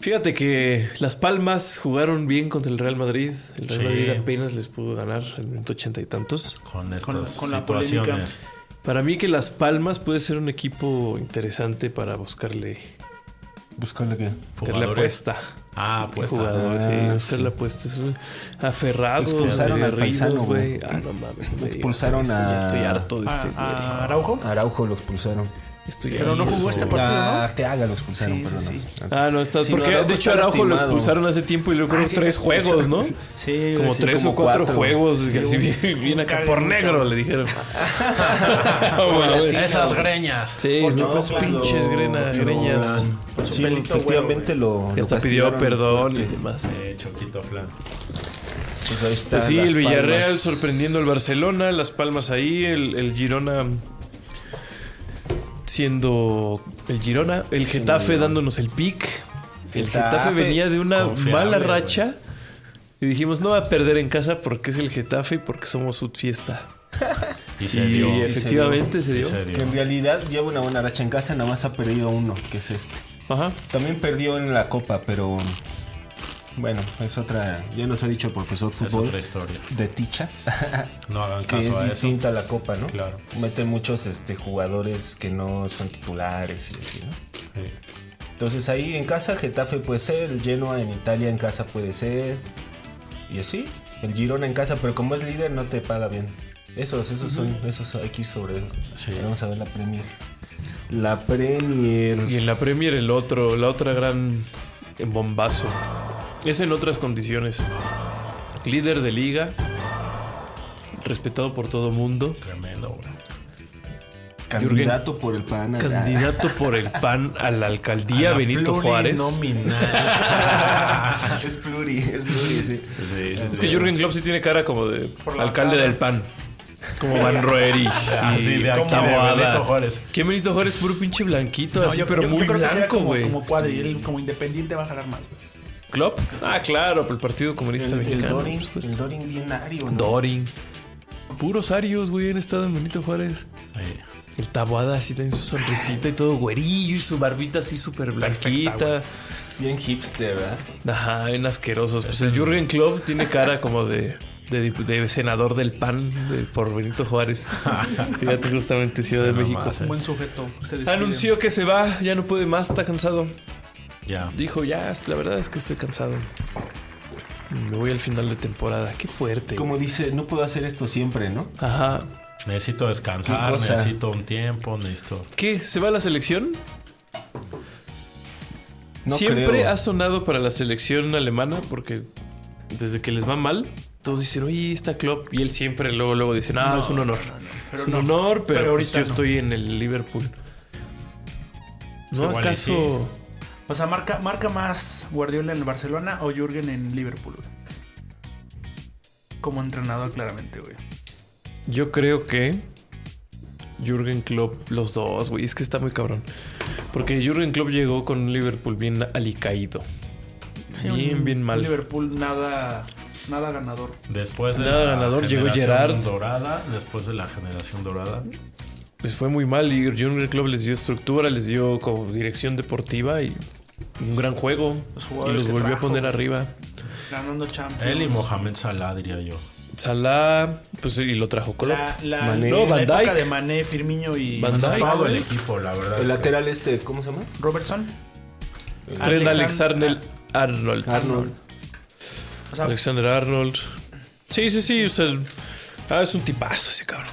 Speaker 2: Fíjate que las Palmas jugaron bien contra el Real Madrid. El Real
Speaker 4: Sí.
Speaker 2: Madrid apenas les pudo ganar al minuto ochenta y tantos.
Speaker 4: con estas
Speaker 6: Con la- con la
Speaker 4: situaciones.
Speaker 2: Para mí que las Palmas puede ser un equipo interesante para buscarle,
Speaker 3: Buscarle que.
Speaker 2: buscarle
Speaker 4: Jugadores.
Speaker 2: apuesta.
Speaker 4: Ah, apuesta.
Speaker 2: Jugadores, sí,
Speaker 3: Ah,
Speaker 2: buscarle apuesta. Es un aferrado,
Speaker 3: Expulsaron al
Speaker 2: aguerridos,
Speaker 3: paisano,
Speaker 2: güey. Ah, no mames. no me digas
Speaker 3: Expulsaron
Speaker 2: eso, ya
Speaker 3: a-
Speaker 2: Estoy harto de
Speaker 6: A-
Speaker 2: este, güey.
Speaker 6: a Ah, Araujo.
Speaker 3: Araujo lo expulsaron.
Speaker 2: Estoy
Speaker 6: Pero
Speaker 2: harto
Speaker 6: no
Speaker 2: de
Speaker 6: jugó
Speaker 2: eso.
Speaker 6: este partido,
Speaker 3: Ah,
Speaker 6: ¿no?
Speaker 3: Arteaga lo expulsaron,
Speaker 6: Sí, sí,
Speaker 3: perdón.
Speaker 6: sí.
Speaker 2: Ah, no, estás.
Speaker 3: Sí,
Speaker 2: porque
Speaker 3: Araujo
Speaker 2: de hecho
Speaker 3: está
Speaker 2: Araujo lo
Speaker 3: lastimado.
Speaker 2: expulsaron hace tiempo y luego tres juegos, ¿no?
Speaker 6: Sí,
Speaker 2: Como
Speaker 3: sí,
Speaker 2: tres
Speaker 3: como
Speaker 2: o cuatro,
Speaker 3: cuatro.
Speaker 2: juegos, que así
Speaker 6: un-
Speaker 2: bien, bien
Speaker 6: un
Speaker 2: acá
Speaker 6: cague,
Speaker 2: por
Speaker 6: un
Speaker 2: negro
Speaker 6: cague.
Speaker 2: le dijeron. Ah, güey.
Speaker 4: Esas greñas.
Speaker 2: Sí, no,
Speaker 3: Pues
Speaker 2: pinches
Speaker 3: lo-
Speaker 2: grena-
Speaker 3: lo-
Speaker 2: greñas.
Speaker 3: Sí,
Speaker 6: pelito,
Speaker 3: efectivamente lo.
Speaker 2: Y
Speaker 3: lo
Speaker 2: hasta pidió
Speaker 3: castigaron
Speaker 2: perdón y
Speaker 3: fuerte.
Speaker 2: demás.
Speaker 4: Eh, Choquito Flan.
Speaker 3: Pues ahí está.
Speaker 2: Pues sí,
Speaker 3: Las
Speaker 2: el Villarreal
Speaker 3: Palmas.
Speaker 2: sorprendiendo al Barcelona, Las Palmas ahí, el, el Girona siendo el Girona, el Getafe dándonos el pick. El Getafe,
Speaker 3: Getafe,
Speaker 2: venía de una
Speaker 4: confiable,
Speaker 2: mala
Speaker 4: güey.
Speaker 2: racha y dijimos no va a perder en casa porque es el Getafe y porque somos su fiesta.
Speaker 4: Y
Speaker 2: y
Speaker 4: se dio.
Speaker 2: efectivamente se
Speaker 4: Y
Speaker 2: dio.
Speaker 4: se dio.
Speaker 3: Que en realidad lleva una buena racha en casa, nada más ha perdido uno, que es este.
Speaker 2: Ajá.
Speaker 3: También perdió en la copa, pero. Bueno, es otra. Ya nos ha dicho el profesor
Speaker 4: Es
Speaker 3: fútbol
Speaker 4: otra historia.
Speaker 3: de Ticha.
Speaker 4: No hagan
Speaker 3: que
Speaker 4: caso
Speaker 3: es
Speaker 4: a eso.
Speaker 3: distinta a la copa, ¿no?
Speaker 4: Claro.
Speaker 3: Mete muchos este, jugadores que no son titulares y así, ¿no?
Speaker 4: Sí.
Speaker 3: Entonces ahí en casa Getafe puede ser, el Genoa en Italia en casa puede ser. Y así, el Girona en casa, pero como es líder no te paga bien. Esos, esos son, esos hay que ir sobre ellos.
Speaker 4: Sí.
Speaker 3: Vamos a ver la Premier. La Premier.
Speaker 2: Y en la Premier el otro, la otra gran bombazo. Es en otras condiciones. Líder de liga, respetado por todo mundo.
Speaker 4: Tremendo, güey.
Speaker 3: Candidato por el Ah, PAN. a la-
Speaker 2: Candidato por el PAN a la alcaldía
Speaker 4: Ana
Speaker 2: Benito
Speaker 4: Pluri
Speaker 2: Juárez.
Speaker 4: nominal.
Speaker 3: es pluri, es pluri, sí.
Speaker 4: Sí, sí,
Speaker 2: Es
Speaker 4: sí.
Speaker 2: que Jürgen Klopp sí tiene cara como de
Speaker 6: la
Speaker 2: alcalde
Speaker 6: cara.
Speaker 2: del PAN. Como Van Roeri. y
Speaker 4: Ah, sí, de aquí, de
Speaker 2: Taboada.
Speaker 4: Benito Juárez.
Speaker 2: ¿Quién Benito Juárez? Puro pinche blanquito, así, pero muy
Speaker 6: creo que sería
Speaker 2: blanco,
Speaker 6: como-
Speaker 2: güey.
Speaker 6: Como, cuadro, y él como independiente va a jalar más. güey.
Speaker 2: ¿Klopp? Ah, claro, por el Partido Comunista
Speaker 3: El, el
Speaker 2: Mexicano.
Speaker 3: Dorin,
Speaker 2: por supuesto.
Speaker 3: el Dorin bien ario, ¿no?
Speaker 2: Dorin. Puros arios, güey, han estado en Benito Juárez.
Speaker 4: Sí.
Speaker 2: El Taboada así tiene su sonrisita y todo güerillo y su barbita así súper blanquita.
Speaker 3: Bien hipster, ¿verdad?
Speaker 2: Ajá, bien asquerosos. Pues el Jürgen Klopp tiene cara como de, de, dip- de senador del PAN de- por Benito Juárez. Fíjate, justamente Ciudad de México.
Speaker 4: Nomás,
Speaker 6: Un
Speaker 4: eh.
Speaker 6: buen sujeto. se despide.
Speaker 2: Anunció que se va, ya no puede más, está cansado.
Speaker 4: Ya.
Speaker 2: Dijo, ya, la verdad es que estoy cansado. Me voy al final de temporada. Qué fuerte. güey.
Speaker 3: Como dice, no puedo hacer esto siempre, ¿no?
Speaker 2: Ajá.
Speaker 4: Necesito
Speaker 3: Qué
Speaker 4: descansar,
Speaker 3: cosa.
Speaker 4: necesito un tiempo, necesito.
Speaker 2: ¿Qué? ¿Se va a la selección?
Speaker 3: No
Speaker 2: Siempre
Speaker 3: creo.
Speaker 2: ha sonado para la selección alemana porque desde que les va mal, todos dicen, oye, está Klopp. Y él siempre luego, luego dice, ah, es un honor.
Speaker 6: pero
Speaker 2: es un
Speaker 6: no.
Speaker 2: honor, pero,
Speaker 6: Pero
Speaker 2: pues
Speaker 6: ahorita
Speaker 2: yo
Speaker 6: no.
Speaker 2: estoy en el Liverpool. ¿No
Speaker 4: Igual y
Speaker 2: acaso?
Speaker 6: O sea, marca, marca más Guardiola en el Barcelona o Jürgen en Liverpool, güey. Como entrenador, claramente, güey.
Speaker 2: Yo creo que Jürgen Klopp, los dos, güey, es que está muy cabrón. Porque Jürgen Klopp llegó con un Liverpool bien alicaído. Bien,
Speaker 6: Un-
Speaker 2: bien
Speaker 6: un
Speaker 2: mal.
Speaker 6: Liverpool nada, nada ganador.
Speaker 4: Después de
Speaker 2: Nada
Speaker 4: la
Speaker 2: ganador, llegó
Speaker 4: generación
Speaker 2: Gerrard.
Speaker 4: dorada, después de la generación dorada,
Speaker 2: Pues fue muy mal y Jürgen Klopp les dio estructura, les dio como dirección deportiva y un gran juego.
Speaker 6: Los
Speaker 2: y
Speaker 6: jugadores
Speaker 2: los
Speaker 6: que
Speaker 2: volvió a
Speaker 6: trajo.
Speaker 2: poner arriba.
Speaker 6: Ganando Champions.
Speaker 4: él y Mohamed Salah, diría yo.
Speaker 2: Salah, pues y lo trajo Klopp.
Speaker 6: La, la,
Speaker 3: Mané.
Speaker 6: la
Speaker 2: No, Van
Speaker 6: época
Speaker 2: Dijk.
Speaker 6: de Mané, Firmino y
Speaker 2: Van Dijk.
Speaker 6: Mazapán,
Speaker 4: Todo
Speaker 6: güey.
Speaker 4: el equipo, la verdad.
Speaker 3: El
Speaker 4: es que-
Speaker 3: lateral este, ¿cómo se llama?
Speaker 6: Robertson.
Speaker 2: Trent
Speaker 6: Alexander-
Speaker 2: Alexander Arnold.
Speaker 3: Arnold.
Speaker 6: O sea,
Speaker 2: Alexander Arnold. Sí, sí, sí. O sea, ah, es un tipazo ese cabrón.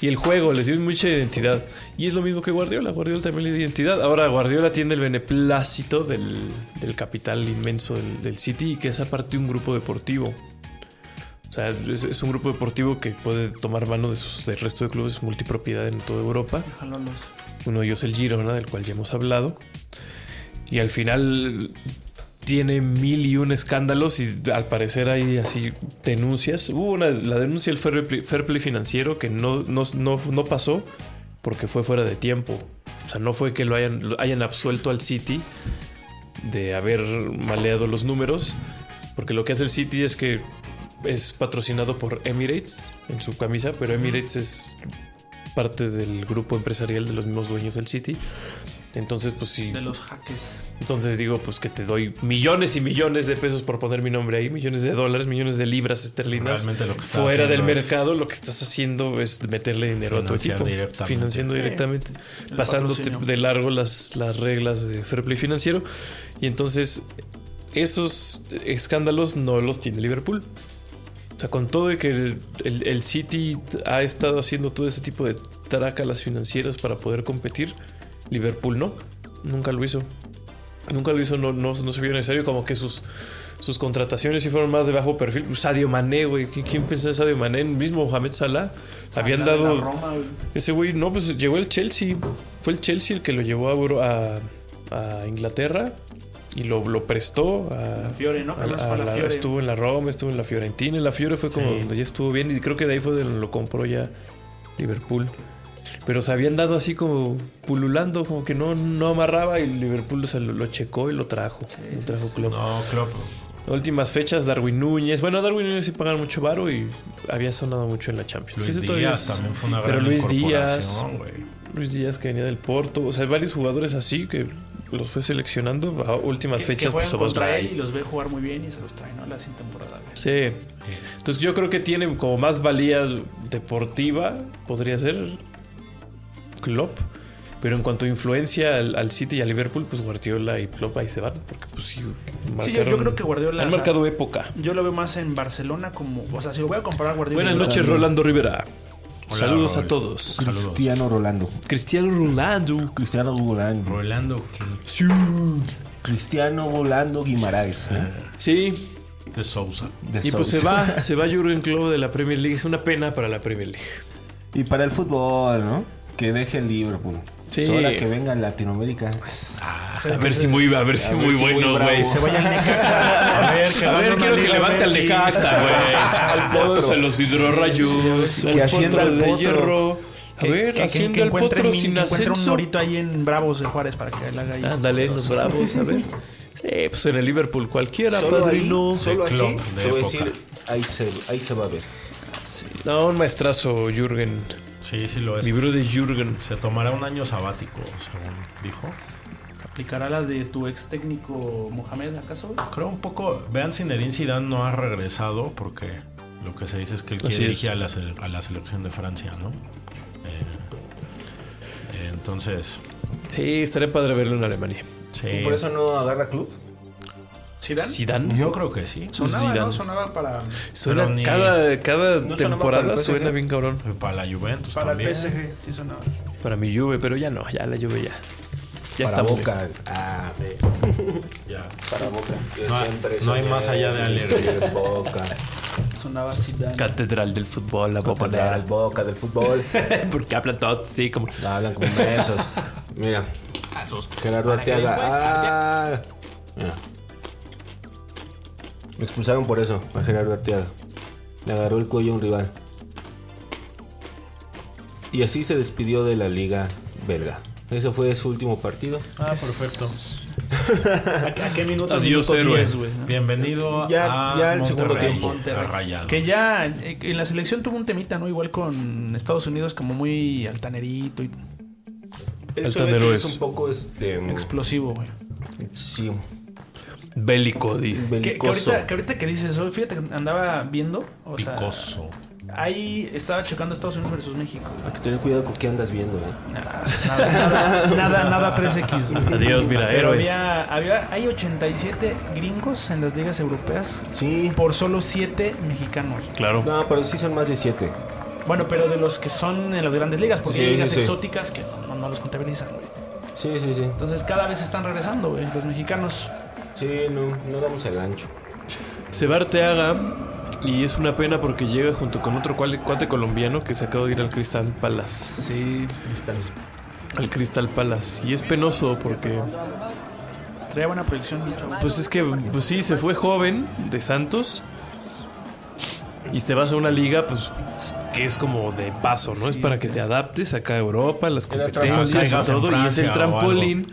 Speaker 2: Y el juego les dio mucha identidad. Y es lo mismo que Guardiola. Guardiola también le dio identidad. Ahora, Guardiola tiene el beneplácito del, del capital inmenso del, del City y que es aparte un grupo deportivo. O sea, es, es un grupo deportivo que puede tomar mano de sus, del resto de clubes multipropiedad en toda Europa.
Speaker 6: jaló Ah, los-
Speaker 2: Uno de ellos el Girona, del cual ya hemos hablado. Y al final tiene mil y un escándalos y al parecer hay así denuncias. Hubo una, la denuncia del fair play, fair play financiero que no, no, no, no pasó porque fue fuera de tiempo. O sea, no fue que lo hayan, lo hayan absuelto al City de haber maleado los números. Porque lo que hace el City es que es patrocinado por Emirates en su camisa, pero Emirates es parte del grupo empresarial de los mismos dueños del City. Entonces, pues sí.
Speaker 6: De los jaques.
Speaker 2: Entonces digo, pues que te doy millones y millones de pesos por poner mi nombre ahí, millones de dólares, millones de libras esterlinas.
Speaker 4: Realmente lo que estás
Speaker 2: Fuera del
Speaker 4: haciendo es-
Speaker 2: mercado, lo que estás haciendo es meterle dinero a tu
Speaker 4: Financiar
Speaker 2: equipo.
Speaker 4: directamente.
Speaker 2: Financiando directamente.
Speaker 6: El
Speaker 2: pasándote
Speaker 6: patrocinio.
Speaker 2: de largo las, las reglas de fair play financiero. Y entonces, esos escándalos no los tiene Liverpool. O sea, con todo de que el, el- el City ha estado haciendo todo ese tipo de trácalas financieras para poder competir, Liverpool no. Nunca lo hizo. Nunca lo hizo, no, no, no se vio necesario. Como que sus, sus contrataciones sí fueron más de bajo perfil. Sadio Mané, güey. ¿qui- ¿Quién pensó en Sadio Mané? El mismo Mohamed Salah. Habían
Speaker 6: Habla de la
Speaker 2: dado.
Speaker 6: Roma, güey.
Speaker 2: Ese güey, no, pues llegó el Chelsea. Fue el Chelsea el que lo llevó a, Euro- a, a Inglaterra y lo, lo prestó a.
Speaker 6: Fiore, ¿no?
Speaker 2: a-
Speaker 6: Carlos
Speaker 2: a
Speaker 6: fue a la
Speaker 2: la-
Speaker 6: Fiore.
Speaker 2: Estuvo en la Roma, estuvo en la Fiorentina. En la Fiore fue como
Speaker 4: Sí.
Speaker 2: donde ya estuvo bien y creo que de ahí fue de donde lo compró ya Liverpool. Pero se habían dado así como pululando, como que no, no amarraba y Liverpool o sea, lo, lo checó y lo trajo. lo trajo Klopp.
Speaker 4: No, Klopp.
Speaker 2: Últimas fechas, Darwin Núñez. Bueno, a Darwin Núñez sí pagan mucho varo y había sonado mucho en la Champions.
Speaker 4: Luis
Speaker 2: Ese todavía
Speaker 4: Díaz
Speaker 2: es-
Speaker 4: también fue una gran
Speaker 2: Pero Luis Díaz,
Speaker 4: incorporación, güey.
Speaker 2: Luis Díaz que venía del Porto. O sea, hay varios jugadores así que los fue seleccionando a últimas
Speaker 6: Que- que
Speaker 2: fechas.
Speaker 6: juegan
Speaker 2: pues
Speaker 6: contra
Speaker 2: Oboslai.
Speaker 6: él y los ve jugar muy bien y se los trae, ¿no? La siguiente temporada. güey.
Speaker 2: Sí.
Speaker 4: Sí.
Speaker 2: Entonces yo creo que tiene como más valía deportiva, podría ser Klopp. Pero en cuanto a influencia al, al City y al Liverpool, pues Guardiola y Klopp ahí se van. Porque pues sí,
Speaker 6: Sí, yo, yo
Speaker 2: marcaron-
Speaker 6: creo que Guardiola.
Speaker 2: han marcado época.
Speaker 6: Yo lo veo más en Barcelona como. O sea, si lo voy a comparar a Guardiola.
Speaker 2: Buenas
Speaker 6: yo-
Speaker 2: noches, Rolando Rivera.
Speaker 4: Hola,
Speaker 2: Saludos
Speaker 4: Raúl.
Speaker 2: a todos.
Speaker 4: Saludos.
Speaker 3: Cristiano Rolando.
Speaker 2: Cristiano Rolando.
Speaker 3: Cristiano Rolando.
Speaker 4: Rolando.
Speaker 3: Cristiano Rolando Guimaraes. ¿no?
Speaker 2: Sí,
Speaker 4: de Sousa.
Speaker 3: De
Speaker 2: Ah. y pues
Speaker 3: Sousa.
Speaker 2: se va, se va Jurgen Klopp de la Premier League. Es una pena para la Premier League.
Speaker 3: Y para el fútbol, ¿no? Que deje el Liverpool.
Speaker 2: Sí.
Speaker 3: Es hora que venga a Latinoamérica.
Speaker 2: Ah, A ver si muy, a ver si
Speaker 3: ver
Speaker 2: muy
Speaker 3: si muy
Speaker 2: bueno,
Speaker 3: bravo.
Speaker 2: güey.
Speaker 3: Se vaya
Speaker 2: al Necaxa. A ver,
Speaker 6: que
Speaker 2: a
Speaker 6: gane
Speaker 2: ver
Speaker 6: una
Speaker 2: quiero que
Speaker 6: Liga
Speaker 2: levante al
Speaker 6: MX.
Speaker 2: Necaxa, güey. Todos a los hidrorrayos.
Speaker 3: que hacienda
Speaker 2: potro
Speaker 3: al
Speaker 2: de
Speaker 3: potro.
Speaker 2: hierro. A
Speaker 6: que- que-
Speaker 2: ver,
Speaker 6: que- que
Speaker 2: haciendo al
Speaker 6: encuentre
Speaker 2: potro
Speaker 6: mi-
Speaker 2: sin
Speaker 6: que encuentre un
Speaker 2: ascenso.
Speaker 6: norito ahí en Bravos de Juárez para que la haga ahí.
Speaker 2: Ándale, los bravos, a ver. Sí, pues en el Liverpool cualquiera,
Speaker 3: Solo, ahí,
Speaker 2: padrino.
Speaker 3: solo
Speaker 4: de
Speaker 3: así,
Speaker 4: Klopp, de
Speaker 3: te voy a
Speaker 4: época.
Speaker 3: decir, ahí se, ahí se va a ver.
Speaker 2: No, un maestrazo, Jürgen.
Speaker 4: Sí, sí lo es.
Speaker 2: Mi brother Jürgen.
Speaker 4: Se tomará un año sabático, según dijo.
Speaker 6: ¿Aplicará la de tu ex técnico Mohamed, acaso?
Speaker 4: Creo un poco. Vean, Zinedine Zidane no ha regresado porque lo que se dice es que él
Speaker 2: Así
Speaker 4: quiere dirigir
Speaker 2: es.
Speaker 4: a la, sele- a la selección de Francia, ¿no? Eh, eh, entonces,
Speaker 2: Sí, estaría padre verlo en Alemania.
Speaker 4: sí.
Speaker 3: ¿Y por eso no agarra club?
Speaker 6: ¿Zidane?
Speaker 2: Zidane.
Speaker 4: Yo creo que sí.
Speaker 6: Sonaba,
Speaker 2: Zidane.
Speaker 6: ¿no? Sonaba para,
Speaker 2: Suena
Speaker 4: Pero ni-
Speaker 2: cada, cada
Speaker 3: No sonaba para
Speaker 2: temporada
Speaker 3: el PSG.
Speaker 2: suena bien cabrón.
Speaker 4: Para la Juventus
Speaker 6: para el
Speaker 4: también.
Speaker 6: PSG. Sí, sonaba.
Speaker 2: Para mi Juve, pero ya no, ya la Juve ya. Ya
Speaker 3: para
Speaker 2: está Boca.
Speaker 3: Boca. Ah,
Speaker 4: Ya.
Speaker 3: para Boca. Yo
Speaker 4: No hay-
Speaker 3: siempre
Speaker 4: no hay
Speaker 3: soñé
Speaker 4: más allá de Ale.
Speaker 3: vivir en Boca.
Speaker 6: Sonaba Zidane.
Speaker 2: Catedral del fútbol, la Copa de
Speaker 3: Para el Boca del fútbol.
Speaker 2: Porque hablan todos así como.
Speaker 3: Hablan como mensos. Mira. Gerardo Arteaga. Ah. Mira. Me expulsaron por eso a Gerardo Arteaga. Le agarró el cuello a un rival. Y así se despidió de la liga belga. Ese fue su último partido.
Speaker 4: Ah, perfecto.
Speaker 6: ¿A, a qué minuto?
Speaker 2: Adiós,
Speaker 6: Minuto
Speaker 2: héroe.
Speaker 6: 10, güey, ¿no?
Speaker 4: Bienvenido
Speaker 3: Ya-
Speaker 4: a
Speaker 3: ya el segundo
Speaker 4: Monterrey,
Speaker 3: tiempo.
Speaker 4: a
Speaker 6: Monterrey.
Speaker 4: Rayados.
Speaker 6: Que ya eh, en la selección tuvo un temita, ¿no? Igual con Estados Unidos, como muy altanerito y
Speaker 3: El
Speaker 2: Altanero
Speaker 3: Sonetti
Speaker 2: es.
Speaker 3: un poco este.
Speaker 4: Oh.
Speaker 6: explosivo, güey.
Speaker 3: Sí,
Speaker 2: Bélico, di.
Speaker 6: Que, que
Speaker 3: belicoso.
Speaker 6: ahorita, que ahorita que dices eso, fíjate que andaba viendo. O sea,
Speaker 4: Picoso.
Speaker 6: ahí estaba checando Estados Unidos versus México.
Speaker 3: Hay que tener cuidado con qué andas viendo, eh.
Speaker 6: Nada, nada, nada, nada 3X. güey.
Speaker 2: Adiós, mira,
Speaker 6: Pero
Speaker 2: héroe.
Speaker 6: había, había, hay 87 gringos en las ligas europeas
Speaker 3: Sí.
Speaker 6: por solo 7 mexicanos.
Speaker 2: Claro.
Speaker 3: No, pero sí son más de siete.
Speaker 6: Bueno, pero de los que son en las grandes ligas, porque
Speaker 3: Sí,
Speaker 6: hay ligas
Speaker 3: sí, sí.
Speaker 6: exóticas que no, no los contabilizan, güey.
Speaker 3: Sí, sí, sí.
Speaker 6: Entonces cada vez están regresando, güey, los mexicanos.
Speaker 3: Sí, no, no damos el ancho.
Speaker 2: Se va Arteaga y es una pena porque llega junto con otro cual- cuate colombiano que se acaba de ir al Crystal Palace.
Speaker 6: Sí.
Speaker 3: Están
Speaker 2: Al Crystal Palace. Y es penoso porque.
Speaker 6: Traía buena proyección, mi chavo.
Speaker 2: Pues es que, pues sí, se fue joven de Santos. Y te vas a una liga, pues, que es como de paso, ¿no? es para que te adaptes acá a Europa, las
Speaker 3: Era
Speaker 2: competencias y
Speaker 4: trampolín.
Speaker 2: todo. Y es el
Speaker 4: Francia o
Speaker 2: trampolín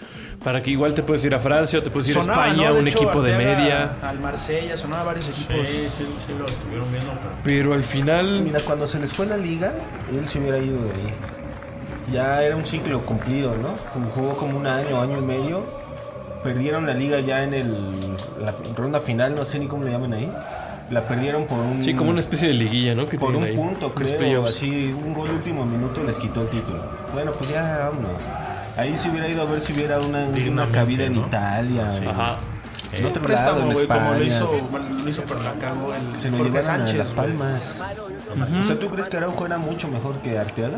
Speaker 2: para que igual te puedes ir a Francia o te puedes ir
Speaker 6: Sonaba,
Speaker 2: a España,
Speaker 6: ¿no?
Speaker 2: un
Speaker 6: hecho,
Speaker 2: equipo de
Speaker 6: Arteaga
Speaker 2: media.
Speaker 6: Al Marsella, sonaba varios equipos.
Speaker 4: Sí, sí, sí, lo estuvieron viendo, pero
Speaker 2: Pero al final,
Speaker 3: Mira, cuando se les fue la liga, él se hubiera ido de ahí. ya era un ciclo cumplido, ¿no? Como Jugó como un año, año y medio. Perdieron la liga ya en el, la ronda final, no sé ni cómo le llaman ahí. La perdieron por un...
Speaker 2: Sí, como una especie de liguilla, ¿no? Que
Speaker 3: Por un
Speaker 2: tienen ahí.
Speaker 3: punto,
Speaker 2: Los
Speaker 3: creo,
Speaker 2: playoffs.
Speaker 3: así, un gol último minuto les quitó el título. Bueno, pues ya vámonos. Ahí se hubiera ido a ver si hubiera una, una
Speaker 4: Dignamente,
Speaker 3: cabida en
Speaker 4: ¿no?
Speaker 3: Italia.
Speaker 4: Sí.
Speaker 2: Ajá.
Speaker 6: Sí,
Speaker 3: En otro
Speaker 6: préstamo,
Speaker 3: lado, en
Speaker 6: güey, como lo
Speaker 3: España.
Speaker 6: hizo, bueno, lo hizo pero la cagó el
Speaker 3: Se lo
Speaker 6: Jorge
Speaker 3: llevaron a Las
Speaker 6: güey.
Speaker 3: Palmas. O sea, ¿tú crees que Araujo era mucho mejor que Arteaga?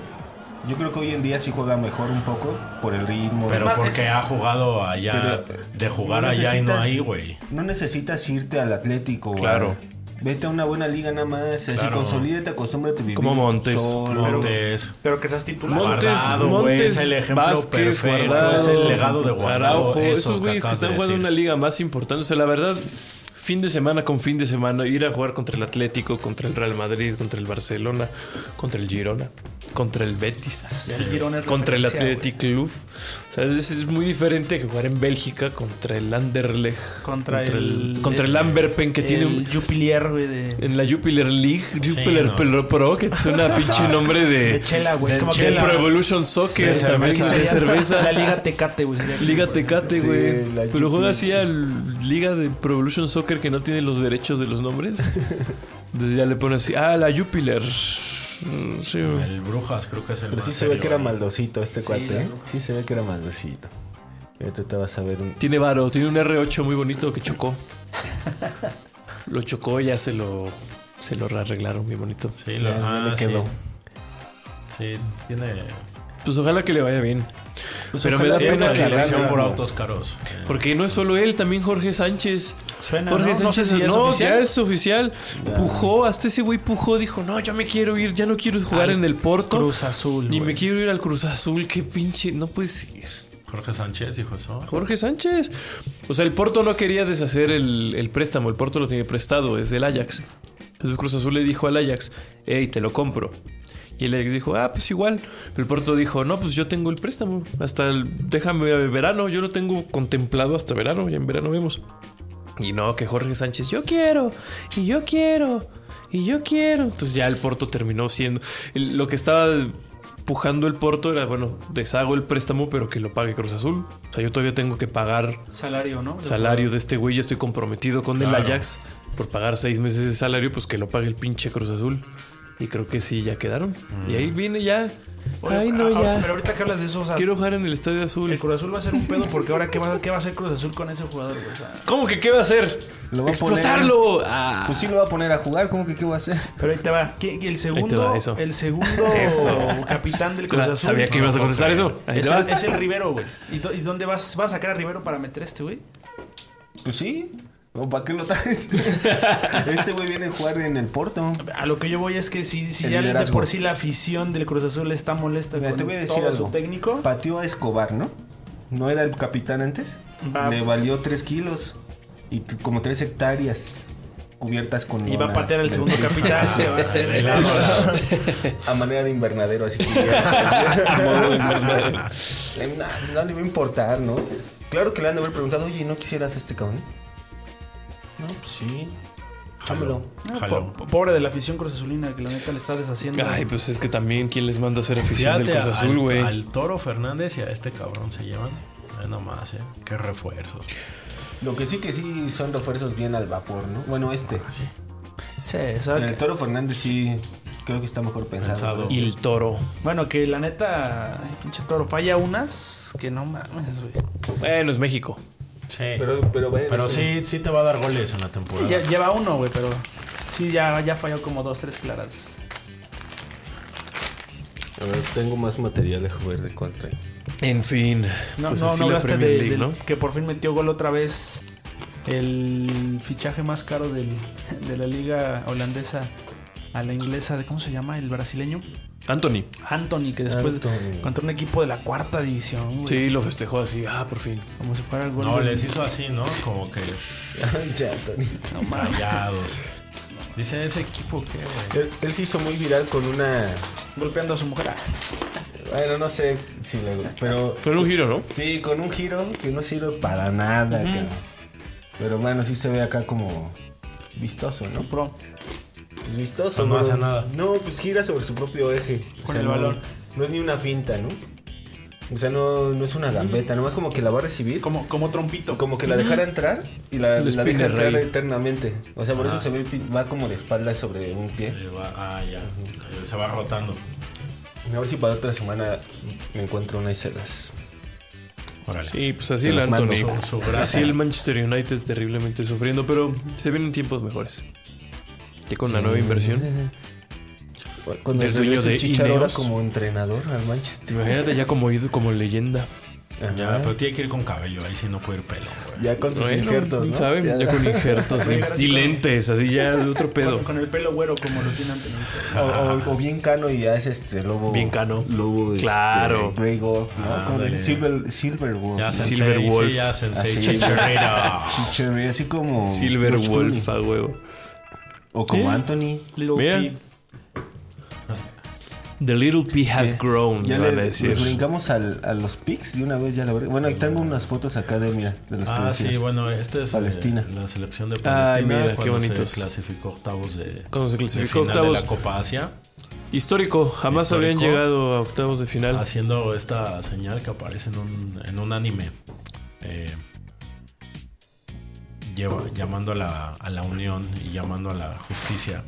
Speaker 3: Yo creo que hoy en día sí juega mejor un poco por el ritmo.
Speaker 4: Pero
Speaker 6: más,
Speaker 4: porque
Speaker 6: es-
Speaker 4: ha jugado allá,
Speaker 3: Pero, eh,
Speaker 4: de jugar
Speaker 3: no
Speaker 4: allá y no
Speaker 3: necesitas-
Speaker 4: ahí, güey.
Speaker 3: No necesitas irte al Atlético. güey.
Speaker 2: Claro.
Speaker 3: Vete a una buena liga nada más. Así
Speaker 4: Claro.
Speaker 3: consolídate, acostúmbrate a vivir.
Speaker 2: Como Montes.
Speaker 3: solo.
Speaker 4: Montes,
Speaker 6: Pero que seas titular.
Speaker 2: Mon- Montes,
Speaker 4: Guardado, güey,
Speaker 2: Montes,
Speaker 4: es el ejemplo
Speaker 2: Vázquez,
Speaker 4: perfecto,
Speaker 2: Guardado,
Speaker 4: es el legado de Guardado,
Speaker 2: Araujo,
Speaker 4: eso
Speaker 2: esos
Speaker 4: que
Speaker 2: güeyes que
Speaker 4: acabas de
Speaker 2: están jugando
Speaker 4: decir.
Speaker 2: una liga más importante. O sea, la verdad, fin de semana con fin de semana, ir a jugar contra el Atlético, contra el Real Madrid, contra el Barcelona, contra el Girona, contra el Betis,
Speaker 6: Ah, El Girona es
Speaker 2: contra el
Speaker 6: referencia,
Speaker 2: Athletic Club. O sea, es, es muy diferente que jugar en Bélgica contra el Anderlecht,
Speaker 6: Contra el-
Speaker 2: contra el Amberpen que tiene un.
Speaker 6: El Jupiler, güey, de,
Speaker 2: En la Jupiler League, Jupiler
Speaker 4: no.
Speaker 2: Pro- Pro, que es una pinche nombre de.
Speaker 6: de Chela, güey. Es
Speaker 4: de
Speaker 6: como
Speaker 2: de
Speaker 4: Chela.
Speaker 2: Eh, Pro
Speaker 6: que la-
Speaker 2: Evolution Soccer
Speaker 4: Sí,
Speaker 2: también,
Speaker 6: que
Speaker 4: cerveza.
Speaker 2: de
Speaker 6: sería
Speaker 2: cerveza.
Speaker 6: La Liga Tecate, güey. sería aquí,
Speaker 2: Liga
Speaker 6: güey.
Speaker 2: Tecate,
Speaker 3: Sí,
Speaker 2: güey.
Speaker 3: la
Speaker 2: Pero juega
Speaker 3: GP.
Speaker 2: así a Liga de Pro Evolution Soccer que no tiene los derechos de los nombres. Entonces ya le pone así, ah, la Jupiler. Mm, Sí, güey.
Speaker 4: el Brujas creo que es el
Speaker 3: Pero sí
Speaker 4: más
Speaker 3: se ve
Speaker 4: serio,
Speaker 3: que era
Speaker 4: güey.
Speaker 3: maldosito este cuate.
Speaker 6: la-
Speaker 3: ¿eh? Sí se ve que era maldosito. Pero tú te vas a ver un.
Speaker 2: Tiene varo, tiene un R8 muy bonito que chocó. Lo chocó, ya se lo, se lo arreglaron muy bonito.
Speaker 4: Sí, lo,
Speaker 3: Ya, ya
Speaker 4: ah,
Speaker 3: le
Speaker 4: sí.
Speaker 3: quedó.
Speaker 4: Sí, tiene,
Speaker 2: Pues ojalá que le vaya bien.
Speaker 3: Pues
Speaker 2: Pero me
Speaker 3: ojalá
Speaker 2: da
Speaker 4: tiene
Speaker 2: pena
Speaker 4: una
Speaker 3: que la
Speaker 2: que...
Speaker 3: gane.
Speaker 4: dirección por
Speaker 3: gana.
Speaker 4: autos caros. Eh,
Speaker 2: Porque no es solo él, también Jorge Sánchez.
Speaker 6: Suena,
Speaker 2: Jorge
Speaker 6: ¿no? No sé
Speaker 2: Sánchez,
Speaker 6: si
Speaker 2: no,
Speaker 6: es oficial.
Speaker 2: ya es oficial. Pujó, hasta ese güey pujó, dijo, no, yo me quiero ir, ya no quiero jugar
Speaker 6: Al
Speaker 2: en el Porto.
Speaker 6: Cruz Azul,
Speaker 2: Ni
Speaker 6: güey.
Speaker 2: me quiero ir al Cruz Azul, qué pinche, no puedes ir.
Speaker 4: Jorge Sánchez dijo eso.
Speaker 2: Jorge Sánchez. O sea, el Porto no quería deshacer el, el préstamo, el Porto lo tiene prestado, es del Ajax. Entonces Cruz Azul le dijo al Ajax, hey, te lo compro. Y el Ajax dijo, ah, pues igual. Pero el Porto dijo, no, pues yo tengo el préstamo. Hasta el- déjame a verano, yo lo tengo contemplado hasta verano, ya en verano vemos. Y no, que Jorge Sánchez, yo quiero, y yo quiero, y yo quiero. Entonces ya el Porto terminó siendo. el- lo que estaba pujando el Porto era, bueno, deshago el préstamo, pero que lo pague Cruz Azul. O sea, yo todavía tengo que pagar
Speaker 6: Salario, ¿no?
Speaker 2: salario de este güey, ya estoy comprometido con el
Speaker 4: Claro.
Speaker 2: Ajax por pagar seis meses de salario, pues que lo pague el pinche Cruz Azul. Y creo que sí, ya quedaron. Y ahí viene ya.
Speaker 6: Mm. Oye,
Speaker 2: Ay, no,
Speaker 6: ah,
Speaker 2: ya.
Speaker 6: Pero ahorita que hablas de eso, o sea,
Speaker 2: Quiero jugar en el Estadio Azul.
Speaker 6: el Cruz Azul va a ser un pedo porque ahora, ¿qué va, qué va a hacer Cruz Azul con ese jugador, güey? O sea,
Speaker 2: ¿Cómo que qué va a hacer?
Speaker 3: Lo va a poner-
Speaker 2: ¡Explotarlo! Ah.
Speaker 3: Pues sí lo va a poner a jugar, ¿cómo que qué va a hacer?
Speaker 6: pero ahí te va. ¿Qué- qué- el segundo,
Speaker 2: va, eso.
Speaker 6: El segundo
Speaker 2: Eso. Ah,
Speaker 6: capitán del Cruz Azul. Ah,
Speaker 2: Sabía que ibas a contestar eso. Ahí
Speaker 6: Es
Speaker 2: te va.
Speaker 6: el, es el Rivero, güey. ¿Y, do- y dónde vas, vas a sacar a Rivero para meter a este, güey?
Speaker 3: Pues sí. ¿O ¿Para qué lo traes? este güey viene a jugar en el Porto.
Speaker 6: A lo que yo voy es que si, si
Speaker 3: El
Speaker 6: ya de
Speaker 3: liderazgo.
Speaker 6: por sí la afición del Cruz Azul está molesta
Speaker 3: Mira,
Speaker 6: con
Speaker 3: te voy a decir
Speaker 6: todo
Speaker 3: algo.
Speaker 6: su técnico.
Speaker 3: Pateó a Escobar, ¿no? ¿No era el capitán antes?
Speaker 6: Va.
Speaker 3: Le valió 3 kilos y t- como 3 hectáreas cubiertas con...
Speaker 6: Y va a
Speaker 3: lona.
Speaker 6: patear al segundo
Speaker 4: Ah,
Speaker 6: capitán, que va a ser el
Speaker 3: A manera de invernadero, así cubierta. Le- nah, no, le va a importar, ¿no? Claro que le han de haber preguntado, oye, ¿no quisieras a este cabrón? No, pues sí. Chámelo.
Speaker 6: No,
Speaker 4: Jaló.
Speaker 6: ah, po- pobre de la afición cruzazulina que la neta le está deshaciendo.
Speaker 2: Ay, pues es que también, ¿quién les manda a ser afición del
Speaker 4: Fíjate
Speaker 2: Cruz Azul,
Speaker 4: al-
Speaker 2: güey?
Speaker 4: Al, Toro Fernández y a este cabrón se llevan. Ay, no más, eh. Qué refuerzos.
Speaker 3: Lo que sí que sí son refuerzos bien al vapor, ¿no? Bueno, este.
Speaker 6: Sí, o sea,
Speaker 3: El
Speaker 6: que-
Speaker 3: Toro Fernández sí creo que está mejor pensado.
Speaker 4: Pensado.
Speaker 2: Y el toro.
Speaker 6: bueno, que la neta, ay, pinche toro, falla unas que no mames, güey.
Speaker 2: Bueno, es México.
Speaker 4: Sí. Pero,
Speaker 3: Pero, pero, bueno,
Speaker 4: sí, sí te va a dar goles en la temporada.
Speaker 2: Ah.
Speaker 6: Ya- lleva uno, güey, pero sí, ya, ya falló como dos, tres claras.
Speaker 3: A ver, tengo más material de jugar de contra.
Speaker 2: En fin.
Speaker 6: No,
Speaker 2: pues
Speaker 6: no,
Speaker 2: así
Speaker 6: no
Speaker 2: la
Speaker 6: gaste
Speaker 2: Premier
Speaker 6: de-
Speaker 2: League,
Speaker 6: del-
Speaker 2: ¿no?
Speaker 6: que por fin metió gol otra vez el fichaje más caro del, de la liga holandesa a la inglesa, de ¿cómo se llama? El brasileño.
Speaker 2: Anthony.
Speaker 6: Anthony, que después
Speaker 3: Anthony.
Speaker 6: contra un equipo de la cuarta división, güey.
Speaker 2: Sí, lo festejó así. Ah, por fin.
Speaker 6: Como si fuera el gol.
Speaker 4: No,
Speaker 6: del-
Speaker 4: les hizo así, ¿no? Como que
Speaker 3: ya, Tony.
Speaker 6: No mames.
Speaker 4: rayados. Dice ese equipo que, güey.
Speaker 3: Él, él se hizo muy viral con una.
Speaker 6: Golpeando a su mujer. Ah,
Speaker 3: Bueno, no sé si le. Pero
Speaker 2: Fue un giro, ¿no?
Speaker 3: sí, con un giro que no sirve para nada, cabrón. Pero bueno, sí se ve acá como vistoso, ¿no?
Speaker 6: Pro.
Speaker 3: Pues vistoso.
Speaker 4: No hace
Speaker 3: bro.
Speaker 4: nada.
Speaker 3: No, pues gira sobre su propio eje.
Speaker 6: Con el balón.
Speaker 3: no- no es ni una finta, ¿no? O sea, no, no es una gambeta, nomás como que la va a recibir.
Speaker 6: Como, como trompito.
Speaker 3: Como que la dejara entrar y la,
Speaker 2: El
Speaker 3: la deja
Speaker 2: spinner
Speaker 3: entrar
Speaker 2: rey.
Speaker 3: eternamente. O sea, por
Speaker 4: Ah.
Speaker 3: eso se ve, pi- va como de espalda sobre un pie.
Speaker 4: Le va- ah, ya. Se va rotando.
Speaker 3: A ver si para otra semana me encuentro una y se las.
Speaker 4: Órale.
Speaker 2: Sí, pues así
Speaker 3: Se
Speaker 2: el
Speaker 3: los mando.
Speaker 2: Anthony.
Speaker 4: Su- su grasa.
Speaker 2: Así el Manchester United terriblemente sufriendo, pero se vienen tiempos mejores. Ya con la nueva inversión.
Speaker 3: Cuando
Speaker 2: Del
Speaker 3: el
Speaker 2: dueño de
Speaker 3: Chicharo ahora
Speaker 2: Ineos.
Speaker 3: como entrenador al Manchester.
Speaker 2: Imagínate ya como ido como leyenda.
Speaker 3: Ajá.
Speaker 4: Ya, pero tiene que ir con cabello, ahí sí no puede ir pelo, güey.
Speaker 3: Ya con sus
Speaker 2: pues, Bueno,
Speaker 3: injertos, ¿no?
Speaker 2: ¿saben? Ya con injertos
Speaker 6: Oye,
Speaker 2: y,
Speaker 6: ahora
Speaker 2: y
Speaker 6: sí como-
Speaker 2: lentes, así ya de otro pedo.
Speaker 6: Con, con el pelo güero como lo tiene Anthony.
Speaker 3: O, o- o bien cano y ya es este lobo.
Speaker 2: Bien cano.
Speaker 3: Lobo este,
Speaker 2: Claro.
Speaker 3: Grey Ghost, ¿no?
Speaker 4: Ah,
Speaker 3: Como del
Speaker 4: ándale.
Speaker 3: Silver, Silver Wolf.
Speaker 4: Ya
Speaker 2: Silver
Speaker 4: sensei,
Speaker 2: Wolf.
Speaker 4: sí, ya sensei,
Speaker 3: Así.
Speaker 4: chicharrero.
Speaker 3: Chévere, así como.
Speaker 2: Silver
Speaker 3: George
Speaker 2: Wolf
Speaker 3: Clooney.
Speaker 2: a huevo.
Speaker 3: O como Anthony.
Speaker 6: Little
Speaker 2: Mira.
Speaker 6: Peep.
Speaker 2: The little pea has
Speaker 3: ¿Qué?
Speaker 2: grown,
Speaker 3: Ya
Speaker 2: van
Speaker 3: le-
Speaker 2: a decir.
Speaker 3: nos brincamos al- a los pics de una vez, ya la veré. Bueno, ahí tengo unas fotos acá de, mira, de las que
Speaker 4: Ah, sí,
Speaker 3: decías.
Speaker 4: bueno, esta es eh,
Speaker 3: Palestina.
Speaker 4: la selección de Palestina.
Speaker 2: Ay, mira, qué
Speaker 4: cuando
Speaker 2: bonitos.
Speaker 4: Se clasificó octavos de.
Speaker 2: Cuando se
Speaker 4: de
Speaker 2: clasificó
Speaker 4: final
Speaker 2: octavos.
Speaker 4: de la Copa Asia,
Speaker 2: Histórico, jamás
Speaker 4: Histórico.
Speaker 2: habían llegado a octavos de final.
Speaker 4: haciendo esta señal que aparece en un, en un anime. eh, lleva- llamando a la, a la unión y llamando a la justicia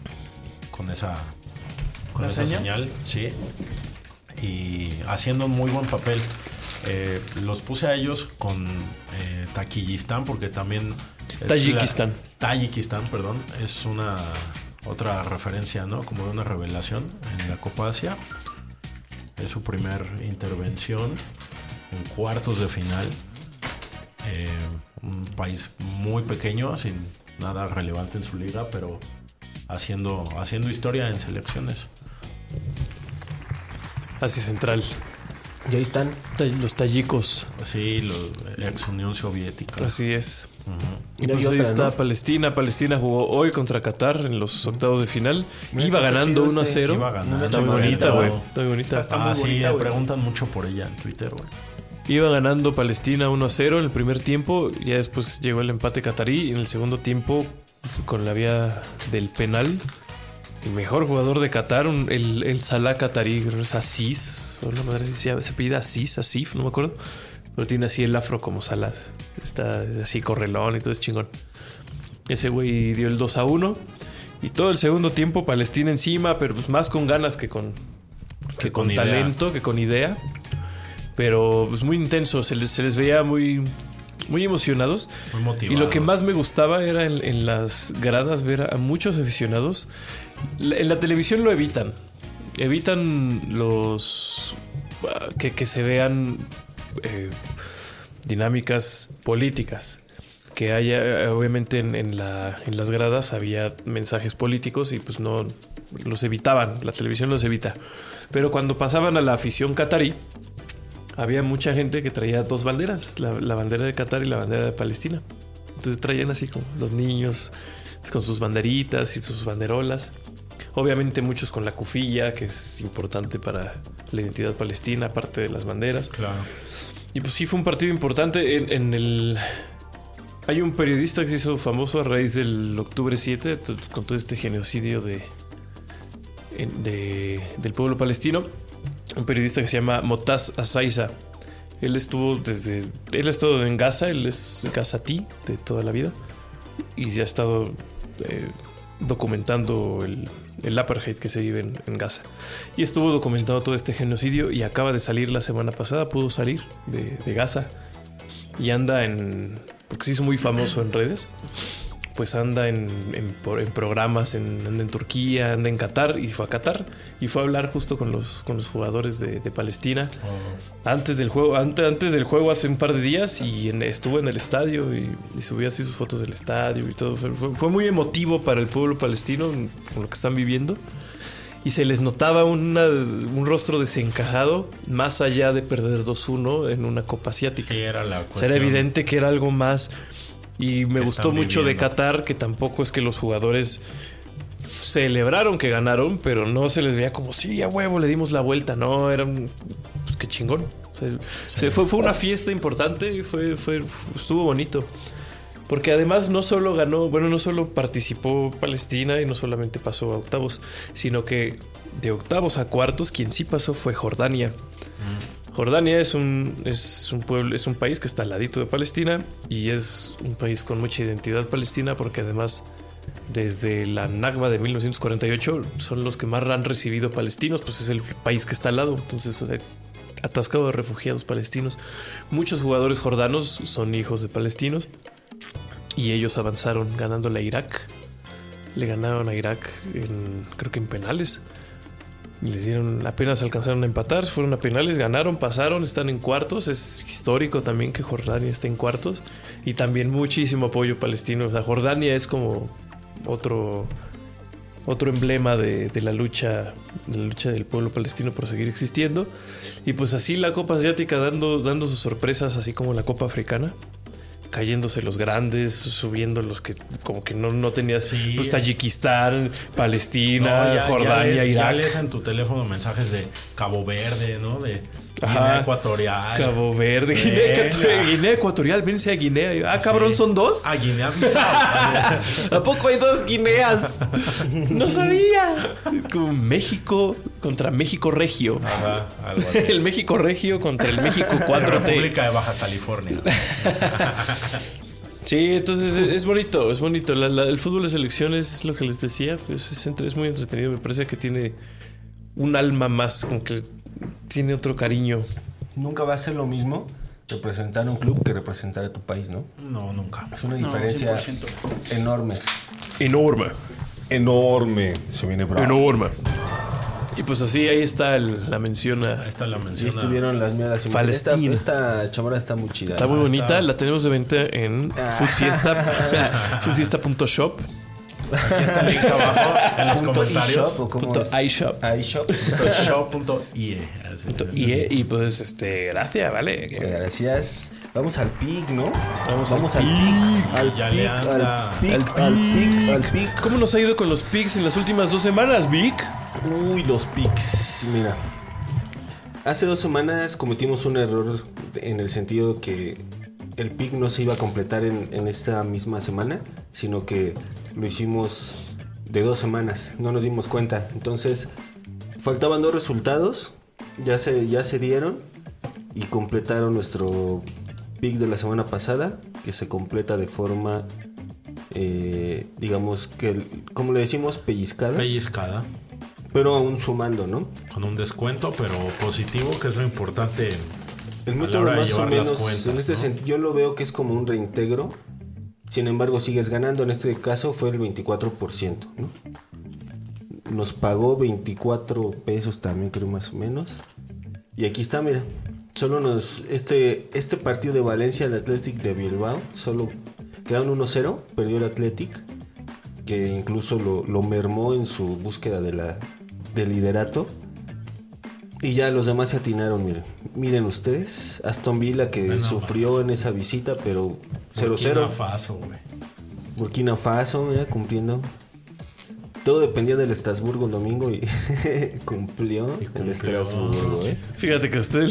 Speaker 4: con esa, con
Speaker 6: ¿La
Speaker 4: esa
Speaker 6: señal?
Speaker 4: señal, sí. Y haciendo un muy buen papel. Eh, los puse a ellos con eh, Taquillistán porque también... es la-
Speaker 2: Tayikistán.
Speaker 4: Tayikistán, perdón, es una otra referencia, ¿no? Como de una revelación en la Copa Asia. Es su primer intervención en cuartos de final. Eh, un país muy pequeño, sin nada relevante en su liga, pero haciendo, haciendo historia en selecciones.
Speaker 2: Hacia central.
Speaker 3: Y ahí están.
Speaker 2: Tay- Los tayicos.
Speaker 4: Sí, lo- ex Unión Soviética.
Speaker 2: Así es. Y
Speaker 3: Mira,
Speaker 2: pues
Speaker 3: y
Speaker 2: ahí
Speaker 3: otra,
Speaker 2: está
Speaker 3: ¿no?
Speaker 2: Palestina. Palestina jugó hoy contra Qatar en los octavos de final.
Speaker 3: Mira,
Speaker 2: iba
Speaker 3: está
Speaker 2: ganando
Speaker 3: chido
Speaker 2: 1 a
Speaker 3: este.
Speaker 2: 0.
Speaker 4: Iba ganando.
Speaker 2: Está muy bonita, güey. Está muy bonita.
Speaker 6: Está muy
Speaker 4: ah, sí,
Speaker 6: bonita, güey.
Speaker 4: preguntan mucho por ella en Twitter, güey.
Speaker 2: Iba ganando Palestina 1 a 0 en el primer tiempo. Ya después llegó el empate catarí. y En el segundo tiempo, con la vía del penal, el mejor jugador de Qatar, un- el, el Salah catarí, creo que es Asís. O la madre si se, se pide Asís, Asif, no me acuerdo. Pero tiene así el afro como Salah. Está así correlón y todo es chingón. Ese güey dio el 2 a 1. Y todo el segundo tiempo, Palestina encima, pero pues más con ganas que con, que
Speaker 4: Que
Speaker 2: con,
Speaker 4: con idea.
Speaker 2: talento, que con idea. Pero pues muy intenso, se les, se les veía muy, muy emocionados.
Speaker 4: Muy
Speaker 2: Y
Speaker 4: motivada.
Speaker 2: lo que más me gustaba era en, en las gradas ver a muchos aficionados. La- en la televisión lo evitan. Evitan los. ah, que, que se vean eh, dinámicas políticas. Que haya, eh, obviamente, en, en la- en las gradas había mensajes políticos y pues no los evitaban. La televisión los evita. Pero cuando pasaban a la afición catarí, había mucha gente que traía dos banderas, la, la bandera de Qatar y la bandera de Palestina. Entonces traían así como los niños con sus banderitas y sus banderolas. Obviamente muchos con la cufilla, que es importante para la identidad palestina, aparte de las banderas.
Speaker 4: Claro.
Speaker 2: Y pues sí, fue un partido importante en, en el... Hay un periodista que se hizo famoso a raíz del octubre 7, t- con todo este genocidio de, en- de- del pueblo palestino. Un periodista que se llama Motaz Asaiza. Él estuvo desde... Él ha estado en Gaza, él es gazatí de toda la vida. Y se ha estado eh, documentando el, el apartheid que se vive en- en Gaza. Y estuvo documentado todo este genocidio y acaba de salir la semana pasada, pudo salir de, de Gaza. Y anda en... porque se hizo muy famoso en redes. Pues anda en, en por- en programas, en, anda en Turquía, anda en Qatar y fue a Qatar y fue a hablar justo con los, con los jugadores de, de Palestina
Speaker 4: Oh,
Speaker 2: antes del juego, ante- antes, del juego hace un par de días y en- estuvo en el estadio y, y subió así sus fotos del estadio y todo. Fue, fue- fue muy emotivo para el pueblo palestino con lo que están viviendo. Y se les notaba una- un rostro desencajado más allá de perder 2-1 en una copa asiática.
Speaker 4: Sí, era la
Speaker 2: O sea, era
Speaker 4: cuestión.
Speaker 2: evidente que era algo más. Y me
Speaker 4: Que
Speaker 2: gustó
Speaker 4: están
Speaker 2: mucho de
Speaker 4: viviendo.
Speaker 2: Qatar, que tampoco es que los jugadores celebraron que ganaron, pero no se les veía como, sí, a huevo, le dimos la vuelta. No, eran, pues qué chingón. O sea, se fue, fue una fiesta importante y fue, fue, estuvo bonito. Porque además no solo ganó, bueno, no solo participó Palestina y no solamente pasó a octavos, sino que de octavos a cuartos, quien sí pasó fue Jordania. Jordania es un, es un pueblo, es un país que está al ladito de Palestina y es un país con mucha identidad palestina porque además desde la Nakba de 1948 son los que más han recibido palestinos, pues es el país que está al lado, entonces eh, atascado de refugiados palestinos. Muchos jugadores jordanos son hijos de palestinos y ellos avanzaron ganándole a Irak. Le ganaron a Irak en- creo que en penales. Y Les dieron, apenas alcanzaron a empatar, fueron a penales, ganaron, pasaron, están en cuartos. Es histórico también que Jordania esté en cuartos. Y también muchísimo apoyo palestino. O sea, Jordania es como otro, otro emblema de, de la lucha, de la lucha del pueblo palestino por seguir existiendo. Y pues así la Copa Asiática dando, dando sus sorpresas, así como la Copa Africana. Cayéndose los grandes, subiendo los que como que no, no tenías.
Speaker 4: Sí.
Speaker 2: Pues Tayikistán, Palestina,
Speaker 4: No, ya- ya
Speaker 2: Jordania,
Speaker 4: lees-
Speaker 2: Irak.
Speaker 4: Ya lees en tu teléfono mensajes de Cabo Verde, ¿no? De
Speaker 2: Ajá.
Speaker 4: Guinea Ecuatorial.
Speaker 2: Cabo Verde,
Speaker 4: Venga.
Speaker 2: Guinea, Ecuatorial, Guinea Ecuatorial, vense a Guinea. Ah, cabrón,
Speaker 4: Sí.
Speaker 2: ¿son dos?
Speaker 4: Ah, Guinea Bissau.
Speaker 2: ¿A poco hay dos Guineas? No sabía. Es como México contra México Regio.
Speaker 4: Ajá, algo así.
Speaker 2: El México Regio contra el México
Speaker 4: República
Speaker 2: 4T.
Speaker 4: de Baja California.
Speaker 2: Sí, entonces es, es bonito, es bonito. La- la- el fútbol de selecciones es lo que les decía. pues, Es, es entre- es muy entretenido. Me parece que tiene un alma más, aunque tiene otro cariño.
Speaker 3: Nunca va a ser lo mismo representar un club que representar a tu país, ¿no?
Speaker 4: No, nunca.
Speaker 3: Es una
Speaker 6: No,
Speaker 3: diferencia
Speaker 6: 100%.
Speaker 3: enorme.
Speaker 2: Enorme.
Speaker 3: Enorme. Se viene bravo.
Speaker 2: Enorme. Y pues así, ahí está el- la mención a,
Speaker 4: Esta la
Speaker 3: Y
Speaker 4: menciona.
Speaker 3: estuvieron las mías. Esta,
Speaker 2: Palestina.
Speaker 3: esta chamarra está muy chida.
Speaker 2: Está muy
Speaker 4: Ah, está.
Speaker 2: bonita, la tenemos de venta en
Speaker 3: Ah.
Speaker 2: foodfiesta, foodfiesta.shop,
Speaker 4: Está el link abajo en los
Speaker 3: Punto
Speaker 4: comentarios.
Speaker 3: eShop, ¿o cómo
Speaker 2: punto
Speaker 3: es? Ah.
Speaker 2: iShop,
Speaker 3: iShop.
Speaker 4: Show.ie. e. Así es.
Speaker 2: y, eh, y pues, este, gracias,
Speaker 3: Eh,
Speaker 2: vale.
Speaker 3: Gracias. Vamos al pic, ¿no?
Speaker 2: Vamos
Speaker 3: al
Speaker 2: al
Speaker 3: pic. Al
Speaker 4: Ya
Speaker 3: pic,
Speaker 4: le
Speaker 3: al
Speaker 4: anda.
Speaker 3: pic,
Speaker 2: Al
Speaker 3: al pic, al pic.
Speaker 2: ¿Cómo nos ha ido con los pics en las últimas dos semanas, Vic?
Speaker 3: Uy, los pics. Mira. Hace dos semanas cometimos un error en el sentido que el pic no se iba a completar en, en esta misma semana, sino que lo hicimos de dos semanas. No nos dimos cuenta. Entonces, faltaban dos resultados. Ya se, ya se dieron. Y completaron nuestro pick de la semana pasada, que se completa de forma, eh, digamos que, el- como le decimos, pellizcada
Speaker 4: Pellizcada.
Speaker 3: pero aún sumando, ¿no?
Speaker 4: Con un descuento, pero positivo, que es lo importante.
Speaker 3: El
Speaker 4: a la
Speaker 3: método
Speaker 4: hora de
Speaker 3: más o
Speaker 4: llevar las
Speaker 3: menos,
Speaker 4: cuentas,
Speaker 3: en este
Speaker 4: ¿no?
Speaker 3: sen- yo lo veo que es como un reintegro, sin embargo sigues ganando, en este caso fue el 24%, ¿no? Nos pagó 24 pesos también, creo más o menos. Y aquí está, mira, solo nos, este, este partido de Valencia, el Athletic de Bilbao, solo quedaron 1-0, perdió el Athletic, que incluso lo, lo mermó en su búsqueda de la, del liderato. Y ya los demás se atinaron, miren. Miren ustedes, Aston Villa que
Speaker 4: No,
Speaker 3: sufrió en esa visita, pero 0-0.
Speaker 4: Burkina Faso, güey.
Speaker 3: Burkina Faso, mira, cumpliendo. Todo dependía del Estrasburgo el domingo y cumplió, el
Speaker 4: cumplió.
Speaker 3: Estrasburgo, ¿eh?
Speaker 2: Fíjate que a usted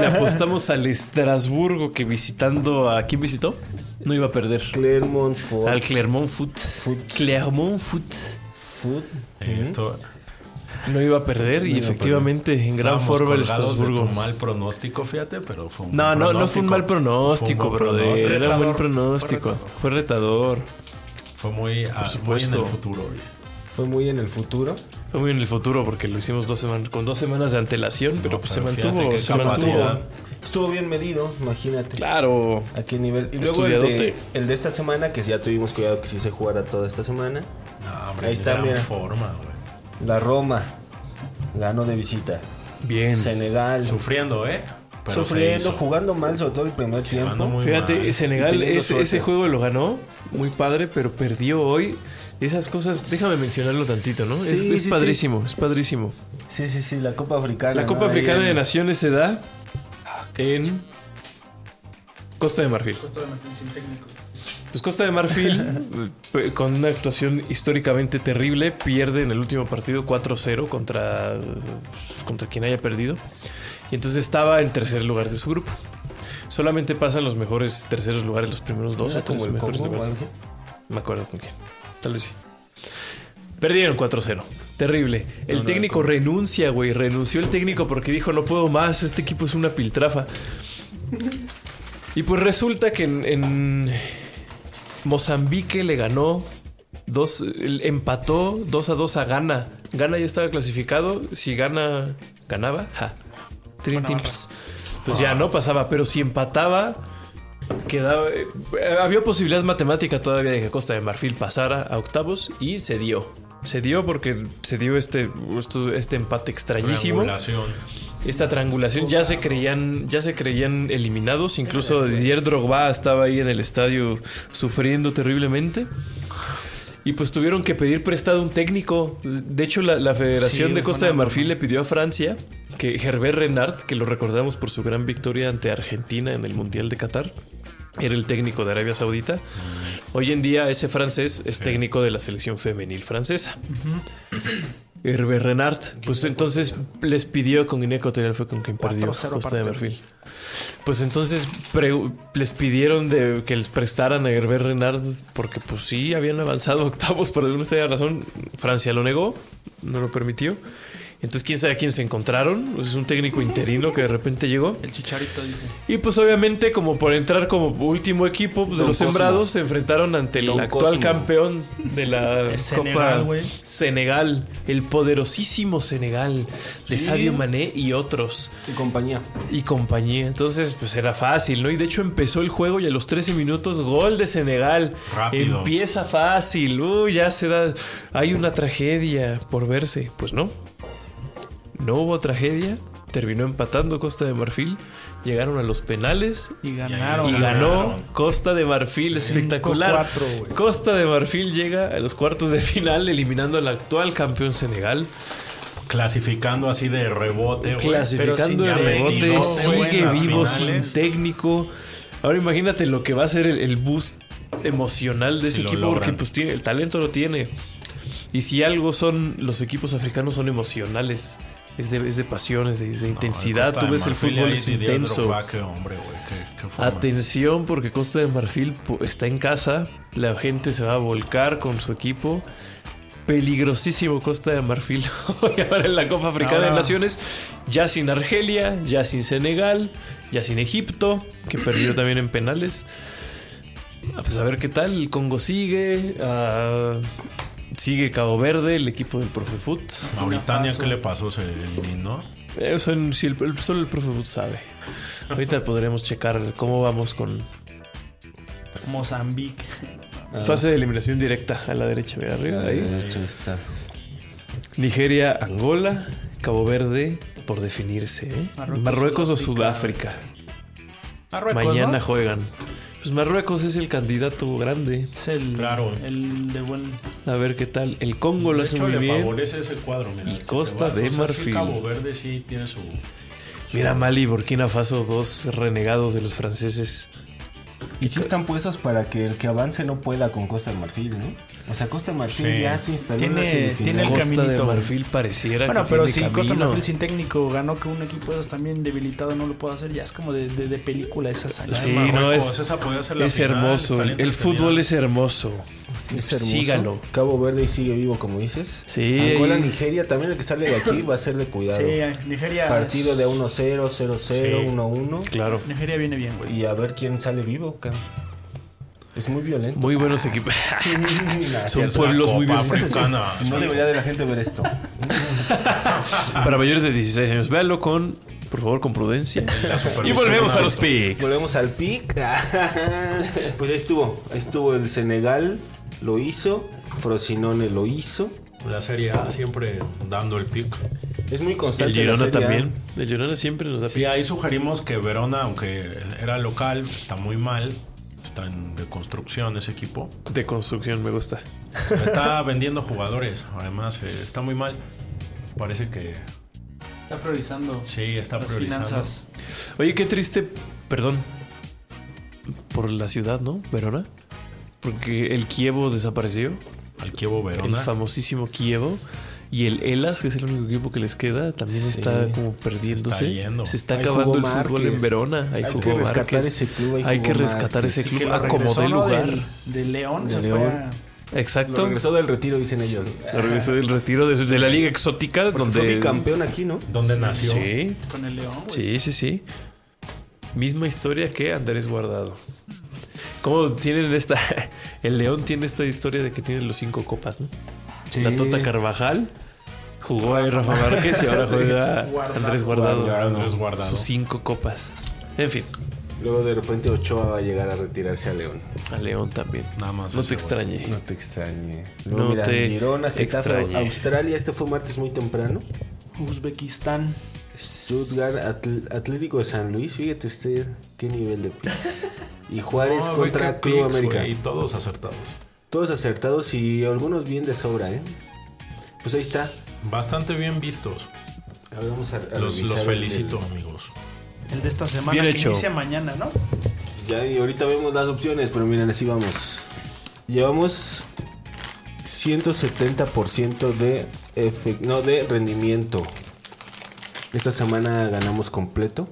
Speaker 2: le apostamos al Estrasburgo que visitando a quién visitó, no iba a perder.
Speaker 3: Clermont Foot.
Speaker 2: Al Clermont Foot.
Speaker 3: Foot.
Speaker 2: Clermont Foot.
Speaker 3: Foot.
Speaker 4: Eh, Esto.
Speaker 2: No iba a perder y
Speaker 3: iba a
Speaker 2: efectivamente en gran
Speaker 4: estábamos
Speaker 2: forma el
Speaker 4: colgados de
Speaker 2: Estrasburgo.
Speaker 4: tu mal pronóstico, fíjate, pero fue un
Speaker 2: No,
Speaker 4: buen
Speaker 2: no, no fue un mal pronóstico,
Speaker 4: Fue un buen
Speaker 2: brother.
Speaker 4: pronóstico.
Speaker 2: Era un buen
Speaker 6: Retador.
Speaker 2: pronóstico. Fue retador.
Speaker 4: Fue muy, ah, muy en
Speaker 2: supuesto.
Speaker 4: el futuro. güey.
Speaker 3: Fue muy en el futuro.
Speaker 2: Fue muy en el futuro porque lo hicimos dos semanas, con dos semanas de antelación, pero
Speaker 4: No,
Speaker 2: pues
Speaker 4: pero
Speaker 2: se
Speaker 4: fíjate
Speaker 2: mantuvo.
Speaker 4: qué
Speaker 2: Se mantuvo.
Speaker 4: capacidad.
Speaker 3: Estuvo bien medido, imagínate.
Speaker 2: Claro.
Speaker 3: A qué nivel. Y luego el de,
Speaker 2: Estudiadote.
Speaker 3: el de esta semana, que ya tuvimos cuidado que sí se jugara toda esta semana.
Speaker 4: No, hombre,
Speaker 3: Ahí está,
Speaker 4: gran
Speaker 3: mira.
Speaker 4: forma, güey.
Speaker 3: La Roma ganó de visita.
Speaker 2: Bien.
Speaker 3: Senegal.
Speaker 4: Sufriendo, ¿eh? Pero se
Speaker 3: sufriendo,
Speaker 4: hizo.
Speaker 3: jugando mal, sobre todo el primer
Speaker 4: Jugando
Speaker 3: tiempo.
Speaker 4: muy
Speaker 2: Fíjate,
Speaker 4: mal.
Speaker 2: Senegal,
Speaker 3: Teniendo
Speaker 2: ese-
Speaker 3: suerte.
Speaker 2: ese juego lo ganó, muy padre, pero perdió hoy. Esas cosas, déjame mencionarlo tantito, ¿no? es
Speaker 3: Sí,
Speaker 2: es
Speaker 3: sí,
Speaker 2: padrísimo, es padrísimo.
Speaker 3: Sí, sí, sí, la Copa Africana.
Speaker 2: La
Speaker 3: ¿no?
Speaker 2: Copa
Speaker 3: Ahí
Speaker 2: Africana
Speaker 3: en-
Speaker 2: de Naciones se da en Costa de Marfil. Pues Costa de Marfil, pe- con una actuación históricamente terrible, pierde en el último partido 4-0 contra, contra quien haya perdido. Y entonces estaba en tercer lugar de su grupo. Solamente pasan los mejores terceros lugares, los primeros dos
Speaker 3: Era
Speaker 2: o tres
Speaker 3: como el
Speaker 2: mejores
Speaker 3: Congo o
Speaker 2: lugares.
Speaker 3: algo
Speaker 2: Me acuerdo con quién. Tal vez sí. Perdieron 4-0. Terrible. El técnico renuncia, güey. Renunció el técnico porque dijo, no puedo más, este equipo es una piltrafa. Y pues resulta que en, en Mozambique le ganó dos, el- empató 2 a 2 a Ghana. Ghana ya estaba clasificado. Si Ghana ganaba, ja. Trin, tin, ps. pues ya no pasaba. Pero si empataba, quedaba. eh, había posibilidad matemática todavía de que Costa de Marfil pasara a octavos y se dio. Se dio porque se dio este, esto- este empate extrañísimo
Speaker 4: Triangulación.
Speaker 2: esta triangulación. Ya se creían, ya se creían eliminados. Incluso Didier Drogba estaba ahí en el estadio sufriendo terriblemente. Y pues tuvieron que pedir prestado un técnico. De hecho, la, la Federación
Speaker 6: Sí,
Speaker 2: de
Speaker 6: fue
Speaker 2: Costa de
Speaker 6: una-
Speaker 2: Marfil le pidió a Francia que Herbert Renard, que lo recordamos por su gran victoria ante Argentina en el Mundial de Qatar, era el técnico de Arabia Saudita. Hoy en día ese francés es técnico de la selección femenil francesa. Hervé Renard. Pues entonces les pidió con Guinea Ecuatorial fue con quien perdió
Speaker 6: 4-0
Speaker 2: Costa de
Speaker 6: parte.
Speaker 2: Marfil. Pues entonces pre- les pidieron de que les prestaran a Hervé Renard porque pues sí habían avanzado a octavos por alguna extraña razón. Francia lo negó, no lo permitió. Entonces quién sabe a quién se encontraron. Es un técnico interino que de repente llegó.
Speaker 6: El chicharito dice.
Speaker 2: Y pues obviamente como por entrar como último equipo pues, de
Speaker 3: Don
Speaker 2: los
Speaker 3: Cosmo.
Speaker 2: sembrados se enfrentaron ante el
Speaker 3: Don
Speaker 2: actual
Speaker 3: Cosmo.
Speaker 2: campeón de la
Speaker 6: Es Senegal,
Speaker 2: Copa
Speaker 6: güey.
Speaker 2: Senegal, el poderosísimo Senegal de
Speaker 3: Sí.
Speaker 2: Sadio Mané y otros
Speaker 3: Y compañía.
Speaker 2: y compañía. Entonces pues era fácil, ¿no? Y de hecho empezó el juego y a los 13 minutos gol de Senegal.
Speaker 4: Rápido.
Speaker 2: Empieza fácil. Uy, ya se da hay una tragedia por verse. Pues no. No hubo tragedia. Terminó empatando Costa de Marfil. Llegaron a los penales
Speaker 6: Y
Speaker 4: Y
Speaker 6: ganaron.
Speaker 2: y
Speaker 4: Claro.
Speaker 2: ganó Costa de Marfil, espectacular.
Speaker 6: 5-4, güey.
Speaker 2: Costa de Marfil llega a los cuartos de final eliminando al actual campeón Senegal,
Speaker 4: Clasificando así de rebote. güey.
Speaker 2: clasificando
Speaker 6: sin
Speaker 2: el
Speaker 6: Yameni,
Speaker 2: rebote,
Speaker 6: ¿no, güey?
Speaker 2: sigue
Speaker 4: En las
Speaker 2: vivo
Speaker 4: finales.
Speaker 2: sin técnico. Ahora imagínate lo que va a ser el, el boost emocional de ese
Speaker 4: Si lo
Speaker 2: equipo,
Speaker 4: logran.
Speaker 2: porque pues tiene, el talento lo tiene. Y si algo son los equipos africanos son emocionales. Es de, es de pasiones, de, de intensidad.
Speaker 4: Costa
Speaker 2: Tú
Speaker 4: de
Speaker 2: ves el
Speaker 4: Marfil
Speaker 2: fútbol,
Speaker 4: ahí
Speaker 2: es
Speaker 4: Didier
Speaker 2: intenso.
Speaker 4: Drogba, qué hombre, güey, qué- qué forma.
Speaker 2: Atención porque Costa de Marfil po- está en casa, la gente se va a volcar con su equipo. Peligrosísimo Costa de Marfil hoy ahora en la Copa Africana
Speaker 6: Ahora-
Speaker 2: de Naciones, ya sin Argelia, ya sin Senegal, ya sin Egipto, que perdió también en penales. Ah, Pues a ver qué tal, el Congo sigue, ah, sigue Cabo Verde, el equipo del Profefut.
Speaker 4: Mauritania, ¿qué le pasó? Se eliminó.
Speaker 2: Eso en- Eh, si el- el- solo el Profefut sabe. Ahorita podremos checar cómo vamos con,
Speaker 6: Mozambique.
Speaker 3: Ah,
Speaker 2: Fase de eliminación directa a la derecha, mira arriba, Ah, ahí. Nigeria, Angola, Cabo Verde, por definirse. ¿eh?
Speaker 6: Marruecos,
Speaker 2: Marruecos, o Sudáfrica.
Speaker 6: Marruecos,
Speaker 2: Mañana
Speaker 6: ¿no?
Speaker 2: juegan. Pues Marruecos es el candidato grande.
Speaker 6: Es el,
Speaker 4: Claro.
Speaker 6: el de buen.
Speaker 2: A ver qué tal. El Congo
Speaker 4: De
Speaker 2: lo hace
Speaker 4: hecho,
Speaker 2: muy
Speaker 4: le
Speaker 2: bien.
Speaker 4: favorece ese cuadro. Mira,
Speaker 2: Y
Speaker 4: si te
Speaker 2: Costa
Speaker 4: vas,
Speaker 2: de
Speaker 4: o sea, sí,
Speaker 2: Marfil.
Speaker 4: Cabo Verde sí tiene su.
Speaker 2: Mira Mali, Burkina Faso, dos renegados de los franceses.
Speaker 3: Y sí están puestos para que el que avance no pueda con Costa de Marfil, ¿no? O sea, Costa de Marfil
Speaker 4: Sí.
Speaker 3: ya se instaló en la
Speaker 6: Tiene- tiene
Speaker 3: semifinal.
Speaker 2: Costa de
Speaker 6: caminito.
Speaker 2: Marfil pareciera
Speaker 6: Bueno,
Speaker 2: que
Speaker 6: pero si
Speaker 2: tiene
Speaker 6: Costa
Speaker 2: camino.
Speaker 6: Marfil sin técnico ganó que un equipo de esos también debilitado no lo puede hacer, ya es como de, de, de película esa hazaña.
Speaker 2: Sí,
Speaker 4: Marruecos,
Speaker 2: no, es-
Speaker 4: esa podría ser la
Speaker 2: Es
Speaker 4: final,
Speaker 2: hermoso.
Speaker 4: está
Speaker 2: El, el
Speaker 4: entretenida.
Speaker 2: fútbol es hermoso.
Speaker 3: Es hermoso.
Speaker 2: Sígalo.
Speaker 3: Cabo Verde y sigue vivo, como dices.
Speaker 2: Sí.
Speaker 3: Angola, Nigeria, también el que sale de aquí va a ser de cuidado.
Speaker 6: Sí, Nigeria.
Speaker 3: Partido de 1-0, 0-0, 1-1.
Speaker 2: Claro.
Speaker 6: Nigeria viene bien, güey.
Speaker 3: Y a ver quién sale vivo, cabrón. Es muy violento.
Speaker 2: Muy buenos equipos.
Speaker 4: Sí,
Speaker 2: Son
Speaker 4: es una
Speaker 2: pueblos muy
Speaker 4: Copa
Speaker 2: bien.
Speaker 4: africana.
Speaker 3: No debería de la gente ver esto.
Speaker 2: Para mayores de 16 años, véalo con, por favor, con prudencia.
Speaker 4: La supervisión
Speaker 2: Y volvemos
Speaker 4: de
Speaker 2: a
Speaker 4: una
Speaker 2: los
Speaker 4: vez.
Speaker 2: picks.
Speaker 3: Volvemos al pick. pues ahí estuvo. Ahí estuvo el Senegal, lo hizo. Frosinone lo hizo.
Speaker 4: La Serie A siempre dando el pick.
Speaker 3: Es muy
Speaker 2: El
Speaker 3: constante. la
Speaker 2: Girona
Speaker 3: Serie ¿eh? A.
Speaker 2: también. El Girona siempre nos da
Speaker 4: Sí,
Speaker 2: pick.
Speaker 4: ahí sugerimos que Verona, aunque era local, está muy mal. Está en deconstrucción ese equipo.
Speaker 2: de construcción, me gusta.
Speaker 4: Está vendiendo jugadores. Además, eh, está muy mal. Parece que
Speaker 6: Está priorizando
Speaker 4: sí, está
Speaker 6: las
Speaker 4: priorizando.
Speaker 6: finanzas.
Speaker 2: Oye, qué triste, perdón, por la ciudad, ¿no? Verona. Porque el Kievo desapareció,
Speaker 4: Al Kievo
Speaker 2: el
Speaker 4: Verona.
Speaker 2: famosísimo Kievo. Y el Elas, que es el único equipo que les queda, también
Speaker 3: Sí.
Speaker 2: está como perdiéndose.
Speaker 4: Se está yendo.
Speaker 2: Se está
Speaker 3: Ahí
Speaker 2: acabando
Speaker 3: jugó
Speaker 2: el fútbol
Speaker 3: Márquez.
Speaker 2: en Verona. Ahí
Speaker 3: Hay
Speaker 2: jugó
Speaker 3: que rescatar
Speaker 2: Márquez.
Speaker 3: ese club, ahí
Speaker 2: Hay
Speaker 3: jugó
Speaker 2: que rescatar
Speaker 3: Márquez.
Speaker 2: ese
Speaker 6: Que
Speaker 2: club
Speaker 6: lo
Speaker 2: a Ah, como
Speaker 6: regresó,
Speaker 2: dé
Speaker 6: ¿no?
Speaker 2: lugar.
Speaker 6: Del- De León
Speaker 3: De
Speaker 6: se
Speaker 3: León.
Speaker 6: fue a-
Speaker 3: Lo
Speaker 2: Exacto.
Speaker 3: regresó del retiro, dicen ellos.
Speaker 2: Lo regresó del retiro de, de la Liga Exótica,
Speaker 3: Fue
Speaker 2: donde.
Speaker 3: bicampeón aquí, ¿no?
Speaker 4: ¿Dónde nació?
Speaker 2: Sí,
Speaker 6: Con el león, güey.
Speaker 2: sí, sí, sí. Misma historia que Andrés Guardado. ¿Cómo tienen esta? El León tiene esta historia de que tiene los cinco copas, ¿no? La Tota Carvajal jugó a Rafa Márquez y ahora juega
Speaker 6: Guardado.
Speaker 2: Andrés Guardado.
Speaker 3: Guardado.
Speaker 4: Andrés Guardado.
Speaker 2: Sus cinco copas. En fin,
Speaker 3: Luego de repente Ochoa va a llegar a retirarse a León.
Speaker 2: a León también.
Speaker 4: Nada más
Speaker 2: No
Speaker 4: ese
Speaker 2: te extrañe.
Speaker 3: No te extrañe. Luego,
Speaker 2: No
Speaker 3: mira,
Speaker 2: te
Speaker 3: Girona, Getafe,
Speaker 2: extrañe.
Speaker 3: Australia. Este fue martes muy temprano.
Speaker 6: Uzbekistán.
Speaker 3: Stuttgart, Atl- Atlético de San Luis. Fíjate usted qué nivel de picks. Y Juárez
Speaker 4: No, Ah, güey,
Speaker 3: contra
Speaker 4: qué
Speaker 3: Club
Speaker 4: picks,
Speaker 3: América.
Speaker 4: güey, Y todos acertados.
Speaker 3: Todos acertados y algunos bien de sobra, ¿eh? Pues ahí está.
Speaker 4: Bastante bien vistos.
Speaker 3: Ahora vamos a, a
Speaker 4: Los,
Speaker 3: revisar
Speaker 4: los
Speaker 3: el-
Speaker 4: felicito, amigos.
Speaker 6: El de esta semana.
Speaker 2: Bien
Speaker 6: que
Speaker 2: hecho.
Speaker 6: Inicia mañana, ¿no?
Speaker 3: Pues Ya, y ahorita vemos las opciones, pero miren, así vamos. Llevamos 170% de, efe- no, de rendimiento. Esta semana ganamos completo.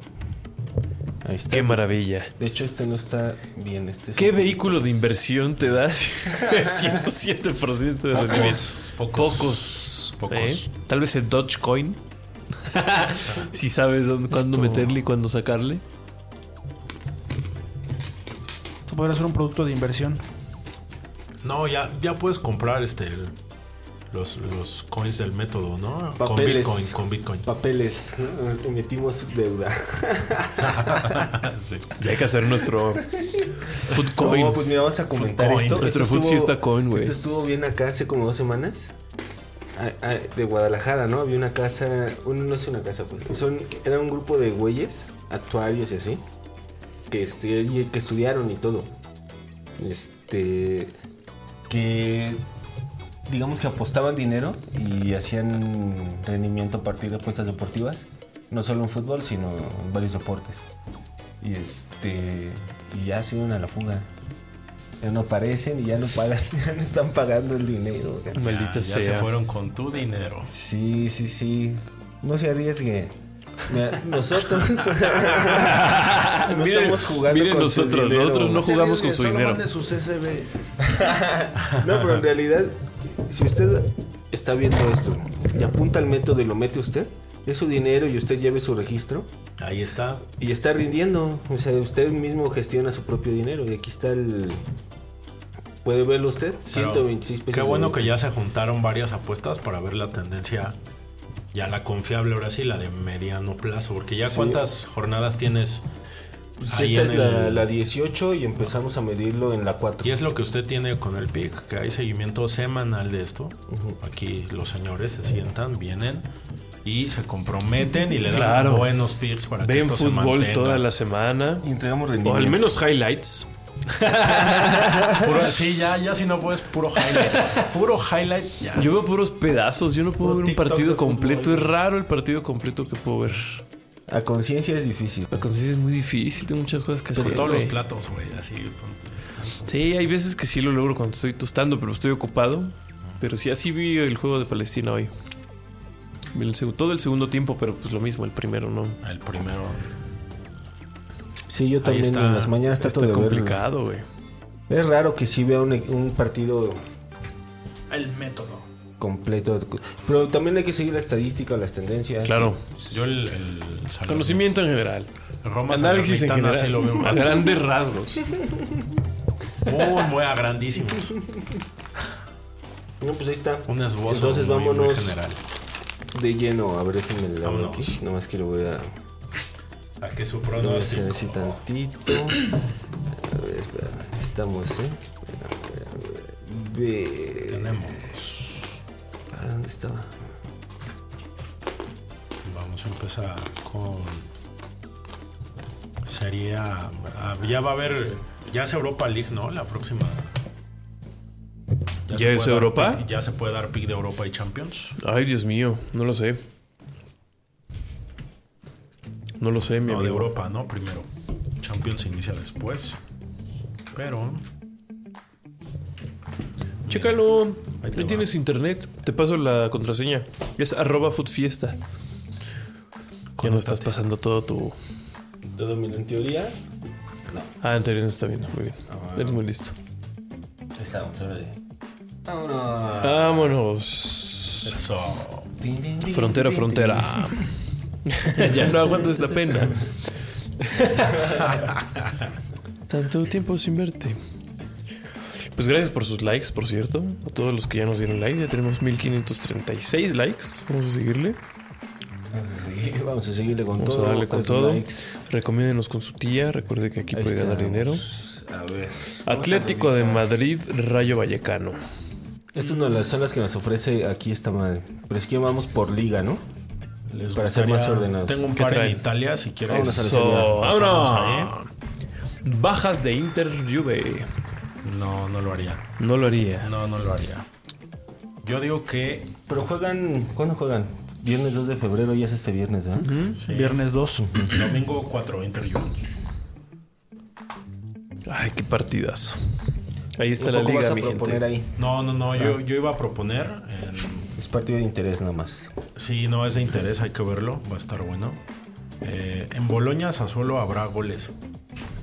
Speaker 3: Ahí está.
Speaker 2: Qué maravilla.
Speaker 3: De hecho, este no está bien. Este es
Speaker 2: ¿Qué
Speaker 3: un-
Speaker 2: vehículo de inversión te da 107% de rendimiento?
Speaker 4: Pocos.
Speaker 2: Pocos.
Speaker 4: Pocos.
Speaker 2: ¿eh? Tal vez el Dogecoin. si sabes dónde- cuándo meterle y cuándo sacarle.
Speaker 6: Esto podría ser un producto de inversión.
Speaker 4: No, ya, ya puedes comprar este el- los, los coins del método, ¿no?
Speaker 3: Papeles.
Speaker 4: Con Bitcoin, con
Speaker 3: Papeles. ¿no? Emitimos deuda.
Speaker 4: Bitcoin. Sí.
Speaker 2: Ya hay que hacer nuestro Foodcoin.
Speaker 3: No, pues mira, vamos a comentar
Speaker 4: Food coin.
Speaker 3: esto.
Speaker 2: Nuestro
Speaker 3: Esto
Speaker 2: food
Speaker 3: estuvo-
Speaker 2: sí está coin, güey.
Speaker 3: Esto estuvo bien acá hace como dos semanas. Ah, ah, De Guadalajara, ¿no? Había una casa. Uno no es una casa, pues. Son, era un grupo de güeyes, actuarios y así. Que, estu- y que estudiaron y todo. Este. Que. Digamos que apostaban dinero y hacían rendimiento a partir de apuestas deportivas. No solo en fútbol, sino en varios deportes. Y este. Y ya se dieron a la fuga. Ya no aparecen y ya no pagan, ya no están pagando el dinero. cara.
Speaker 2: Maldita
Speaker 4: ya, ya se
Speaker 2: sea.
Speaker 4: fueron con tu dinero.
Speaker 3: Sí, sí, sí. No se arriesgue. Mira, Nosotros no
Speaker 2: Miren-
Speaker 3: estamos jugando
Speaker 2: miren
Speaker 3: con su
Speaker 2: nosotros,
Speaker 3: dinero.
Speaker 2: nosotros
Speaker 6: Pues
Speaker 2: no jugamos con su dinero.
Speaker 6: de sus SB.
Speaker 3: No, pero en realidad, si usted está viendo esto y apunta al método y lo mete usted, es su dinero y usted lleve su registro
Speaker 4: Ahí está.
Speaker 3: y está rindiendo. O sea, usted mismo gestiona su propio dinero. Y aquí está el. Puede verlo usted,
Speaker 4: Pero
Speaker 3: 126 pesos.
Speaker 4: Qué
Speaker 3: de
Speaker 4: bueno
Speaker 3: venta.
Speaker 4: que ya se juntaron varias apuestas para ver la tendencia. Ya la confiable ahora sí, la de mediano plazo. Porque ya
Speaker 3: Sí.
Speaker 4: cuántas jornadas tienes.
Speaker 3: Pues
Speaker 4: ahí
Speaker 3: esta
Speaker 4: en
Speaker 3: es la,
Speaker 4: el-
Speaker 3: la 18 y empezamos a medirlo en la 4.
Speaker 4: Y es lo que usted tiene con el PIC, que hay seguimiento semanal de esto. Aquí los señores se sientan, vienen y se comprometen y le dan
Speaker 2: Claro.
Speaker 4: buenos picks para que
Speaker 2: Ven
Speaker 4: esto se
Speaker 2: fútbol
Speaker 4: mantenga.
Speaker 2: toda la semana.
Speaker 3: Y entregamos
Speaker 2: O
Speaker 3: rendimiento.
Speaker 2: al menos highlights.
Speaker 4: Puro- sí, ya, ya si no puedes, puro highlight. Puro highlight, ya.
Speaker 2: Yo veo puros pedazos. Yo no puedo
Speaker 6: Puro
Speaker 2: ver un
Speaker 6: TikTok
Speaker 2: partido
Speaker 6: de fútbol.
Speaker 2: completo. Es raro el partido completo que puedo ver.
Speaker 3: A conciencia es difícil.
Speaker 2: La conciencia es muy difícil. Tengo muchas cosas que
Speaker 4: Sobre
Speaker 2: hacer.
Speaker 4: todos los
Speaker 2: güey.
Speaker 4: platos, güey, así. con-
Speaker 2: Sí, hay veces que sí lo logro cuando estoy tostando, pero estoy ocupado. Pero sí, así vi el juego de Palestina hoy. El seg- todo el segundo tiempo, pero pues lo mismo, el primero no.
Speaker 4: El primero.
Speaker 3: Sí, yo también
Speaker 4: está.
Speaker 3: en las mañanas
Speaker 2: Está
Speaker 3: trato de verlo.
Speaker 2: complicado, güey.
Speaker 3: Es raro que sí vea un, un partido
Speaker 6: El método.
Speaker 3: completo. Pero también hay que seguir la estadística, las tendencias.
Speaker 2: Claro.
Speaker 4: Yo el, el Salern-
Speaker 2: Conocimiento en general.
Speaker 4: Roma
Speaker 2: Análisis en
Speaker 4: Salernitana sí lo veo
Speaker 2: general. A
Speaker 4: mal.
Speaker 2: grandes rasgos.
Speaker 4: Muy, muy a grandísimos.
Speaker 3: No, pues ahí está.
Speaker 4: Un esbozo.
Speaker 3: Entonces
Speaker 4: muy, muy
Speaker 3: vámonos
Speaker 4: general.
Speaker 3: de lleno. A ver, déjenme le abro
Speaker 4: Vámonos.
Speaker 3: aquí. Nada más que lo voy a...
Speaker 4: A que su
Speaker 3: No,
Speaker 4: pronóstico.
Speaker 3: se así tantito. A ver, espera. Estamos, ¿eh? A ver, a ver. Ve-
Speaker 4: Tenemos.
Speaker 3: ¿A dónde estaba?
Speaker 4: Vamos a empezar con. Sería. ah, Ya va a haber. Ya es Europa League, ¿no? La próxima.
Speaker 2: ¿Ya
Speaker 4: se
Speaker 2: es
Speaker 4: puede dar
Speaker 2: Europa?
Speaker 4: pick- ya se puede dar pick de Europa y Champions.
Speaker 2: Ay, Dios mío, no lo sé. No lo sé, mi
Speaker 4: No, de
Speaker 2: amigo.
Speaker 4: Europa, ¿no? Primero. Champions inicia después. Pero.
Speaker 2: Chécalo.
Speaker 4: Ahí te
Speaker 2: Ahí
Speaker 4: va.
Speaker 2: tienes internet. Te paso la contraseña. Es arroba foodfiesta. Ya no estás pasando todo tu.
Speaker 3: Todo mi en teoría.
Speaker 2: Ah, en teoría no está viendo. Muy bien. Eres muy listo.
Speaker 3: Estamos, órale. Vámonos.
Speaker 2: Vámonos.
Speaker 4: Eso.
Speaker 2: Frontera, frontera. ya no aguanto esta pena. Tanto tiempo sin verte. Pues gracias por sus likes, por cierto. A todos los que ya nos dieron likes. Ya tenemos 1536 likes. Vamos a seguirle.
Speaker 3: Vamos a seguir- Vamos a seguirle con
Speaker 2: Vamos
Speaker 3: todo.
Speaker 2: a darle con
Speaker 3: otros
Speaker 2: todo.
Speaker 3: likes.
Speaker 2: Recomiéndenos con su tía. Recuerde que aquí
Speaker 3: Ahí
Speaker 2: puede ganar
Speaker 3: estamos.
Speaker 2: dinero.
Speaker 3: A ver. vamos
Speaker 2: Atlético
Speaker 3: a
Speaker 2: de
Speaker 3: revisar.
Speaker 2: Madrid, Rayo Vallecano.
Speaker 3: Esto es una de las salas que nos ofrece aquí esta madre. Pero es que vamos por liga, ¿no?
Speaker 4: Les
Speaker 3: Para ser más
Speaker 4: gustaría-
Speaker 3: ordenados.
Speaker 4: Tengo un
Speaker 2: ¿Qué
Speaker 4: par en
Speaker 2: traen?
Speaker 4: Italia, si quieren.
Speaker 3: Vámonos a la
Speaker 2: Eso,
Speaker 4: Pasamos
Speaker 2: vámonos.
Speaker 3: ¿eh?
Speaker 2: Bajas de Inter Juve.
Speaker 4: ahí. No, no lo haría.
Speaker 2: No lo haría.
Speaker 4: No, no lo haría. Yo digo que
Speaker 3: Pero juegan. ¿Cuándo juegan? Viernes 2 de febrero, ya es este viernes, ¿verdad?
Speaker 4: sí,
Speaker 6: Viernes 2.
Speaker 4: domingo 4, Inter Juventus.
Speaker 2: Ay, qué partidazo. Ahí
Speaker 3: ¿Y
Speaker 2: está
Speaker 3: un
Speaker 2: la
Speaker 3: poco
Speaker 2: liga,
Speaker 3: vas a
Speaker 2: mi
Speaker 3: proponer
Speaker 2: gente.
Speaker 3: ahí.
Speaker 4: No, no, no,
Speaker 2: Ah.
Speaker 4: yo, yo iba a proponer. en-
Speaker 3: Es partido de interés nada más.
Speaker 4: sí, no es de interés, hay que verlo, va a estar bueno. Eh, en Boloña, Sassuolo habrá goles.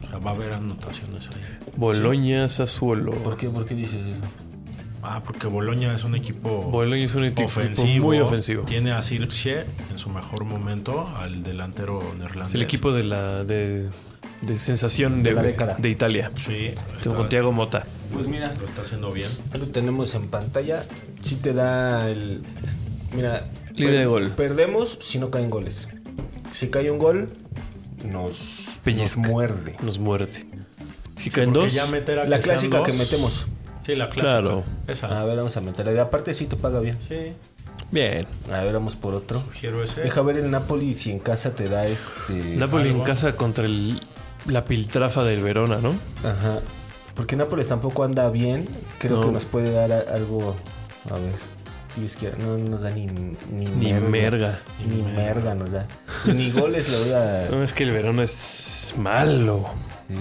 Speaker 4: O sea, va a haber anotaciones ahí.
Speaker 2: Boloña, Sassuolo.
Speaker 3: ¿Por qué, ¿Por qué dices eso?
Speaker 4: Ah, porque Boloña es un equipo
Speaker 2: Boloña es un equipo
Speaker 4: ofensivo.
Speaker 2: muy ofensivo.
Speaker 4: Tiene a Sirche en su mejor momento, al delantero neerlandés.
Speaker 2: Es el equipo de la de, de sensación de,
Speaker 3: la década.
Speaker 2: de Italia.
Speaker 4: Sí, está-
Speaker 2: Con Tiago Mota.
Speaker 3: Pues mira,
Speaker 4: lo está haciendo bien.
Speaker 3: lo tenemos en pantalla. Sí te da el. Mira.
Speaker 2: Libre de gol.
Speaker 3: Perdemos si no caen goles. Si cae un gol, nos, nos
Speaker 2: Pellizca.
Speaker 3: muerde.
Speaker 2: Nos muerde. Si caen
Speaker 4: Porque
Speaker 2: dos,
Speaker 4: ya meter a
Speaker 3: La
Speaker 4: que sean
Speaker 3: clásica
Speaker 4: dos-
Speaker 3: que metemos. Ah.
Speaker 4: Sí, la clásica.
Speaker 2: Claro.
Speaker 4: Esa.
Speaker 3: A ver, vamos a meterla. Y aparte sí te paga bien.
Speaker 4: Sí,
Speaker 2: bien.
Speaker 3: A ver, vamos por otro.
Speaker 4: sugiero ese.
Speaker 3: Deja ver el Napoli si en casa te da este.
Speaker 2: Napoli en
Speaker 4: algo.
Speaker 2: casa contra el- la piltrafa del Verona, ¿no?
Speaker 3: Ajá. Porque Nápoles tampoco anda bien. Creo
Speaker 2: No.
Speaker 3: que nos puede dar a- algo. A ver. Y es que no nos da ni ni,
Speaker 2: Ni merga.
Speaker 3: Ni merga nos da. Ni goles le voy a.
Speaker 2: No, es que el Verona es malo.
Speaker 3: Sí.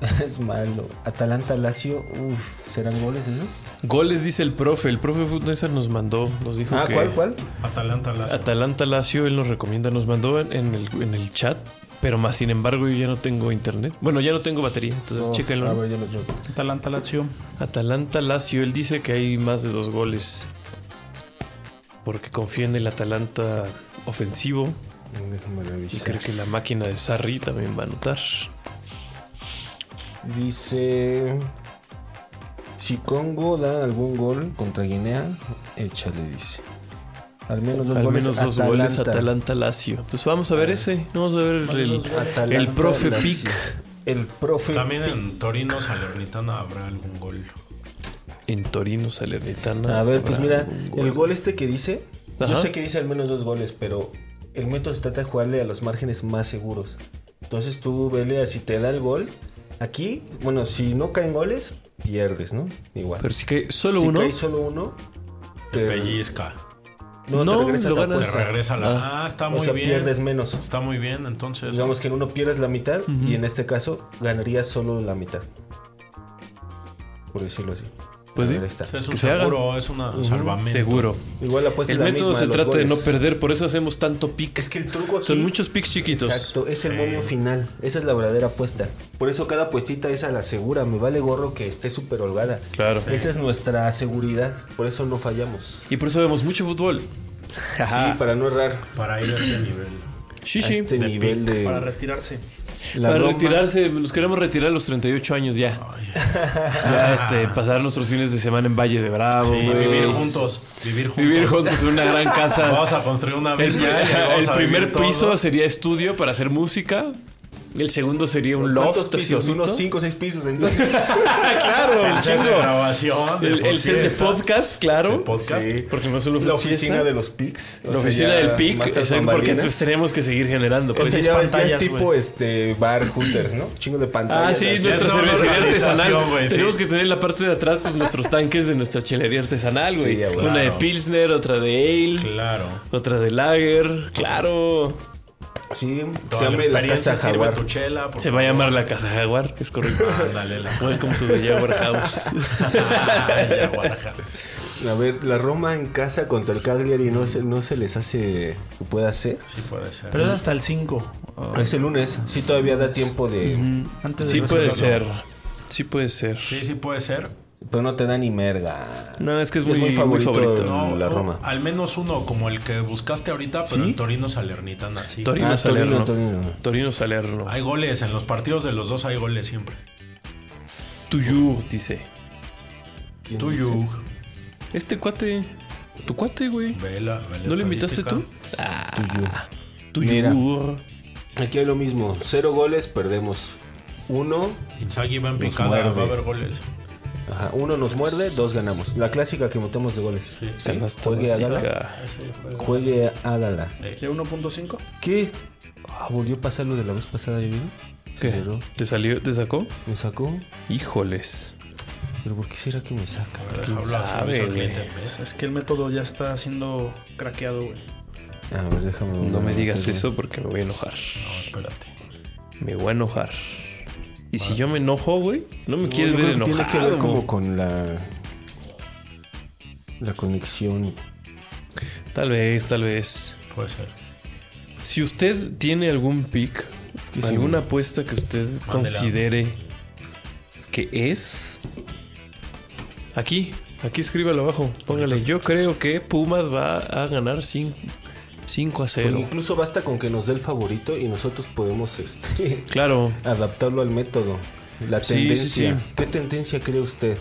Speaker 3: Es malo. Atalanta Lazio, uff, serán goles, ¿eh? ¿no?
Speaker 2: Goles dice el profe. El profe Futnesa nos mandó, nos dijo
Speaker 3: Ah,
Speaker 2: que pues
Speaker 3: ¿cuál, cuál?
Speaker 4: Atalanta Lazio.
Speaker 2: Atalanta Lazio, él nos recomienda, nos mandó en en el, en el chat, pero más sin embargo yo ya no tengo internet. Bueno, ya no tengo batería, entonces
Speaker 3: No,
Speaker 2: chéquenlo.
Speaker 3: Oh, A ver, yo lo yo.
Speaker 6: Atalanta Lazio.
Speaker 2: Atalanta Lazio, él dice que hay más de dos goles. Porque confía en el Atalanta ofensivo
Speaker 3: Déjame
Speaker 2: y
Speaker 3: revisar.
Speaker 2: cree que la máquina de Sarri también va a anotar.
Speaker 3: Dice. Si Congo da algún gol contra Guinea, échale, dice. Al menos dos
Speaker 2: Al
Speaker 3: goles. Ah.
Speaker 2: menos dos goles Atalanta Lazio. Pues vamos a ver ese, vamos a ver el,
Speaker 3: Atalanta,
Speaker 2: el profe
Speaker 3: Lazio.
Speaker 2: Pic.
Speaker 3: El profe.
Speaker 4: También en Torino, Salernitana habrá algún gol.
Speaker 2: En Torino, Salernitana.
Speaker 3: A ver, pues
Speaker 2: habrá
Speaker 3: mira,
Speaker 2: Ah, un
Speaker 3: el gol este que dice. Yo
Speaker 2: Ajá.
Speaker 3: sé que dice al menos dos goles, pero el método se trata de jugarle a los márgenes más seguros. Entonces tú vele a si te da el gol. Aquí, bueno, si no caen goles, pierdes, ¿no? Igual.
Speaker 2: Pero sí que solo
Speaker 3: si
Speaker 2: uno.
Speaker 3: cae solo uno, te-
Speaker 4: Pellizca.
Speaker 3: no,
Speaker 2: No,
Speaker 3: te regresa
Speaker 2: lo
Speaker 3: la
Speaker 2: ganas.
Speaker 4: Te
Speaker 3: apuesta.
Speaker 4: regresa la. Ah, está
Speaker 3: o
Speaker 4: muy
Speaker 3: sea,
Speaker 4: bien.
Speaker 3: pierdes menos.
Speaker 4: Está muy bien, entonces.
Speaker 3: Digamos que en uno pierdes la mitad y en este caso ganarías solo la mitad. Por decirlo así.
Speaker 2: Pues
Speaker 3: A
Speaker 2: sí.
Speaker 3: ver, ahí está.
Speaker 4: o sea, es
Speaker 2: que
Speaker 4: un
Speaker 2: se haga.
Speaker 4: seguro, es una un salvamento.
Speaker 2: Seguro.
Speaker 3: Igual la apuesta
Speaker 2: el
Speaker 3: es Pues la
Speaker 2: método
Speaker 3: misma
Speaker 2: se
Speaker 3: de los
Speaker 2: trata de no
Speaker 3: goles.
Speaker 2: perder, por eso hacemos tanto pick.
Speaker 3: Es que el truco aquí-
Speaker 2: Son muchos picks chiquitos.
Speaker 3: Exacto, es el momio final. Esa es la verdadera apuesta. Por eso cada puestita es a la segura. Me vale gorro que esté súper holgada.
Speaker 2: Claro.
Speaker 3: Esa es nuestra seguridad. Por eso no fallamos.
Speaker 2: Y por eso vemos mucho fútbol.
Speaker 3: Sí, para no errar.
Speaker 4: Para ir a este nivel.
Speaker 2: Sí,
Speaker 3: a
Speaker 2: sí.
Speaker 3: este nivel de.
Speaker 6: Para retirarse.
Speaker 3: la
Speaker 2: Para
Speaker 3: Roma.
Speaker 2: retirarse, nos queremos retirar a los 38 años ya. Ya, este, pasar nuestros fines de semana en Valle de
Speaker 4: Sí,
Speaker 2: Bravo. güey.
Speaker 4: vivir juntos. Vivir juntos.
Speaker 2: Ah, Vivir juntos en una gran casa.
Speaker 4: Vamos a construir una
Speaker 2: El,
Speaker 4: villa. y vamos
Speaker 2: el
Speaker 4: a vivir
Speaker 2: primer
Speaker 4: todos.
Speaker 2: piso sería estudio para hacer música. El segundo sería un
Speaker 3: ¿Cuántos
Speaker 2: loft.
Speaker 3: pisos?
Speaker 2: así bonito.
Speaker 3: Unos 5 o 6 pisos. este Entonces.
Speaker 2: claro,
Speaker 4: El
Speaker 2: el
Speaker 4: set de
Speaker 2: chingo.
Speaker 4: grabación. de
Speaker 2: El, el set de
Speaker 4: fiesta,
Speaker 2: podcast, claro.
Speaker 4: de podcast.
Speaker 3: Sí.
Speaker 2: Porque no solo fue
Speaker 3: La oficina
Speaker 2: fiesta.
Speaker 3: de los pics. o
Speaker 2: la
Speaker 3: sea,
Speaker 2: oficina
Speaker 3: ya
Speaker 2: del PIC,
Speaker 3: más tras
Speaker 2: exacto, porque
Speaker 3: bambalinas.
Speaker 2: pues tenemos que seguir generando. Pues,
Speaker 3: Ese
Speaker 2: es
Speaker 3: ya, ya es
Speaker 2: pantallas,
Speaker 3: tipo
Speaker 2: güey.
Speaker 3: este bar hooters, ¿no? Chingo de pantallas.
Speaker 2: Ah, sí,
Speaker 3: así.
Speaker 2: nuestra
Speaker 4: es una
Speaker 2: cervecería
Speaker 4: organización,
Speaker 2: artesanal.
Speaker 4: güey, sí.
Speaker 2: Tenemos que tener en la parte de atrás, pues nuestros tanques de nuestra chelería artesanal, güey.
Speaker 3: Sí, ya, güey.
Speaker 2: Una de
Speaker 4: Claro.
Speaker 2: Pilsner, otra de Ale,
Speaker 4: Claro.
Speaker 2: otra de Lager, claro.
Speaker 3: Sí,
Speaker 4: Toda
Speaker 3: se
Speaker 4: la
Speaker 3: llama la
Speaker 4: experiencia
Speaker 3: casa
Speaker 4: sirve
Speaker 3: jaguar.
Speaker 4: tu chela. por
Speaker 2: Se va a
Speaker 4: favor.
Speaker 2: llamar la Casa Jaguar, es correcto.
Speaker 4: Ándale, la-
Speaker 2: Welcome to the Jaguar House.
Speaker 4: Ay, ya, Guadalajara.
Speaker 3: A ver, la Roma en casa contra el Cagliari no se, no se les hace que pueda hacer.
Speaker 4: Sí, puede ser.
Speaker 6: Pero es hasta el 5.
Speaker 3: Es el lunes, sí todavía da tiempo de...
Speaker 6: Antes
Speaker 2: Mm, Sí
Speaker 6: del
Speaker 2: puede
Speaker 6: resultado.
Speaker 2: ser. Sí puede ser.
Speaker 4: Sí, sí puede ser.
Speaker 3: Pero no te da ni merga.
Speaker 2: No, es que es,
Speaker 3: Es
Speaker 2: muy,
Speaker 3: muy
Speaker 2: muy favorito.
Speaker 3: favorito.
Speaker 4: No,
Speaker 3: Mm, la
Speaker 4: o-
Speaker 3: Roma.
Speaker 4: al menos uno, como el que buscaste ahorita, pero
Speaker 3: ¿Sí?
Speaker 4: el Torino Salernitana, sí.
Speaker 2: Torino
Speaker 3: Ah,
Speaker 2: Salerno.
Speaker 3: Torino, Torino.
Speaker 2: Torino Salerno.
Speaker 4: Hay goles, en los partidos de los dos hay goles siempre.
Speaker 2: Tuyur, dice.
Speaker 3: ¿Quién
Speaker 4: Tuyo,
Speaker 3: dice?
Speaker 2: Este cuate. Tu cuate, güey.
Speaker 4: vela, vela.
Speaker 2: ¿No lo invitaste tú?
Speaker 4: estadística.
Speaker 3: Mira.
Speaker 2: Tuyur.
Speaker 3: Aquí hay lo mismo. Cero goles, perdemos. Uno,
Speaker 4: Inzaghi va en
Speaker 3: Nos
Speaker 4: picada,
Speaker 3: muerde.
Speaker 4: va a haber goles.
Speaker 3: ajá, uno nos muerde, dos ganamos. La clásica que votamos de goles. ¿Sí?
Speaker 2: Canasta
Speaker 3: Juegue Adala.
Speaker 2: básica.
Speaker 3: Juegue Adala.
Speaker 6: De 1.5.
Speaker 3: ¿Qué? Ah, volvió a pasar lo de la vez pasada, ¿ya vieron? Se
Speaker 2: ¿Qué?
Speaker 3: cerró.
Speaker 2: ¿Te salió? ¿Te sacó?
Speaker 3: Me sacó.
Speaker 2: Híjoles.
Speaker 3: Pero ¿por qué será que me saca?
Speaker 4: Habla
Speaker 2: sabe,
Speaker 4: sabe,
Speaker 2: güey?
Speaker 4: ¿eh?
Speaker 6: Es que el método ya está siendo craqueado, güey.
Speaker 3: A ver, déjame
Speaker 2: No
Speaker 3: volver
Speaker 2: me
Speaker 3: a
Speaker 2: digas
Speaker 3: meterme.
Speaker 2: eso porque me voy a enojar.
Speaker 4: No, espérate.
Speaker 2: Me voy a enojar. Y si yo me enojo, güey, no me quieres
Speaker 3: Yo
Speaker 2: ver
Speaker 3: creo que
Speaker 2: enojado.
Speaker 3: Tiene que ver
Speaker 2: güey.
Speaker 3: como con la. La conexión.
Speaker 2: Tal vez, tal vez.
Speaker 4: Puede ser.
Speaker 2: Si usted tiene algún pick,
Speaker 3: que sí,
Speaker 2: alguna apuesta que usted considere que es. Aquí, aquí escríbalo abajo. Póngale, yo creo que Pumas va a ganar 5 a
Speaker 3: Pero
Speaker 2: 0.
Speaker 3: incluso basta con que nos dé el favorito y nosotros podemos este,
Speaker 2: Claro,
Speaker 3: adaptarlo al método. La
Speaker 2: Sí,
Speaker 3: tendencia.
Speaker 2: sí, sí.
Speaker 3: ¿Qué tendencia cree usted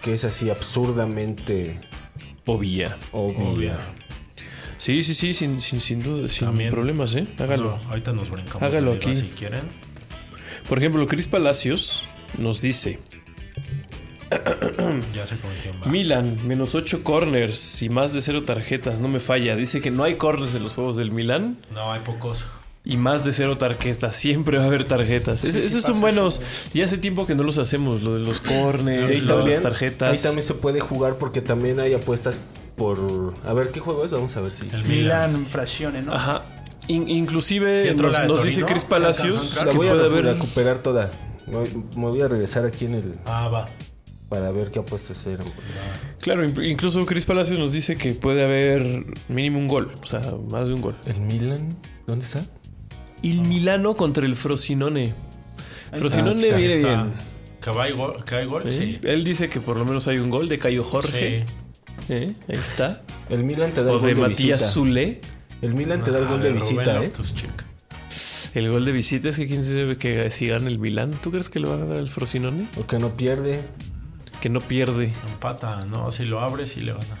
Speaker 3: que es así absurdamente
Speaker 2: obvia.
Speaker 3: obvia?
Speaker 2: Sí, sí, sí, sin, sin, sin duda, sin
Speaker 4: También.
Speaker 2: problemas, ¿eh? Hágalo.
Speaker 4: No, ahorita nos brincamos.
Speaker 2: Hágalo
Speaker 4: arriba,
Speaker 2: aquí.
Speaker 4: Si quieren.
Speaker 2: Por ejemplo, Cris Palacios nos dice:
Speaker 4: Ya sé con quién va.
Speaker 2: Milan, menos 8 corners y más de 0 tarjetas, no me falla. Dice que no hay corners en los juegos del Milan.
Speaker 4: No, hay pocos.
Speaker 2: Y más de cero tarjetas, siempre va a haber tarjetas. Es- esos son buenos. Y hace tiempo que no los hacemos, lo de los corners,
Speaker 4: Y
Speaker 2: lo de las tarjetas.
Speaker 3: ahí también se puede jugar porque también hay apuestas por. A ver, ¿qué juego es? Vamos a ver si.
Speaker 4: El Milan.
Speaker 6: Milan Fraccione, ¿no?
Speaker 2: Ajá. In-
Speaker 4: Si
Speaker 2: inclusive
Speaker 4: entró
Speaker 2: nos,
Speaker 4: la de
Speaker 2: nos
Speaker 4: Torino,
Speaker 2: dice Chris
Speaker 4: se
Speaker 2: Palacios
Speaker 4: alcanzó a
Speaker 2: que
Speaker 3: La voy a
Speaker 2: puede haber.
Speaker 3: recuperar toda. Me voy- me voy a regresar aquí en el.
Speaker 4: Ah, va.
Speaker 3: Para ver qué apuestas eran.
Speaker 2: Claro, in- incluso Chris Palacios nos dice que puede haber mínimo un gol, o sea, más de un gol.
Speaker 3: ¿El Milan? ¿Dónde está?
Speaker 2: El
Speaker 4: Ah.
Speaker 2: Milano contra el Frosinone. Frosinone
Speaker 3: está,
Speaker 2: viene
Speaker 4: Está-
Speaker 2: bien.
Speaker 4: ¿Que, va y gol- que hay gol?
Speaker 2: ¿eh?
Speaker 4: Sí.
Speaker 2: Él dice que por lo menos hay un gol de Cayo Jorge.
Speaker 4: Sí.
Speaker 2: ¿eh? Ahí está.
Speaker 3: El Milan te da
Speaker 2: O
Speaker 3: el gol
Speaker 2: de
Speaker 3: de,
Speaker 2: Matías
Speaker 3: visita.
Speaker 2: Zule.
Speaker 3: El Milan te da el
Speaker 4: Ah,
Speaker 3: gol de
Speaker 4: Rubén
Speaker 3: visita, ¿eh?
Speaker 4: Loftus-Cheek.
Speaker 2: El gol de visita es que quién sabe que si gana el Milán. ¿Tú crees que lo va a ganar el Frosinone?
Speaker 3: Porque no pierde.
Speaker 2: Que no pierde.
Speaker 4: Empata, no, si lo abre, sí le gana.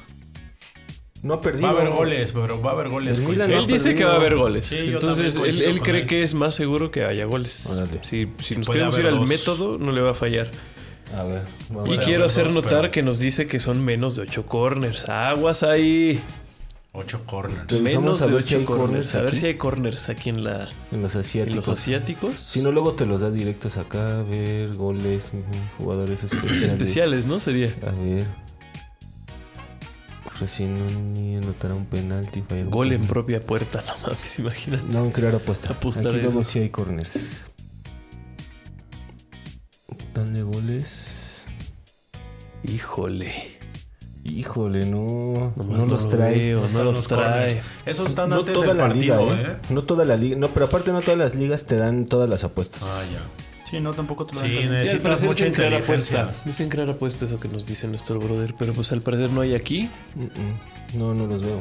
Speaker 3: No ha perdido.
Speaker 4: Va a haber goles, pero va a haber goles.
Speaker 3: El Milan
Speaker 2: él
Speaker 3: ha
Speaker 4: coincido.
Speaker 2: dice que
Speaker 3: perdido.
Speaker 2: va a haber goles.
Speaker 4: Sí, yo
Speaker 2: Entonces,
Speaker 4: también
Speaker 2: él,
Speaker 4: coincido
Speaker 2: él
Speaker 4: con
Speaker 2: cree
Speaker 4: él.
Speaker 2: que es más seguro que haya goles.
Speaker 3: Órale.
Speaker 2: Si, si nos
Speaker 4: Puede
Speaker 2: queremos ir
Speaker 4: haber
Speaker 2: al
Speaker 4: dos.
Speaker 2: método, no le va a fallar.
Speaker 3: A ver. Vamos
Speaker 2: Y
Speaker 3: a ver.
Speaker 2: quiero
Speaker 4: dos,
Speaker 2: hacer notar
Speaker 4: pero-
Speaker 2: que nos dice que son menos de 8 corners. Aguas ahí.
Speaker 4: Ocho corners.
Speaker 3: Revisamos
Speaker 2: Pues Menos
Speaker 3: Pues a
Speaker 2: de
Speaker 3: ver si
Speaker 2: 8
Speaker 3: hay
Speaker 2: corners.
Speaker 3: corners
Speaker 2: A ver
Speaker 3: aquí.
Speaker 2: si hay corners aquí en, la,
Speaker 3: En los
Speaker 2: en los
Speaker 3: asiáticos.
Speaker 2: asiáticos.
Speaker 3: si no, luego te los da directos acá. A ver, goles, ujú, jugadores especiales.
Speaker 2: especiales, ¿no? Sería.
Speaker 3: A ver. Recién ni anotará un penalti. fallará un
Speaker 2: Gol en
Speaker 3: penalti.
Speaker 2: propia puerta, no mames, imagínate.
Speaker 3: No, en crear apuesta.
Speaker 2: Apostar
Speaker 3: Aquí
Speaker 2: eso.
Speaker 3: luego sí hay corners. Tan de goles.
Speaker 2: Híjole.
Speaker 3: Híjole, no. No,
Speaker 2: Nomás
Speaker 3: los
Speaker 2: lo
Speaker 3: trae.
Speaker 2: veo, no los trae.
Speaker 4: corners. Esos están
Speaker 3: no
Speaker 4: antes
Speaker 3: toda
Speaker 4: del
Speaker 3: la
Speaker 4: partido,
Speaker 3: liga, ¿eh?
Speaker 4: ¿eh?
Speaker 3: No toda la liga. No, pero aparte no todas las ligas te dan todas las apuestas.
Speaker 4: Ah, ya.
Speaker 6: Sí, no, tampoco te lo
Speaker 4: Sí,
Speaker 6: dan.
Speaker 4: ne-
Speaker 2: Sí, al
Speaker 4: Necesitas
Speaker 2: parecer
Speaker 4: mucha
Speaker 2: dicen crear
Speaker 4: inteligencia.
Speaker 2: apuesta. Dicen crear apuesta, eso que nos dice nuestro brother, pero pues al parecer no hay aquí.
Speaker 3: Mm, mm. No, no los veo.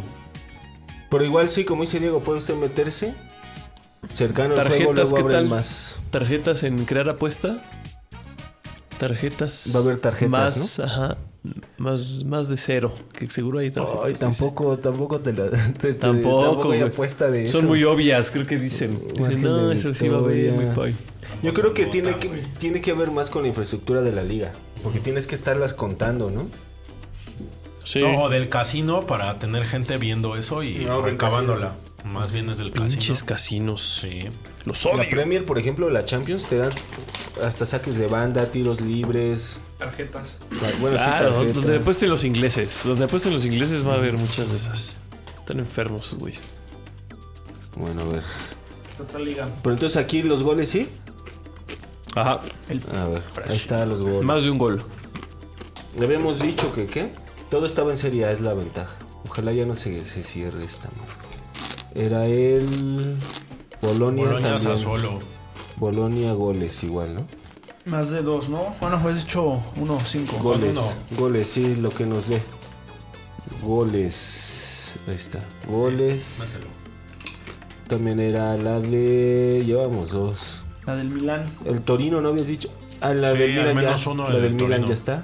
Speaker 3: Pero igual sí, como dice Diego, puede usted meterse cercano al juego,
Speaker 2: Tarjetas,
Speaker 3: luego
Speaker 2: ¿qué
Speaker 3: abren
Speaker 2: tal?
Speaker 3: más.
Speaker 2: Tarjetas en crear apuesta. Tarjetas.
Speaker 3: Va a haber tarjetas,
Speaker 2: Más, ajá. Más, más de cero, que seguro hay tarjetas.
Speaker 3: Ay, tampoco, tampoco te la. te- te-
Speaker 2: Eh, Tampoco,
Speaker 3: hay
Speaker 2: güey.
Speaker 3: apuesta de eso.
Speaker 2: Son muy obvias, creo que dicen. Dicen,
Speaker 3: Margen
Speaker 2: no,
Speaker 3: de
Speaker 2: eso sí va a haber,
Speaker 3: victoria.
Speaker 2: mi pay. Pues
Speaker 3: Yo creo que tiene que tiene que ver más con la infraestructura de la liga, porque tienes que estarlas contando, ¿no?
Speaker 2: Sí.
Speaker 4: No, o del casino para tener gente viendo eso y
Speaker 3: No, del
Speaker 4: recabándola. Más bien es del
Speaker 2: Pinches
Speaker 4: casino.
Speaker 2: casinos.
Speaker 4: Sí.
Speaker 2: Los
Speaker 3: La
Speaker 2: odio.
Speaker 3: Premier, por ejemplo, la Champions te dan hasta saques de banda, tiros libres.
Speaker 6: Tarjetas.
Speaker 3: Bueno, sí,
Speaker 2: Claro,
Speaker 3: tarjeta.
Speaker 2: donde apuesten Ah, los ingleses. Donde apuesten los ingleses va a haber muchas de esas. Están enfermos, güey.
Speaker 3: Bueno, a ver.
Speaker 6: Otra liga.
Speaker 3: Pero entonces aquí los goles, ¿sí?
Speaker 2: Ajá.
Speaker 3: A ver, ahí están los goles.
Speaker 2: Más de un gol.
Speaker 3: Habíamos dicho que, ¿qué? Todo estaba en Serie A, es la ventaja. Ojalá ya no se, se cierre esta. ¿no? Era el... Bolonia
Speaker 4: Boloña
Speaker 3: también.
Speaker 4: Sassuolo.
Speaker 3: Bolonia goles igual, ¿no?
Speaker 6: Más de dos, ¿no? Bueno, pues hecho uno, cinco.
Speaker 3: Goles.
Speaker 4: uno.
Speaker 3: Goles, sí, lo que nos dé. Goles. Ahí está. Goles.
Speaker 4: Mételo.
Speaker 3: También era la de. Llevamos dos.
Speaker 6: La del Milán.
Speaker 3: El Torino, ¿no habías dicho? Ah, la
Speaker 4: Sí,
Speaker 3: del
Speaker 4: al
Speaker 3: Milan
Speaker 4: menos
Speaker 3: ya.
Speaker 4: uno
Speaker 3: la
Speaker 4: del
Speaker 3: del Milan
Speaker 4: Torino.
Speaker 3: ya está.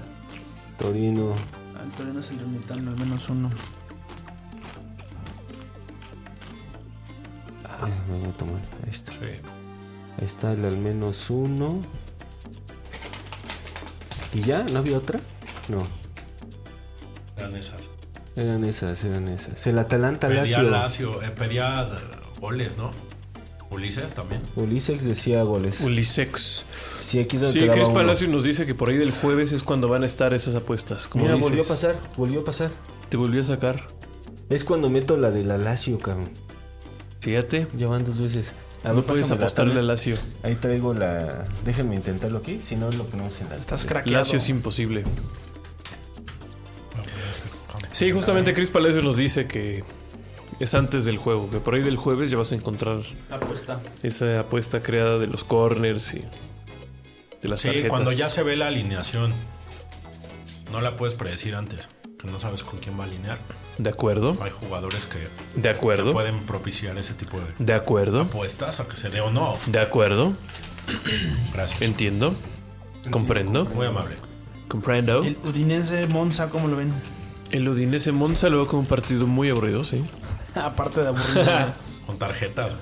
Speaker 3: Torino.
Speaker 6: Ah, el Torino es el ermitaño, al menos uno.
Speaker 3: Ah, me voy a tomar. Ahí está.
Speaker 4: Sí.
Speaker 3: Ahí está el al menos uno. ¿Y ya? ¿No había otra? No.
Speaker 4: Eran esas.
Speaker 3: Eran esas, eran esas. El Atalanta
Speaker 4: Pedía
Speaker 3: Lazio.
Speaker 4: Lazio, eh, pedía eh, goles, ¿no? Ulises también.
Speaker 3: Ulises decía goles.
Speaker 2: Ulisex.
Speaker 3: sí, aquí es donde
Speaker 2: Sí,
Speaker 3: te daba
Speaker 2: Cris
Speaker 3: uno.
Speaker 2: Palacio nos dice que por ahí del jueves es cuando van a estar esas apuestas. Como
Speaker 3: Mira,
Speaker 2: dices,
Speaker 3: volvió a pasar, volvió a pasar.
Speaker 2: Te volvió a sacar.
Speaker 3: Es cuando meto la de la Lazio, cabrón.
Speaker 2: Fíjate.
Speaker 3: Ya van dos veces. A
Speaker 2: no puedes
Speaker 3: pásamela
Speaker 2: apostarle al
Speaker 3: también.
Speaker 2: Lazio.
Speaker 3: Ahí traigo la... Déjenme intentarlo aquí, si no lo ponemos en la...
Speaker 6: Estás craqueado.
Speaker 2: Lazio es imposible. Ah, este, Sí, justamente Cris Palacio nos dice que es antes del juego, que por ahí del jueves ya vas a encontrar
Speaker 6: Apuesta.
Speaker 2: esa apuesta creada de los corners y de las
Speaker 4: Sí,
Speaker 2: tarjetas.
Speaker 4: cuando ya se ve la alineación. No la puedes predecir antes. Que no sabes con quién va a alinear.
Speaker 2: De acuerdo,
Speaker 4: Hay jugadores que
Speaker 2: de acuerdo,
Speaker 4: pueden propiciar ese tipo de
Speaker 2: de acuerdo,
Speaker 4: apuestas a que se dé o no.
Speaker 2: de acuerdo.
Speaker 4: Gracias.
Speaker 2: Entiendo, comprendo,
Speaker 4: Muy amable.
Speaker 2: comprendo.
Speaker 6: El Udinese Monza, ¿cómo lo ven?
Speaker 2: El Udinese Monza lo veo como un partido muy aburrido, sí.
Speaker 6: Aparte de aburrido.
Speaker 4: Con tarjetas.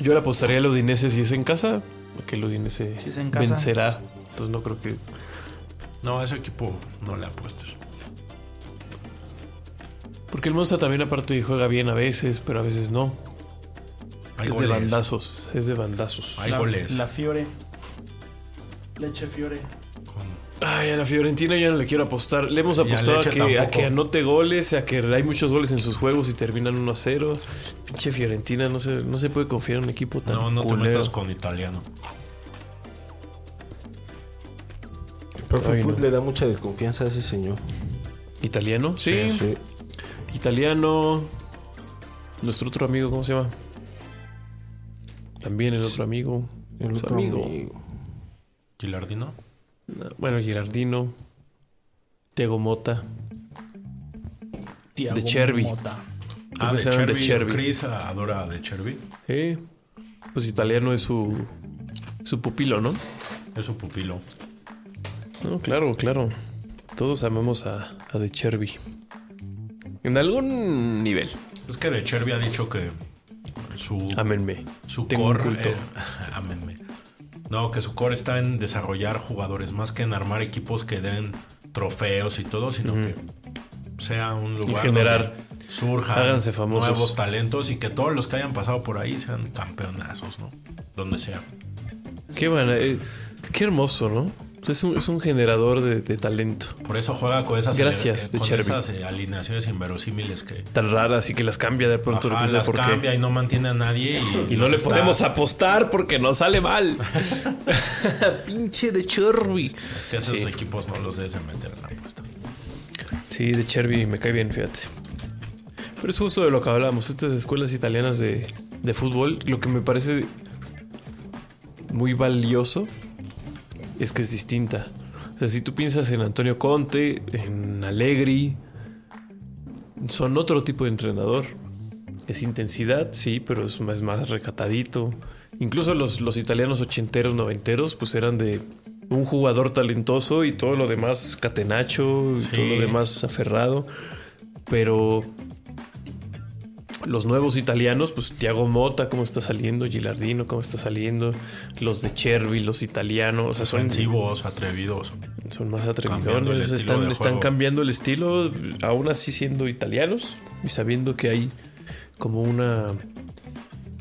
Speaker 2: Yo le apostaría al Udinese si es en casa, que el Udinese
Speaker 6: Si es en casa.
Speaker 2: vencerá. Entonces no creo que
Speaker 4: No, ese equipo no le apuestas.
Speaker 2: Porque el Monza también aparte juega bien a veces, pero a veces no.
Speaker 4: Hay
Speaker 2: es de
Speaker 4: goles.
Speaker 2: bandazos, es de bandazos.
Speaker 4: Hay
Speaker 6: la,
Speaker 4: goles.
Speaker 6: La Fiore. Leche Fiore.
Speaker 4: Con-
Speaker 2: Ay, a la Fiorentina ya no le quiero apostar. Le hemos
Speaker 4: Y a
Speaker 2: apostado a
Speaker 4: Leche
Speaker 2: que, a
Speaker 4: tampoco.
Speaker 2: que anote goles, a que hay muchos goles en sus juegos y terminan 1 a 0. Pinche Fiorentina, no se, no se puede confiar en un equipo tan
Speaker 4: No, no te
Speaker 2: culero.
Speaker 4: metas con italiano.
Speaker 3: Profe
Speaker 2: Ay,
Speaker 3: Food
Speaker 2: no.
Speaker 3: le da mucha desconfianza a ese señor.
Speaker 2: ¿Italiano? Sí.
Speaker 3: Sí.
Speaker 2: Italiano. Nuestro otro amigo, ¿cómo se llama? También el otro amigo.
Speaker 3: El
Speaker 2: Su
Speaker 3: otro
Speaker 2: amigo.
Speaker 3: amigo.
Speaker 4: Gilardino.
Speaker 2: Bueno, Girardino. Tego Mota.
Speaker 6: Thiago
Speaker 2: De Chervi.
Speaker 6: Mota.
Speaker 4: Ah, de
Speaker 2: se llaman de
Speaker 4: Cherby.
Speaker 2: Cherby.
Speaker 4: Chris adora de Cherby.
Speaker 2: Sí. Pues italiano es su, su pupilo, ¿no?
Speaker 4: Es su pupilo.
Speaker 2: No, claro, claro. Todos amamos a, a De Cherby. En algún nivel.
Speaker 4: Es que de Cherby ha dicho que su,
Speaker 2: Ámenme.
Speaker 4: su
Speaker 2: Tengo un
Speaker 4: core.
Speaker 2: culto.
Speaker 4: eh, ámenme. No, que su core está en desarrollar jugadores más que en armar equipos que den trofeos y todo, sino que sea un lugar donde
Speaker 2: generar.
Speaker 4: surjan
Speaker 2: Háganse famosos.
Speaker 4: nuevos talentos y que todos los que hayan pasado por ahí sean campeonazos, ¿no? Donde sea.
Speaker 2: Qué, buena- eh, qué hermoso, ¿no? Es un, es un generador de, de talento.
Speaker 4: Por eso juega con esas,
Speaker 2: Gracias,
Speaker 4: eh,
Speaker 2: de
Speaker 4: con
Speaker 2: Cherby.
Speaker 4: esas eh, alineaciones inverosímiles que
Speaker 2: Tan rara, así que las cambia de pronto. no
Speaker 4: ajá,
Speaker 2: quién sabe
Speaker 4: las
Speaker 2: por qué.
Speaker 4: cambia y no mantiene a nadie. Y,
Speaker 2: Y no
Speaker 4: los
Speaker 2: le
Speaker 4: está-
Speaker 2: podemos apostar porque no sale mal. Pinche De Cherby.
Speaker 4: Es que esos
Speaker 2: Sí.
Speaker 4: equipos no los debes de meter en la apuesta.
Speaker 2: Sí, de Cherby me cae bien, fíjate. Pero es justo de lo que hablábamos, estas escuelas italianas de, de fútbol, lo que me parece muy valioso es que es distinta. O sea, si tú piensas en Antonio Conte, en Allegri, son otro tipo de entrenador. Es intensidad, sí, pero es más, más recatadito. Incluso los, los italianos ochenteros, noventeros, pues eran de un jugador talentoso y todo lo demás catenacho, y
Speaker 4: Sí.
Speaker 2: todo lo demás aferrado. Pero los nuevos italianos, pues Tiago Mota, cómo está saliendo, Gilardino, cómo está saliendo, los de Chervi, los italianos, o sea, son,
Speaker 4: Ofensivos, atrevidos.
Speaker 2: son más
Speaker 4: Cambiando el
Speaker 2: atrevidones,
Speaker 4: estilo
Speaker 2: están,
Speaker 4: de
Speaker 2: están
Speaker 4: juego.
Speaker 2: cambiando el estilo, aún así siendo italianos y sabiendo que hay como una,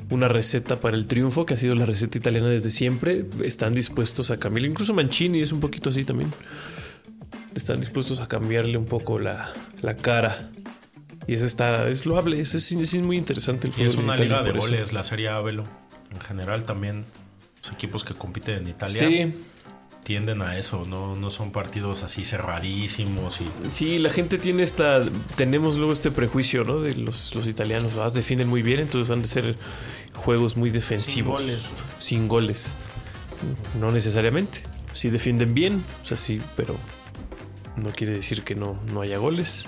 Speaker 2: una receta para el triunfo, que ha sido la receta italiana desde siempre, están dispuestos a cambiar, incluso Mancini es un poquito así también, están dispuestos a cambiarle un poco la, la cara. Y eso está, es loable, eso es, es muy interesante el
Speaker 4: Y
Speaker 2: fútbol.
Speaker 4: es
Speaker 2: en
Speaker 4: una
Speaker 2: Italia
Speaker 4: liga de
Speaker 2: por eso.
Speaker 4: goles, la Serie A, velo. En general también los equipos que compiten en Italia
Speaker 2: Sí,
Speaker 4: tienden a eso, no, no son partidos así cerradísimos y
Speaker 2: Sí, la gente tiene esta. Tenemos luego este prejuicio, ¿no? De los, los italianos. Ah, defienden muy bien, entonces han de ser juegos muy defensivos.
Speaker 6: Sin goles.
Speaker 2: Sin goles. No necesariamente. sí defienden bien, o sea, sí, pero no quiere decir que no, no haya goles.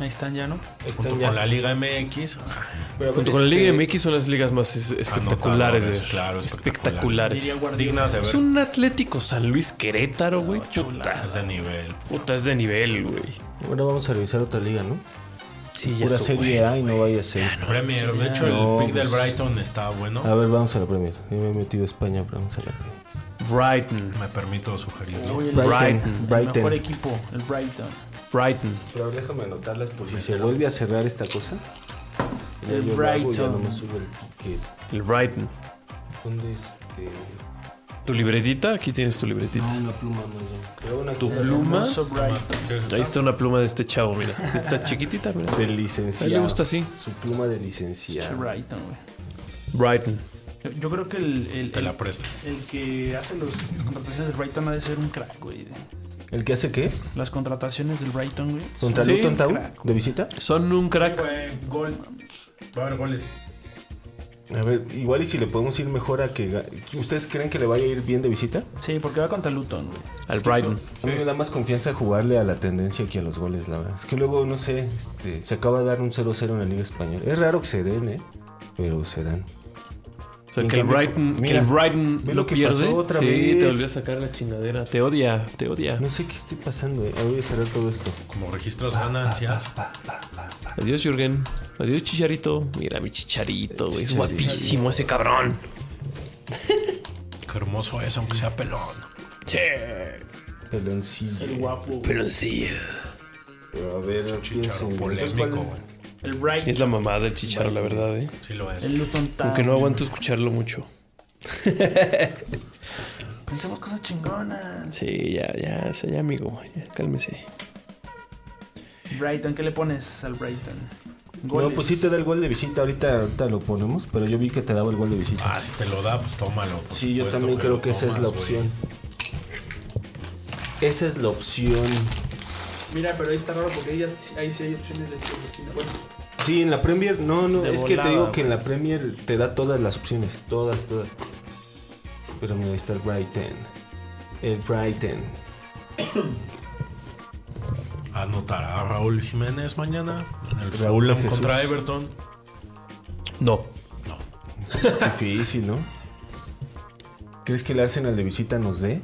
Speaker 6: Ahí están ya, ¿no?
Speaker 3: Están
Speaker 4: Junto
Speaker 3: ya.
Speaker 4: con la Liga MX.
Speaker 3: Pero a ver,
Speaker 2: Junto con la
Speaker 3: este,
Speaker 2: Liga MX son las ligas más es- espectaculares.
Speaker 4: Anotadores,
Speaker 2: de-
Speaker 4: claro,
Speaker 2: espectaculares.
Speaker 6: Diría Guardiola.
Speaker 4: Dignas de
Speaker 2: Es
Speaker 4: ver.
Speaker 2: un Atlético San Luis Querétaro, güey.
Speaker 4: Chula.
Speaker 2: Puta,
Speaker 4: Es de nivel.
Speaker 2: puta, es de nivel, güey.
Speaker 3: Ahora vamos a revisar otra liga, ¿no?
Speaker 2: Sí,
Speaker 3: Pura
Speaker 2: estuvo,
Speaker 3: Serie
Speaker 2: güey.
Speaker 3: A y no vaya a ser.
Speaker 4: Premier. De hecho,
Speaker 3: No,
Speaker 4: el pick del
Speaker 3: pues-
Speaker 4: Brighton está bueno.
Speaker 3: A ver, vamos a la Premier. Yo me he metido a España, pero vamos a la Premier.
Speaker 2: Brighton,
Speaker 4: Me permito sugerirlo.
Speaker 6: Oye, el
Speaker 2: Brighton.
Speaker 6: el mejor
Speaker 3: Brighton.
Speaker 6: equipo, el Brighton.
Speaker 2: Brighton.
Speaker 3: Pero déjame anotar las posiciones. Si se le olvida cerrar esta cosa.
Speaker 6: El
Speaker 3: yo lo hago y ya
Speaker 6: Brighton.
Speaker 3: no me sube el ticket.
Speaker 2: El Brighton.
Speaker 3: ¿Dónde este?
Speaker 2: ¿Tu libretita? Aquí tienes tu libretita.
Speaker 3: No, la pluma no. ya. Pero bueno,
Speaker 2: Este. Tu
Speaker 3: aquí-
Speaker 2: pluma.
Speaker 6: Hermoso Brighton.
Speaker 2: Ahí está una pluma de este chavo, mira. Está chiquitita, mira.
Speaker 3: De
Speaker 2: A
Speaker 3: licenciado.
Speaker 2: él le gusta así.
Speaker 3: Su pluma de
Speaker 6: Che,
Speaker 3: licenciado.
Speaker 6: Brighton, güey.
Speaker 2: Brighton.
Speaker 6: Yo- Yo creo que el, el,
Speaker 4: Te la
Speaker 6: el,
Speaker 4: presto.
Speaker 6: el que hace los- las contrataciones del Brighton ha de ser un crack, güey.
Speaker 3: ¿El que hace qué?
Speaker 6: Las contrataciones del Brighton, güey.
Speaker 3: ¿Contra
Speaker 2: Sí.
Speaker 3: Luton Town?
Speaker 6: Crack.
Speaker 3: ¿De visita?
Speaker 2: Son un crack.
Speaker 4: Güey, gol. Va a haber goles.
Speaker 3: A ver, igual y si le podemos ir mejor a que... ga- ¿Ustedes creen que le vaya a ir bien de visita?
Speaker 6: Sí, porque va contra Luton, güey.
Speaker 2: Al Brighton.
Speaker 3: A mí me da más confianza jugarle a la tendencia que a los goles, la verdad. Es que luego, no sé, este, se acaba de dar un 0-0 en la Liga Española. Es raro que se den, ¿eh? Pero se dan.
Speaker 2: O sea,
Speaker 3: En
Speaker 2: que el
Speaker 3: cambio,
Speaker 2: Brighton, que
Speaker 3: mira,
Speaker 2: el Brighton
Speaker 3: ve
Speaker 2: lo,
Speaker 3: lo que
Speaker 2: pierde.
Speaker 3: pasó otra
Speaker 2: sí,
Speaker 3: vez.
Speaker 2: te volvió a sacar la chingadera. Te odia, te odia.
Speaker 3: No sé qué esté pasando, ¿eh? Ahora Voy a cerrar todo esto.
Speaker 4: Como registras ganancias.
Speaker 2: Adiós, Jürgen. Adiós, Chicharito. Mira mi Chicharito, güey. Es guapísimo ese cabrón.
Speaker 4: Qué hermoso es, aunque sea pelón.
Speaker 3: Peloncillo.
Speaker 6: El guapo. güey.
Speaker 2: Pero sí.
Speaker 3: Pero a ver,
Speaker 4: Claro,
Speaker 3: piensen. ¿Ustedes
Speaker 4: polémico,
Speaker 3: cuál-
Speaker 4: güey.
Speaker 6: El
Speaker 2: Es
Speaker 6: Brighton.
Speaker 2: la mamada del Chicharo, la verdad, eh.
Speaker 4: Sí lo es.
Speaker 6: El Luton Town.
Speaker 2: Aunque no aguanto escucharlo mucho.
Speaker 6: Pensemos cosas chingonas.
Speaker 2: Sí, ya, ya, o sea, ya, amigo. Ya, cálmese.
Speaker 6: Brighton, ¿qué le pones al Brighton?
Speaker 3: No,
Speaker 6: Goles.
Speaker 3: pues sí te da el gol de visita. Ahorita, ahorita lo ponemos, pero yo vi que te daba el gol de visita.
Speaker 4: Ah, si te lo da, pues tómalo. por
Speaker 3: Sí, yo
Speaker 4: supuesto
Speaker 3: también creo
Speaker 4: lo
Speaker 3: que esa es la
Speaker 4: tomas, güey.
Speaker 3: opción. Esa es la opción.
Speaker 6: Mira, pero ahí está raro porque ahí, ya- ahí sí hay opciones de de esquina. Bueno,
Speaker 3: Sí, en la Premier, no, no,
Speaker 6: De
Speaker 3: es que te
Speaker 6: volada,
Speaker 3: digo que en la Premier te da todas las opciones, todas, todas. Pero mira, ahí está el Brighton. El Brighton.
Speaker 4: Anotará a Raúl Jiménez mañana. En el
Speaker 3: Raúl
Speaker 4: Fulham
Speaker 3: Jesús.
Speaker 4: contra Everton. Pues
Speaker 2: No.
Speaker 3: Difícil, ¿no? ¿Crees que el Arsenal de visita nos dé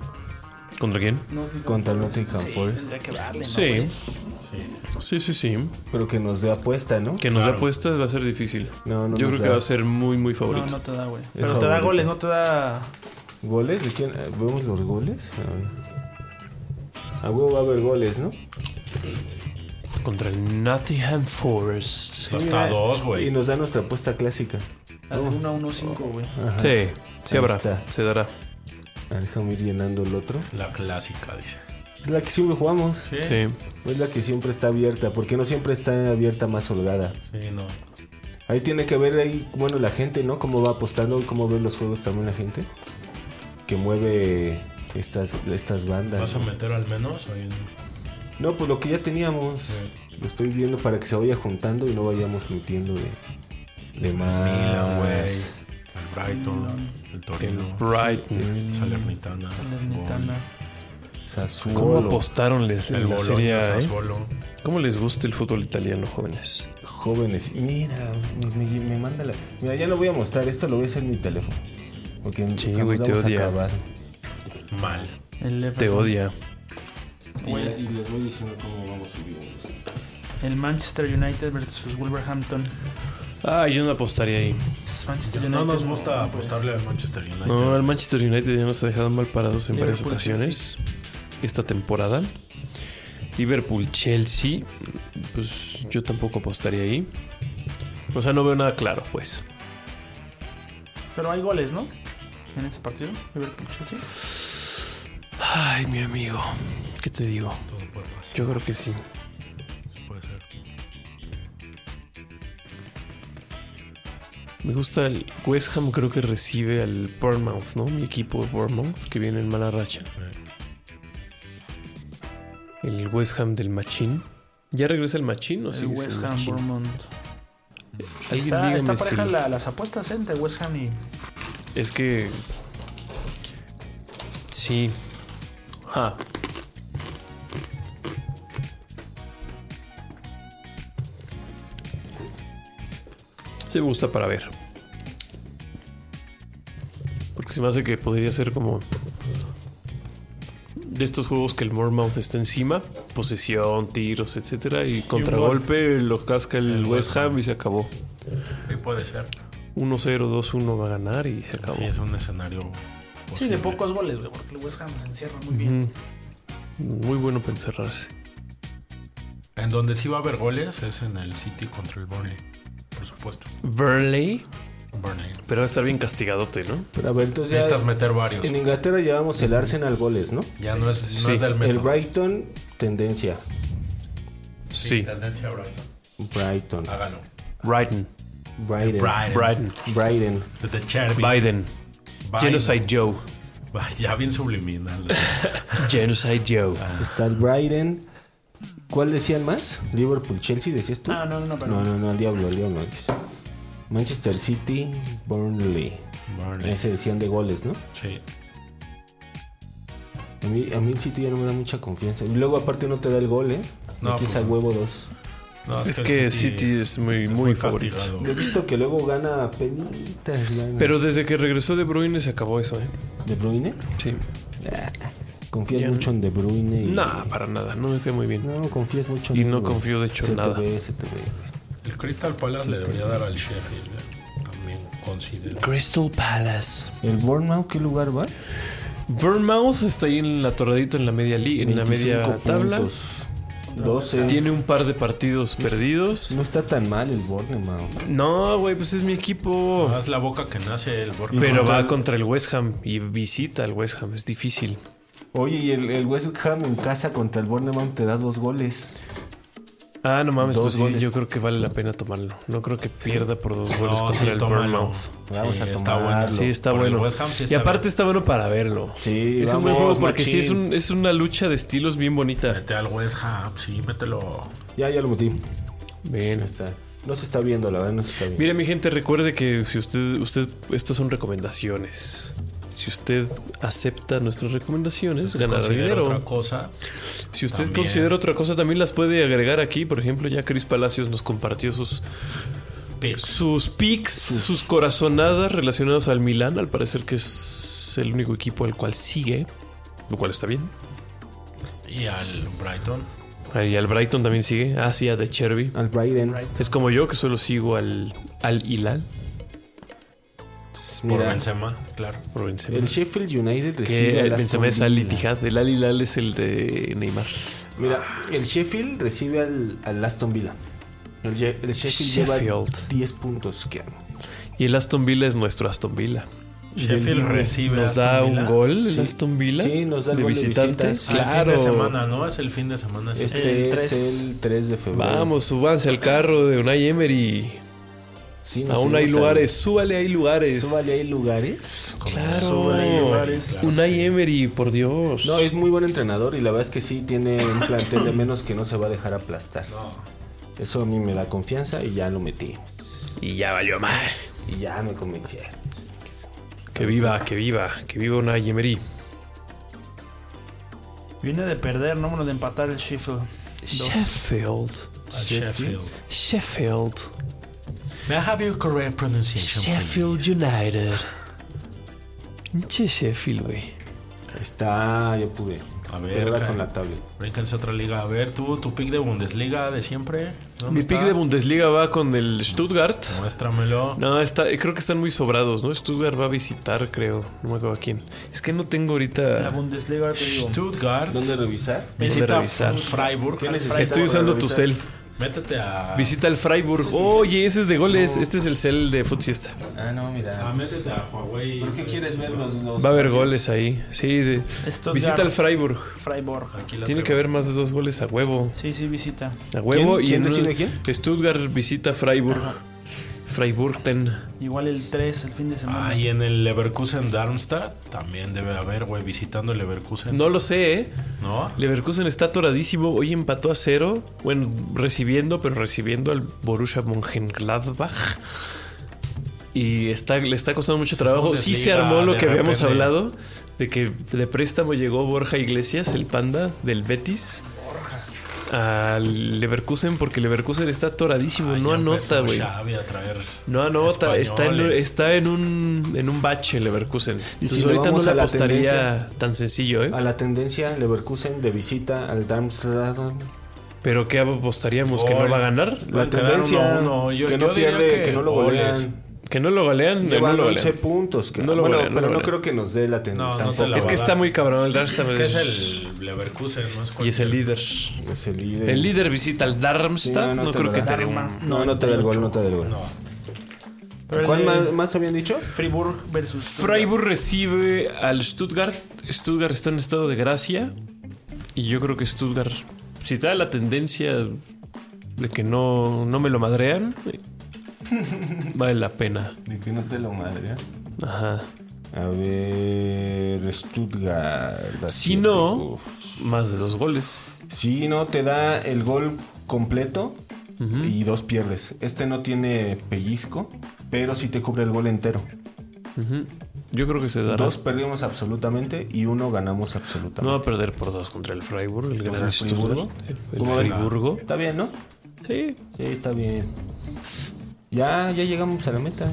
Speaker 2: ¿Contra quién?
Speaker 3: contra el Nottingham
Speaker 6: sí,
Speaker 3: Forest?
Speaker 6: tendría que darle, ¿no,
Speaker 2: Sí.
Speaker 6: güey?
Speaker 4: Sí.
Speaker 2: Sí, sí, sí.
Speaker 3: Pero que nos dé apuesta, ¿no?
Speaker 2: Que nos dé
Speaker 4: Claro.
Speaker 2: apuestas va a ser difícil.
Speaker 3: No, no
Speaker 2: Yo
Speaker 3: nos
Speaker 2: creo que
Speaker 3: da.
Speaker 2: va a ser muy, muy favorito.
Speaker 6: No, no te da, güey. Pero te da
Speaker 3: favorito.
Speaker 6: goles, no te da...
Speaker 3: ¿Goles? ¿De quién? Eh, ¿Vemos los goles? A ver. A huevo va a haber goles, ¿no?
Speaker 4: Pues
Speaker 2: Contra el Nottingham Forest.
Speaker 4: Hasta
Speaker 3: mira,
Speaker 4: dos,
Speaker 3: eh, Y
Speaker 4: güey.
Speaker 3: nos da nuestra apuesta clásica.
Speaker 6: al 1-1-5, güey.
Speaker 3: Ajá.
Speaker 2: Sí, sí
Speaker 3: Ahí
Speaker 2: habrá.
Speaker 3: está.
Speaker 2: Se dará.
Speaker 3: Ah, Déjame ir llenando el otro.
Speaker 4: La clásica, dice.
Speaker 3: Es la que siempre jugamos.
Speaker 4: Sí. Sí,
Speaker 2: Sí.
Speaker 3: Es la que siempre está abierta. Porque no siempre está abierta más holgada.
Speaker 4: no.
Speaker 3: Ahí tiene que ver ahí, bueno, la gente, ¿no? Cómo va apostando y cómo ve los juegos también la gente. Que mueve estas, estas bandas.
Speaker 4: ¿Vas a meter al menos? eh, Oye,
Speaker 3: No, pues lo que ya teníamos. Lo estoy viendo para que se vaya juntando y no vayamos metiendo de, de
Speaker 4: Milan, güey.
Speaker 3: más.
Speaker 4: El Brighton. El
Speaker 2: El
Speaker 4: Torino.
Speaker 2: Brighton.
Speaker 4: Salernitana.
Speaker 6: Salernitana.
Speaker 3: Sassuolo.
Speaker 2: ¿Cómo apostaron les
Speaker 4: Gol.
Speaker 2: en
Speaker 4: El
Speaker 2: la
Speaker 4: Bolonia,
Speaker 2: serie A, eh?
Speaker 4: Sassuolo.
Speaker 2: ¿Cómo les gusta el fútbol italiano, jóvenes?
Speaker 3: Jóvenes, mira, me, me- me manda la. Mira, ya lo voy a mostrar, esto lo voy a hacer en mi teléfono. Porque
Speaker 2: Sí,
Speaker 3: nos
Speaker 2: güey, te
Speaker 3: vamos a
Speaker 2: odia.
Speaker 3: acabar.
Speaker 4: Mal.
Speaker 6: El
Speaker 2: Te
Speaker 6: Everton.
Speaker 2: odia.
Speaker 3: Y, y les voy diciendo cómo vamos subiendo.
Speaker 6: El Manchester United versus Wolverhampton.
Speaker 2: Ah, yo no apostaría ahí.
Speaker 6: Manchester United.
Speaker 4: No nos gusta apostarle al Manchester United.
Speaker 2: No, el Manchester United ya nos ha dejado mal parados en varias
Speaker 6: Liverpool,
Speaker 2: ocasiones esta temporada. Liverpool, Chelsea, pues yo tampoco apostaría ahí. O sea, no veo nada claro, pues.
Speaker 6: Pero hay goles, ¿no? En ese partido. Liverpool Chelsea.
Speaker 2: Ay, mi amigo, ¿qué te digo?
Speaker 4: Todo puede pasar.
Speaker 2: Yo creo que sí.
Speaker 4: Puede ser.
Speaker 2: Me gusta el West Ham, creo que recibe al Bournemouth, ¿no? Mi equipo de Bournemouth, que viene en mala racha. El West Ham del Machín. ¿Ya regresa el Machín o
Speaker 6: el
Speaker 2: sigue
Speaker 6: West
Speaker 2: siendo
Speaker 6: Ham,
Speaker 2: Machín?
Speaker 6: Bournemouth.
Speaker 2: Alguien
Speaker 6: Está,
Speaker 2: dígame
Speaker 6: está
Speaker 2: si
Speaker 6: pareja
Speaker 2: lo-
Speaker 6: la- las apuestas ¿eh? entre West Ham y.
Speaker 2: Es que. Sí. Ah, Se me gusta para ver. Porque se me hace que podría ser como. De estos juegos que el Mormouth está encima, posesión, tiros, etcétera, y contragolpe lo casca el,
Speaker 4: El
Speaker 2: West Ham y se acabó.
Speaker 4: ¿Qué puede ser?
Speaker 2: 1-0, 2-1 va a ganar y se acabó.
Speaker 4: Sí, es un escenario.
Speaker 6: Sí, de
Speaker 4: posible.
Speaker 6: pocos goles, güey, porque el West Ham se encierra muy bien.
Speaker 2: Muy bueno para encerrarse.
Speaker 4: En donde sí va a haber goles es en el City contra el Burnley. Por supuesto.
Speaker 2: Burnley,
Speaker 4: Burnley.
Speaker 2: pero va a estar bien castigadote, ¿no?
Speaker 3: Pero a ver, entonces ya-
Speaker 4: Necesitas meter varios.
Speaker 3: en Inglaterra llevamos el Arsenal goles, ¿no?
Speaker 4: Ya no es, no
Speaker 2: Sí,
Speaker 4: es del
Speaker 3: El
Speaker 4: método.
Speaker 3: Brighton, tendencia.
Speaker 2: Sí,
Speaker 4: Tendencia a Brighton.
Speaker 3: Brighton.
Speaker 4: Hágalo.
Speaker 2: Brighton,
Speaker 3: Brighton.
Speaker 4: Brighton.
Speaker 2: Ah, Brighton,
Speaker 3: Brighton.
Speaker 4: De The Cherby.
Speaker 2: Biden, Genocide Joe,
Speaker 4: Biden. Ya bien subliminal.
Speaker 2: Genocide Joe.
Speaker 3: Está el Brighton. ¿Cuál decían más? Liverpool, Chelsea, decías tú.
Speaker 6: Ah, no, no, no, pero-
Speaker 3: No, no, no, al diablo, al diablo. Manchester City, Burnley.
Speaker 4: Burnley.
Speaker 3: Ese decían de goles, ¿no?
Speaker 4: Sí.
Speaker 3: A mí, a mí el City ya no me da mucha confianza. Y luego aparte no te da el gol, ¿eh?
Speaker 4: No,
Speaker 3: Aquí es
Speaker 4: pues
Speaker 3: a
Speaker 4: no.
Speaker 3: huevo dos.
Speaker 4: No,
Speaker 2: Es que
Speaker 4: el
Speaker 2: City es muy,
Speaker 4: es
Speaker 2: muy favorito.
Speaker 4: castigado.
Speaker 3: Yo he visto que luego gana penitas. gana.
Speaker 2: Pero desde que regresó De Bruyne se acabó eso, ¿eh?
Speaker 3: ¿De Bruyne?
Speaker 2: Sí.
Speaker 3: ¿Confías
Speaker 2: Ya no.
Speaker 3: mucho en De Bruyne? y-
Speaker 2: Nada, para nada. No me cae muy bien.
Speaker 3: No, confías mucho
Speaker 2: Y
Speaker 3: en él,
Speaker 2: no
Speaker 3: güey.
Speaker 2: confío, de hecho,
Speaker 3: Se te
Speaker 2: nada.
Speaker 3: ve, se te ve.
Speaker 4: El Crystal Palace le debería dar al Sheffield. eh. También considero.
Speaker 2: Crystal Palace.
Speaker 3: ¿El Bournemouth qué lugar va?
Speaker 2: Bournemouth está ahí en la torradito en la media li- en la
Speaker 3: 25
Speaker 2: media tabla.
Speaker 3: puntos. 12.
Speaker 2: Tiene un par de partidos perdidos.
Speaker 3: No está tan mal el Bournemouth.
Speaker 2: No, güey, pues es mi equipo.
Speaker 4: Haz la boca que nace el Borja.
Speaker 2: Pero va contra el West Ham y visita al West Ham. Es difícil.
Speaker 3: Oye, y el, el West Ham en casa contra el Bournemouth te da dos goles.
Speaker 2: Ah, no mames,
Speaker 3: Dos
Speaker 2: pues sí,
Speaker 3: goles.
Speaker 2: yo creo que vale la pena tomarlo. No creo que pierda por dos
Speaker 4: No,
Speaker 2: goles contra
Speaker 4: sí,
Speaker 2: el
Speaker 4: tómalo.
Speaker 2: Bournemouth.
Speaker 3: Vamos
Speaker 4: Sí,
Speaker 3: a
Speaker 4: está
Speaker 3: tomarlo.
Speaker 4: bueno.
Speaker 2: Sí, está
Speaker 4: Por el
Speaker 2: bueno.
Speaker 4: West Ham sí
Speaker 2: y
Speaker 4: está
Speaker 2: aparte
Speaker 4: bien.
Speaker 2: está bueno para verlo.
Speaker 3: Sí,
Speaker 2: es un buen
Speaker 3: vamos,
Speaker 2: juego porque sí
Speaker 3: machín.
Speaker 2: es, un- es una lucha de estilos bien bonita.
Speaker 4: Mete al West Ham. Sí, mételo.
Speaker 3: Ya, ya lo metí.
Speaker 2: Bien.
Speaker 3: No está. No se está viendo, la verdad, no se está viendo.
Speaker 2: Mire, mi gente, recuerde que si usted, usted, estas son recomendaciones. Si usted acepta nuestras recomendaciones, ganará
Speaker 4: Considera
Speaker 2: dinero.
Speaker 4: otra cosa.
Speaker 2: Si usted
Speaker 4: También.
Speaker 2: considera otra cosa, también las puede agregar aquí. Por ejemplo, ya Cris Palacios nos compartió sus,
Speaker 4: Picks.
Speaker 2: sus picks, sus, corazonadas relacionadas al Milán. Al parecer que es el único equipo al cual sigue, lo cual está bien.
Speaker 4: Y al Brighton.
Speaker 2: Ah, Y al Brighton también sigue. Ah, sí, a De Cherby.
Speaker 3: Al Brighton.
Speaker 2: Es como yo que solo sigo al, al Hilal
Speaker 4: Por
Speaker 3: Mira,
Speaker 4: Benzema, claro.
Speaker 2: por Benzema.
Speaker 3: el Sheffield United recibe
Speaker 2: Que
Speaker 3: al
Speaker 2: el
Speaker 3: Aston
Speaker 2: Benzema es al
Speaker 3: Villa.
Speaker 2: Ittihad. El al Hilal es el de Neymar.
Speaker 3: Mira, el Sheffield recibe al, al Aston Villa. El, Ye- el Sheffield, lleva
Speaker 2: Sheffield.
Speaker 3: 10 puntos. Que,
Speaker 2: Y el Aston Villa es nuestro Aston Villa.
Speaker 4: Sheffield recibe.
Speaker 2: Nos
Speaker 4: Aston
Speaker 2: da
Speaker 4: Villa.
Speaker 2: un gol
Speaker 3: Sí.
Speaker 2: el Aston Villa.
Speaker 3: Sí, nos da el
Speaker 2: de
Speaker 3: gol de
Speaker 2: visitante.
Speaker 3: visita, sí.
Speaker 4: El fin de
Speaker 2: Claro.
Speaker 4: semana, ¿no? Es el fin de semana. sí.
Speaker 3: este
Speaker 6: El
Speaker 3: es
Speaker 6: tres.
Speaker 3: el 3 de febrero.
Speaker 2: Vamos, súbanse al carro de Unai Emery.
Speaker 3: Sí, nos
Speaker 2: Aún hay
Speaker 3: subimos al-
Speaker 2: lugares, súbale, hay lugares.
Speaker 3: Súbale, hay lugares.
Speaker 2: Claro.
Speaker 4: Sobre Olivares.
Speaker 2: Unai Emery, por Dios.
Speaker 4: Pues,
Speaker 3: No, es muy buen entrenador y la verdad es que sí tiene un plantel de menos que no se va a dejar aplastar.
Speaker 4: No.
Speaker 3: Eso a mí me da confianza y ya lo metí.
Speaker 2: Y ya valió más.
Speaker 3: Y ya me convencieron.
Speaker 2: Que viva, que viva, que viva Unai Emery.
Speaker 6: Viene de perder, no, bueno, de empatar el Sheffield.
Speaker 2: Sheffield.
Speaker 4: Al Sheffield.
Speaker 2: Sheffield.
Speaker 4: May I have your correct pronunciation?
Speaker 2: Sheffield United. Pinche Sheffield, güey.
Speaker 3: Ahí Está, ya pude.
Speaker 4: A ver,
Speaker 3: Verga
Speaker 4: cae.
Speaker 3: con la tablet.
Speaker 4: Brínquense a otra liga. A ver, tú, tu pick de Bundesliga de siempre. ¿Dónde
Speaker 2: Mi
Speaker 4: está?
Speaker 2: pick de Bundesliga va con el Stuttgart.
Speaker 4: Muéstramelo.
Speaker 2: No, está, creo que están muy sobrados, ¿no? Stuttgart va a visitar, creo. No me acuerdo a quién. Es que no tengo
Speaker 6: La
Speaker 2: ahorita.
Speaker 6: Bundesliga, te digo.
Speaker 4: Stuttgart.
Speaker 3: ¿Dónde revisar?
Speaker 4: Visita
Speaker 2: revisar?
Speaker 4: Freiburg.
Speaker 3: ¿Qué necesitas?
Speaker 2: Estoy
Speaker 3: para
Speaker 2: usando tu
Speaker 3: revisar?
Speaker 2: cel.
Speaker 4: Métete a.
Speaker 2: Ah. Visita el Freiburg. Oye, ese es de goles. Este es el cel de Foot Fiesta.
Speaker 3: Ah, no,
Speaker 4: Ah,
Speaker 3: mira.
Speaker 4: métete a Huawei.
Speaker 3: ¿Por qué quieres ver los, los-
Speaker 2: Va a haber goles ahí. Sí, de-
Speaker 6: Stuttgart.
Speaker 2: visita el Freiburg.
Speaker 6: Freiburg.
Speaker 4: Aquí la
Speaker 2: Tiene que
Speaker 4: traigo.
Speaker 2: haber más de dos goles a huevo.
Speaker 6: Sí, sí, visita.
Speaker 2: A huevo.
Speaker 3: ¿Quién- quién
Speaker 2: y en
Speaker 3: recibe
Speaker 2: un-
Speaker 3: quién?
Speaker 2: Stuttgart visita Freiburg. Freiburgten.
Speaker 6: Igual el 3 el fin de semana.
Speaker 4: Ah, y en el Leverkusen Darmstadt también debe haber, güey, visitando el Leverkusen.
Speaker 2: No lo sé, ¿eh?
Speaker 4: ¿No?
Speaker 2: Leverkusen está atoradísimo. Hoy empató a cero. Bueno, recibiendo, pero recibiendo al Borussia Mönchengladbach. Y está, le está costando mucho trabajo. Sí se
Speaker 3: Pues
Speaker 4: Bundesliga,
Speaker 2: armó lo
Speaker 4: de
Speaker 2: que habíamos
Speaker 4: repente.
Speaker 2: hablado de que de préstamo llegó Borja Iglesias, el panda del Betis. Al Leverkusen, porque Leverkusen está atoradísimo, no anota, güey. No anota, está en, está en un en un bache Leverkusen. Entonces
Speaker 3: si le
Speaker 2: ahorita no
Speaker 3: vamos
Speaker 2: le
Speaker 3: a la
Speaker 2: apostaría
Speaker 3: tendencia-
Speaker 2: tan sencillo, ¿eh?
Speaker 3: A la tendencia, Leverkusen de visita al Darmstadt.
Speaker 2: Pero ¿qué apostaríamos? ¿Que no
Speaker 4: Gol.
Speaker 2: va a ganar?
Speaker 3: La
Speaker 4: Quedaron uno
Speaker 3: tendencia
Speaker 4: a uno. Yo-
Speaker 3: que no
Speaker 4: yo diría
Speaker 3: pierde,
Speaker 4: que
Speaker 3: que, no lo
Speaker 4: goles.
Speaker 3: golean.
Speaker 2: ¿Que no lo golean? Eh,
Speaker 3: Llevan
Speaker 2: no lo
Speaker 3: 11
Speaker 2: golean.
Speaker 3: puntos. cara.
Speaker 2: No lo
Speaker 3: bueno,
Speaker 2: golean, no
Speaker 3: pero
Speaker 2: lo
Speaker 3: no
Speaker 2: golean.
Speaker 3: creo que nos dé la tendencia.
Speaker 4: No, no te
Speaker 3: tampoco.
Speaker 4: la
Speaker 2: Es que
Speaker 4: va a
Speaker 2: está
Speaker 4: dar.
Speaker 2: muy cabrón el Darmstadt.
Speaker 4: Es que es
Speaker 2: es-
Speaker 4: el Leverkusen, no es
Speaker 2: Y es el
Speaker 4: cualquier-
Speaker 2: líder.
Speaker 3: Es el líder.
Speaker 2: El líder visita al
Speaker 3: Sí,
Speaker 2: Darmstadt. no
Speaker 3: te
Speaker 2: creo
Speaker 3: lo
Speaker 2: que
Speaker 3: da.
Speaker 2: te dé un...
Speaker 3: No, no te da el gol, no te da el gol.
Speaker 4: No,
Speaker 6: Pero el
Speaker 3: ¿Cuál
Speaker 6: de
Speaker 3: más, más habían dicho?
Speaker 6: Friburg versus.
Speaker 2: Freiburg recibe al Stuttgart. Stuttgart está en estado de gracia. Y yo creo que Stuttgart, si te da la tendencia de que no, no me lo madrean, eh, vale la pena.
Speaker 3: De que no te lo madre.
Speaker 2: Ajá.
Speaker 3: A ver, Stuttgart.
Speaker 2: Si no, más de dos goles.
Speaker 3: Si no te da el gol completo y dos pierdes. Este no tiene pellizco, pero sí te cubre el gol entero.
Speaker 2: Ujú. Yo creo que se dará.
Speaker 3: Dos perdimos absolutamente y uno ganamos
Speaker 2: No va
Speaker 3: absolutamente.
Speaker 2: a perder por dos contra el Freiburg, el
Speaker 3: Contra
Speaker 2: gran
Speaker 3: el Friburgo.
Speaker 2: Stuttgart. El
Speaker 3: ¿Cómo ven?
Speaker 2: Friburgo.
Speaker 3: Está bien, ¿no?
Speaker 2: Sí.
Speaker 3: Sí, está bien. Ya, ya llegamos a la meta.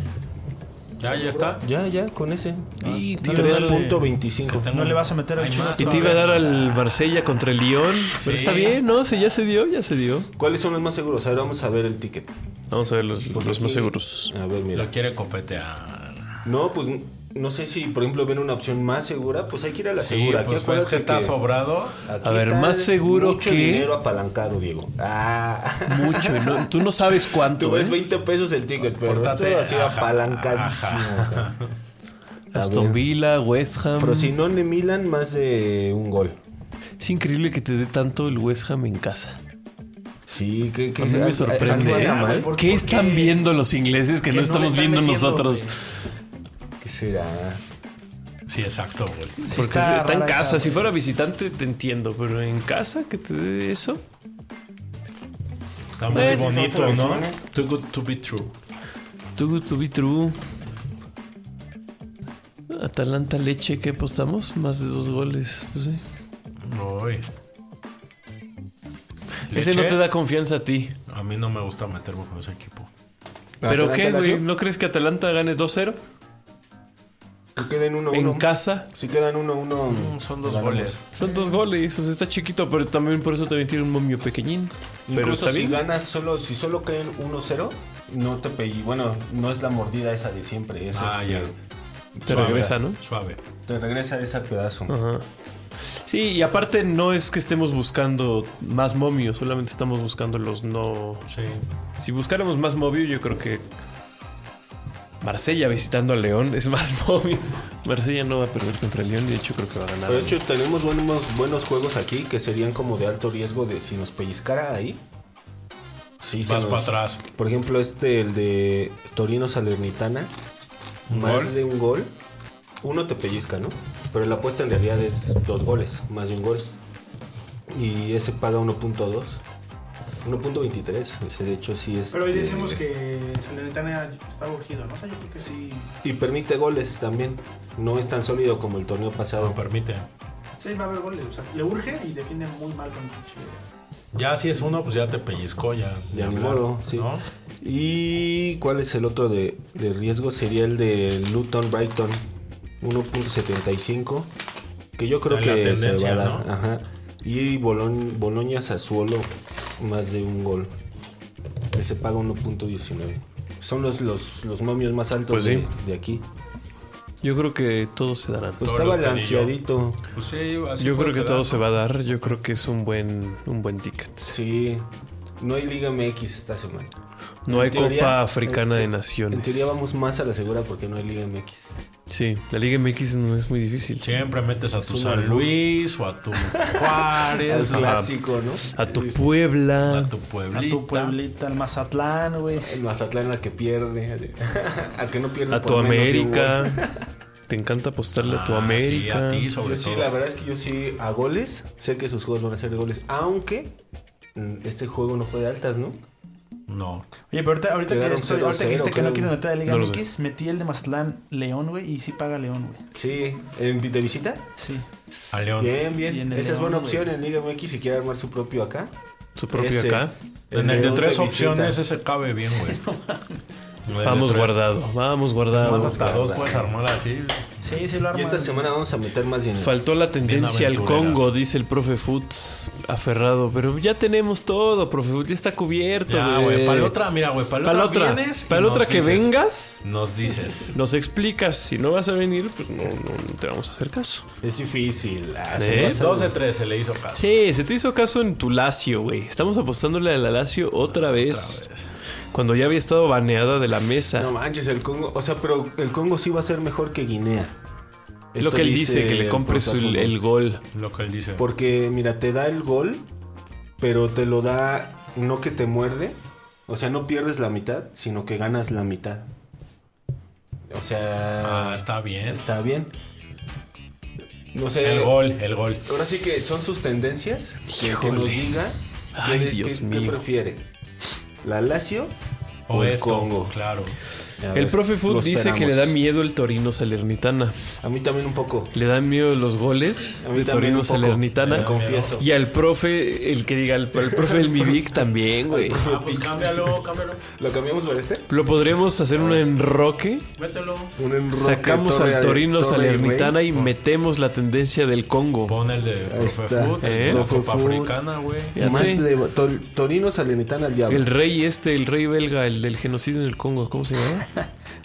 Speaker 4: ya, ya está.
Speaker 3: Ya, ya, con ese. Ah,
Speaker 2: Y te iba a dar-
Speaker 3: 3.25.
Speaker 6: No le vas a meter
Speaker 4: Hay
Speaker 6: el
Speaker 4: más.
Speaker 2: Y te iba a dar al Marsella contra el Lyon. Pero está bien, ¿no? Se, ya se dio, ya se dio.
Speaker 3: ¿Cuáles son los más seguros? A ver, vamos a ver el ticket.
Speaker 2: Vamos a ver los, los más seguros.
Speaker 3: A ver, mira.
Speaker 4: Lo quiere copetear.
Speaker 3: No, pues no sé si, por ejemplo, ven una opción más segura. Pues hay que ir a la
Speaker 4: Sí,
Speaker 3: segura. Aquí
Speaker 4: pues ves
Speaker 3: acuérdate
Speaker 4: que está
Speaker 3: que
Speaker 4: sobrado.
Speaker 3: aquí
Speaker 2: A ver,
Speaker 3: está
Speaker 2: más seguro
Speaker 3: mucho
Speaker 2: que-
Speaker 3: dinero apalancado, Diego. Ah.
Speaker 2: Mucho, y no- tú no sabes
Speaker 3: Tú
Speaker 2: cuánto.
Speaker 3: ves
Speaker 2: ¿eh?
Speaker 3: 20 pesos el ticket, pero
Speaker 4: Pórtate,
Speaker 3: esto ha sido
Speaker 4: ajá,
Speaker 3: apalancadísimo. cara.
Speaker 2: Aston Villa, West Ham.
Speaker 3: Frosinone de Milan, más de un gol.
Speaker 2: Es increíble que te dé tanto el West Ham en casa.
Speaker 3: Sí, que, que
Speaker 2: A mí me sorprende.
Speaker 3: ¿Algo
Speaker 2: ¿eh?
Speaker 3: anda mal?
Speaker 2: ¿Qué, están viendo los ingleses que, no estamos viendo nosotros?
Speaker 3: ¿Qué será?
Speaker 4: Sí, exacto, güey.
Speaker 2: Porque
Speaker 6: está
Speaker 2: está, en
Speaker 6: rara
Speaker 2: casa.
Speaker 6: esa,
Speaker 2: si
Speaker 6: güey.
Speaker 2: fuera visitante, te entiendo. Pero en casa, que te dé eso.
Speaker 4: Está muy
Speaker 2: Eh, sí,
Speaker 3: son
Speaker 4: bonito, ¿no?
Speaker 3: tradiciones.
Speaker 4: Too good to be true.
Speaker 2: Too good to be true. Atalanta Leche, ¿qué apostamos? Más de dos goles. Pues sí.
Speaker 4: Uy.
Speaker 2: Ese no
Speaker 4: Leche,
Speaker 2: te da confianza a ti.
Speaker 4: A mí no me gusta meterme con ese equipo.
Speaker 2: ¿Pero
Speaker 3: ¿Atalanta
Speaker 2: qué, güey?
Speaker 3: Lazio?
Speaker 2: ¿No crees que Atalanta gane 2-0
Speaker 3: Que queden 1-1.
Speaker 2: en casa?
Speaker 3: Si quedan 1-1.
Speaker 4: Mm, Son dos
Speaker 3: ganamos.
Speaker 4: goles.
Speaker 2: Son dos goles, o sea, está chiquito, pero también por eso también tiene un momio pequeñín. Pero
Speaker 3: Incluso
Speaker 2: está
Speaker 3: si
Speaker 2: bien.
Speaker 3: ganas solo, si solo caen 1-0, no te pedí. Bueno, no es la mordida esa de siempre. Es
Speaker 4: Ah,
Speaker 3: este,
Speaker 4: ya.
Speaker 2: Te
Speaker 4: Suave,
Speaker 2: regresa, ¿no?
Speaker 4: Suave.
Speaker 3: Te regresa ese pedazo.
Speaker 4: Ah.
Speaker 2: Ajá. Sí, y aparte no es que estemos buscando más momio, solamente estamos buscando los no.
Speaker 4: Sí.
Speaker 2: Si buscáramos más momio, yo creo que Marsella visitando a León es más momio. Marsella no va a perder contra el León, y de hecho creo que va a ganar.
Speaker 3: Pero de hecho, tenemos buenos, buenos juegos aquí que serían como de alto riesgo de si nos pellizcara ahí. Sí, se
Speaker 4: Vas
Speaker 3: nos-
Speaker 4: para atrás.
Speaker 3: Por ejemplo, este, el de Torino Salernitana.
Speaker 4: ¿Un
Speaker 3: Más
Speaker 4: gol?
Speaker 3: de un gol. Uno te pellizca, ¿no? Pero la apuesta en realidad es dos goles, más de un gol. Y ese paga 1.2. 1.23. Ese de hecho sí es.
Speaker 6: Pero hoy decimos que Salernitana está urgido, ¿no? O sea, yo creo que sí.
Speaker 3: Y permite goles también. No es tan sólido como el torneo pasado.
Speaker 4: Lo permite.
Speaker 6: Sí, va a haber goles. O sea, le urge y defiende muy mal con Chile.
Speaker 4: Ya si es uno, pues ya te pellizcó, ya.
Speaker 3: De
Speaker 4: ya,
Speaker 3: algún
Speaker 4: claro,
Speaker 3: modo, sí.
Speaker 4: ¿no?
Speaker 3: ¿Y cuál es el otro de, de riesgo? Sería el de Luton Brighton 1.75, que yo creo
Speaker 4: Está en la
Speaker 3: que se va
Speaker 4: tendencia,
Speaker 3: a dar.
Speaker 4: ¿no?
Speaker 3: Ajá. Y Bolon- Bolonia Sassuolo, más de un gol. Ese paga 1.19. Son los, los, los momios más altos
Speaker 2: Pues sí.
Speaker 3: de, de aquí.
Speaker 2: Yo creo que todos se darán.
Speaker 3: Pues
Speaker 4: Todos
Speaker 3: está
Speaker 4: los
Speaker 3: balanceadito.
Speaker 4: Pues sí, así
Speaker 2: Yo
Speaker 4: puede
Speaker 2: creo que
Speaker 4: quedar,
Speaker 2: todo se va a dar, yo creo que es un buen, un buen ticket.
Speaker 3: Sí. No hay Liga MX esta semana.
Speaker 2: No hay
Speaker 3: En teoría-
Speaker 2: Copa Africana
Speaker 3: en-
Speaker 2: de Naciones.
Speaker 3: En teoría vamos más a la segura porque no hay Liga MX.
Speaker 2: Sí, la Liga MX no es muy difícil.
Speaker 4: Siempre metes a tu
Speaker 3: una
Speaker 4: San
Speaker 3: luz.
Speaker 4: Luis o a tu Juárez,
Speaker 3: Es
Speaker 4: a,
Speaker 3: clásico, ¿no?
Speaker 2: A tu Puebla.
Speaker 4: a tu pueblito.
Speaker 6: A tu pueblita, al Mazatlán, güey.
Speaker 3: El Mazatlán a que pierde. A que no pierde.
Speaker 2: A
Speaker 3: por
Speaker 2: tu
Speaker 3: menos de un
Speaker 2: América.
Speaker 3: gol.
Speaker 2: Te encanta apostarle a tu
Speaker 4: Ah, sí,
Speaker 2: América.
Speaker 4: a ti sobre
Speaker 3: Yo sí,
Speaker 4: todo.
Speaker 3: la verdad es que yo sí a goles. Sé que sus juegos van a ser de goles. Aunque mm, este juego no fue de altas, ¿no?
Speaker 4: No.
Speaker 6: Oye, pero ahorita, ahorita que,
Speaker 3: Quedaron
Speaker 6: estoy, ahorita
Speaker 3: 0-0,
Speaker 6: que dijiste que
Speaker 3: creo.
Speaker 6: no quieres meter a Liga
Speaker 2: No lo
Speaker 6: MX, metí el de Mazatlán León, güey, y sí paga León, güey.
Speaker 3: Sí, ¿en, vi- ¿de visita?
Speaker 6: Sí.
Speaker 4: A León.
Speaker 3: Bien,
Speaker 6: Bien
Speaker 3: bien.
Speaker 6: de
Speaker 3: Esa es
Speaker 6: León,
Speaker 3: buena
Speaker 6: güey.
Speaker 3: opción en Liga MX si quiere armar su propio acá.
Speaker 2: Su propio
Speaker 3: Ese.
Speaker 2: acá.
Speaker 4: En el de
Speaker 3: León
Speaker 4: tres
Speaker 3: visita.
Speaker 4: opciones ese cabe bien, güey. En el de
Speaker 2: Vamos
Speaker 4: tres.
Speaker 2: guardado, vamos
Speaker 4: Más
Speaker 2: guardado.
Speaker 4: hasta dos puedes armar así.
Speaker 6: Sí, sí lo arma.
Speaker 3: Y esta semana vamos a meter más dinero.
Speaker 2: Faltó la tendencia al
Speaker 4: aventureras.
Speaker 2: Congo, dice el profe Futs aferrado. Pero ya tenemos todo, profe Futs, ya está cubierto.
Speaker 4: Ya, güey. Para la otra, mira, güey. Para
Speaker 2: Para
Speaker 4: la
Speaker 2: la
Speaker 4: otra.
Speaker 2: otra,
Speaker 4: vienes y
Speaker 2: para la
Speaker 4: nos
Speaker 2: otra que
Speaker 4: dices.
Speaker 2: vengas,
Speaker 4: Nos dices.
Speaker 2: nos explicas. Si no vas a venir, pues no, no- no te vamos a hacer caso.
Speaker 3: Es difícil. ah,
Speaker 2: ¿Eh?
Speaker 3: se va a
Speaker 4: Dos de
Speaker 3: hacer-
Speaker 4: tres se le hizo caso.
Speaker 2: Sí, se te hizo caso en tu Lacio, güey. Estamos apostándole a la Lacio otra vez.
Speaker 4: Otra vez.
Speaker 2: Cuando ya había estado baneada de la mesa.
Speaker 3: No manches, el Congo. O sea, pero el Congo sí va a ser mejor que Guinea.
Speaker 2: es lo
Speaker 3: Esto
Speaker 2: que él dice, que le
Speaker 3: el
Speaker 2: compres
Speaker 3: portal
Speaker 2: el,
Speaker 3: fútbol.
Speaker 2: el gol.
Speaker 4: Lo que él dice.
Speaker 3: Porque, mira, te da el gol, pero te lo da no que te muerde. O sea, no pierdes la mitad, sino que ganas la mitad. O sea,
Speaker 4: Ah, está bien.
Speaker 3: está bien. No
Speaker 2: Eh,
Speaker 3: sé.
Speaker 4: El gol, el gol.
Speaker 3: Ahora sí que son sus tendencias. Que, que
Speaker 2: Híjole.
Speaker 3: nos diga
Speaker 2: Ay,
Speaker 3: qué-
Speaker 2: Dios
Speaker 3: qué- qué
Speaker 2: mío.
Speaker 3: prefiere. ¿La Lazio
Speaker 4: O
Speaker 3: el
Speaker 4: esto,
Speaker 3: Congo?
Speaker 4: claro.
Speaker 3: A
Speaker 2: El
Speaker 3: ver,
Speaker 2: profe Food
Speaker 3: lo
Speaker 2: dice que le da
Speaker 3: esperamos.
Speaker 2: miedo el Torino Salernitana.
Speaker 3: A mí también un poco.
Speaker 2: Le dan miedo los goles
Speaker 3: A mí
Speaker 2: de
Speaker 3: también
Speaker 2: Torino
Speaker 3: un poco,
Speaker 2: Salernitana.
Speaker 3: te confieso.
Speaker 2: Y al profe, el que diga, el, el profe del Mivic también, güey.
Speaker 4: Ah, pues cámbialo, cámbialo.
Speaker 3: ¿Lo cambiamos por este?
Speaker 2: Lo podremos hacer un enroque.
Speaker 4: Mételo.
Speaker 3: Un enroque,
Speaker 2: Sacamos
Speaker 3: torre-
Speaker 2: al Torino
Speaker 3: torre y rey.
Speaker 2: Salernitana y metemos la tendencia del Congo.
Speaker 4: Pon el de Profe
Speaker 3: está.
Speaker 4: Food, el de
Speaker 2: Eh,
Speaker 4: la
Speaker 3: Profe
Speaker 4: Copa
Speaker 3: Food.
Speaker 4: Africana, güey.
Speaker 2: Fíjate.
Speaker 3: Más le- Tor- Torino Salernitana al diablo.
Speaker 2: El rey este, el rey belga, el del genocidio en el Congo, ¿cómo se llama?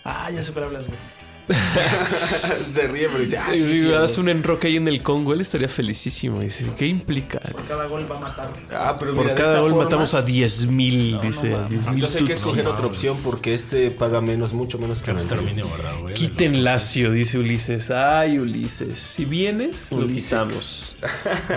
Speaker 6: Ah, ya sé cuál hablas, güey.
Speaker 3: Se ríe, pero dice, ah, sí, sí,
Speaker 2: Hace
Speaker 3: güey.
Speaker 2: un enroque ahí en el Congo, él estaría felicísimo. Dice, ¿qué implica?
Speaker 6: Cada gol va a matar, güey.
Speaker 3: Ah, pero
Speaker 2: Por
Speaker 3: mira, de
Speaker 2: cada
Speaker 3: esta
Speaker 2: gol
Speaker 3: forma,
Speaker 2: matamos a 10.000, dice. a 10.000
Speaker 3: Yo sé que
Speaker 2: tutsis.
Speaker 3: escoger otra opción porque este paga menos, mucho menos que
Speaker 4: Que
Speaker 3: el
Speaker 4: nos
Speaker 3: anterior.
Speaker 4: Pues termine, ¿verdad, güey?
Speaker 2: Quiten Lacio, dice Ulises. Ay, Ulises. Si vienes, lo
Speaker 3: Ulises.
Speaker 2: quitamos.
Speaker 4: No,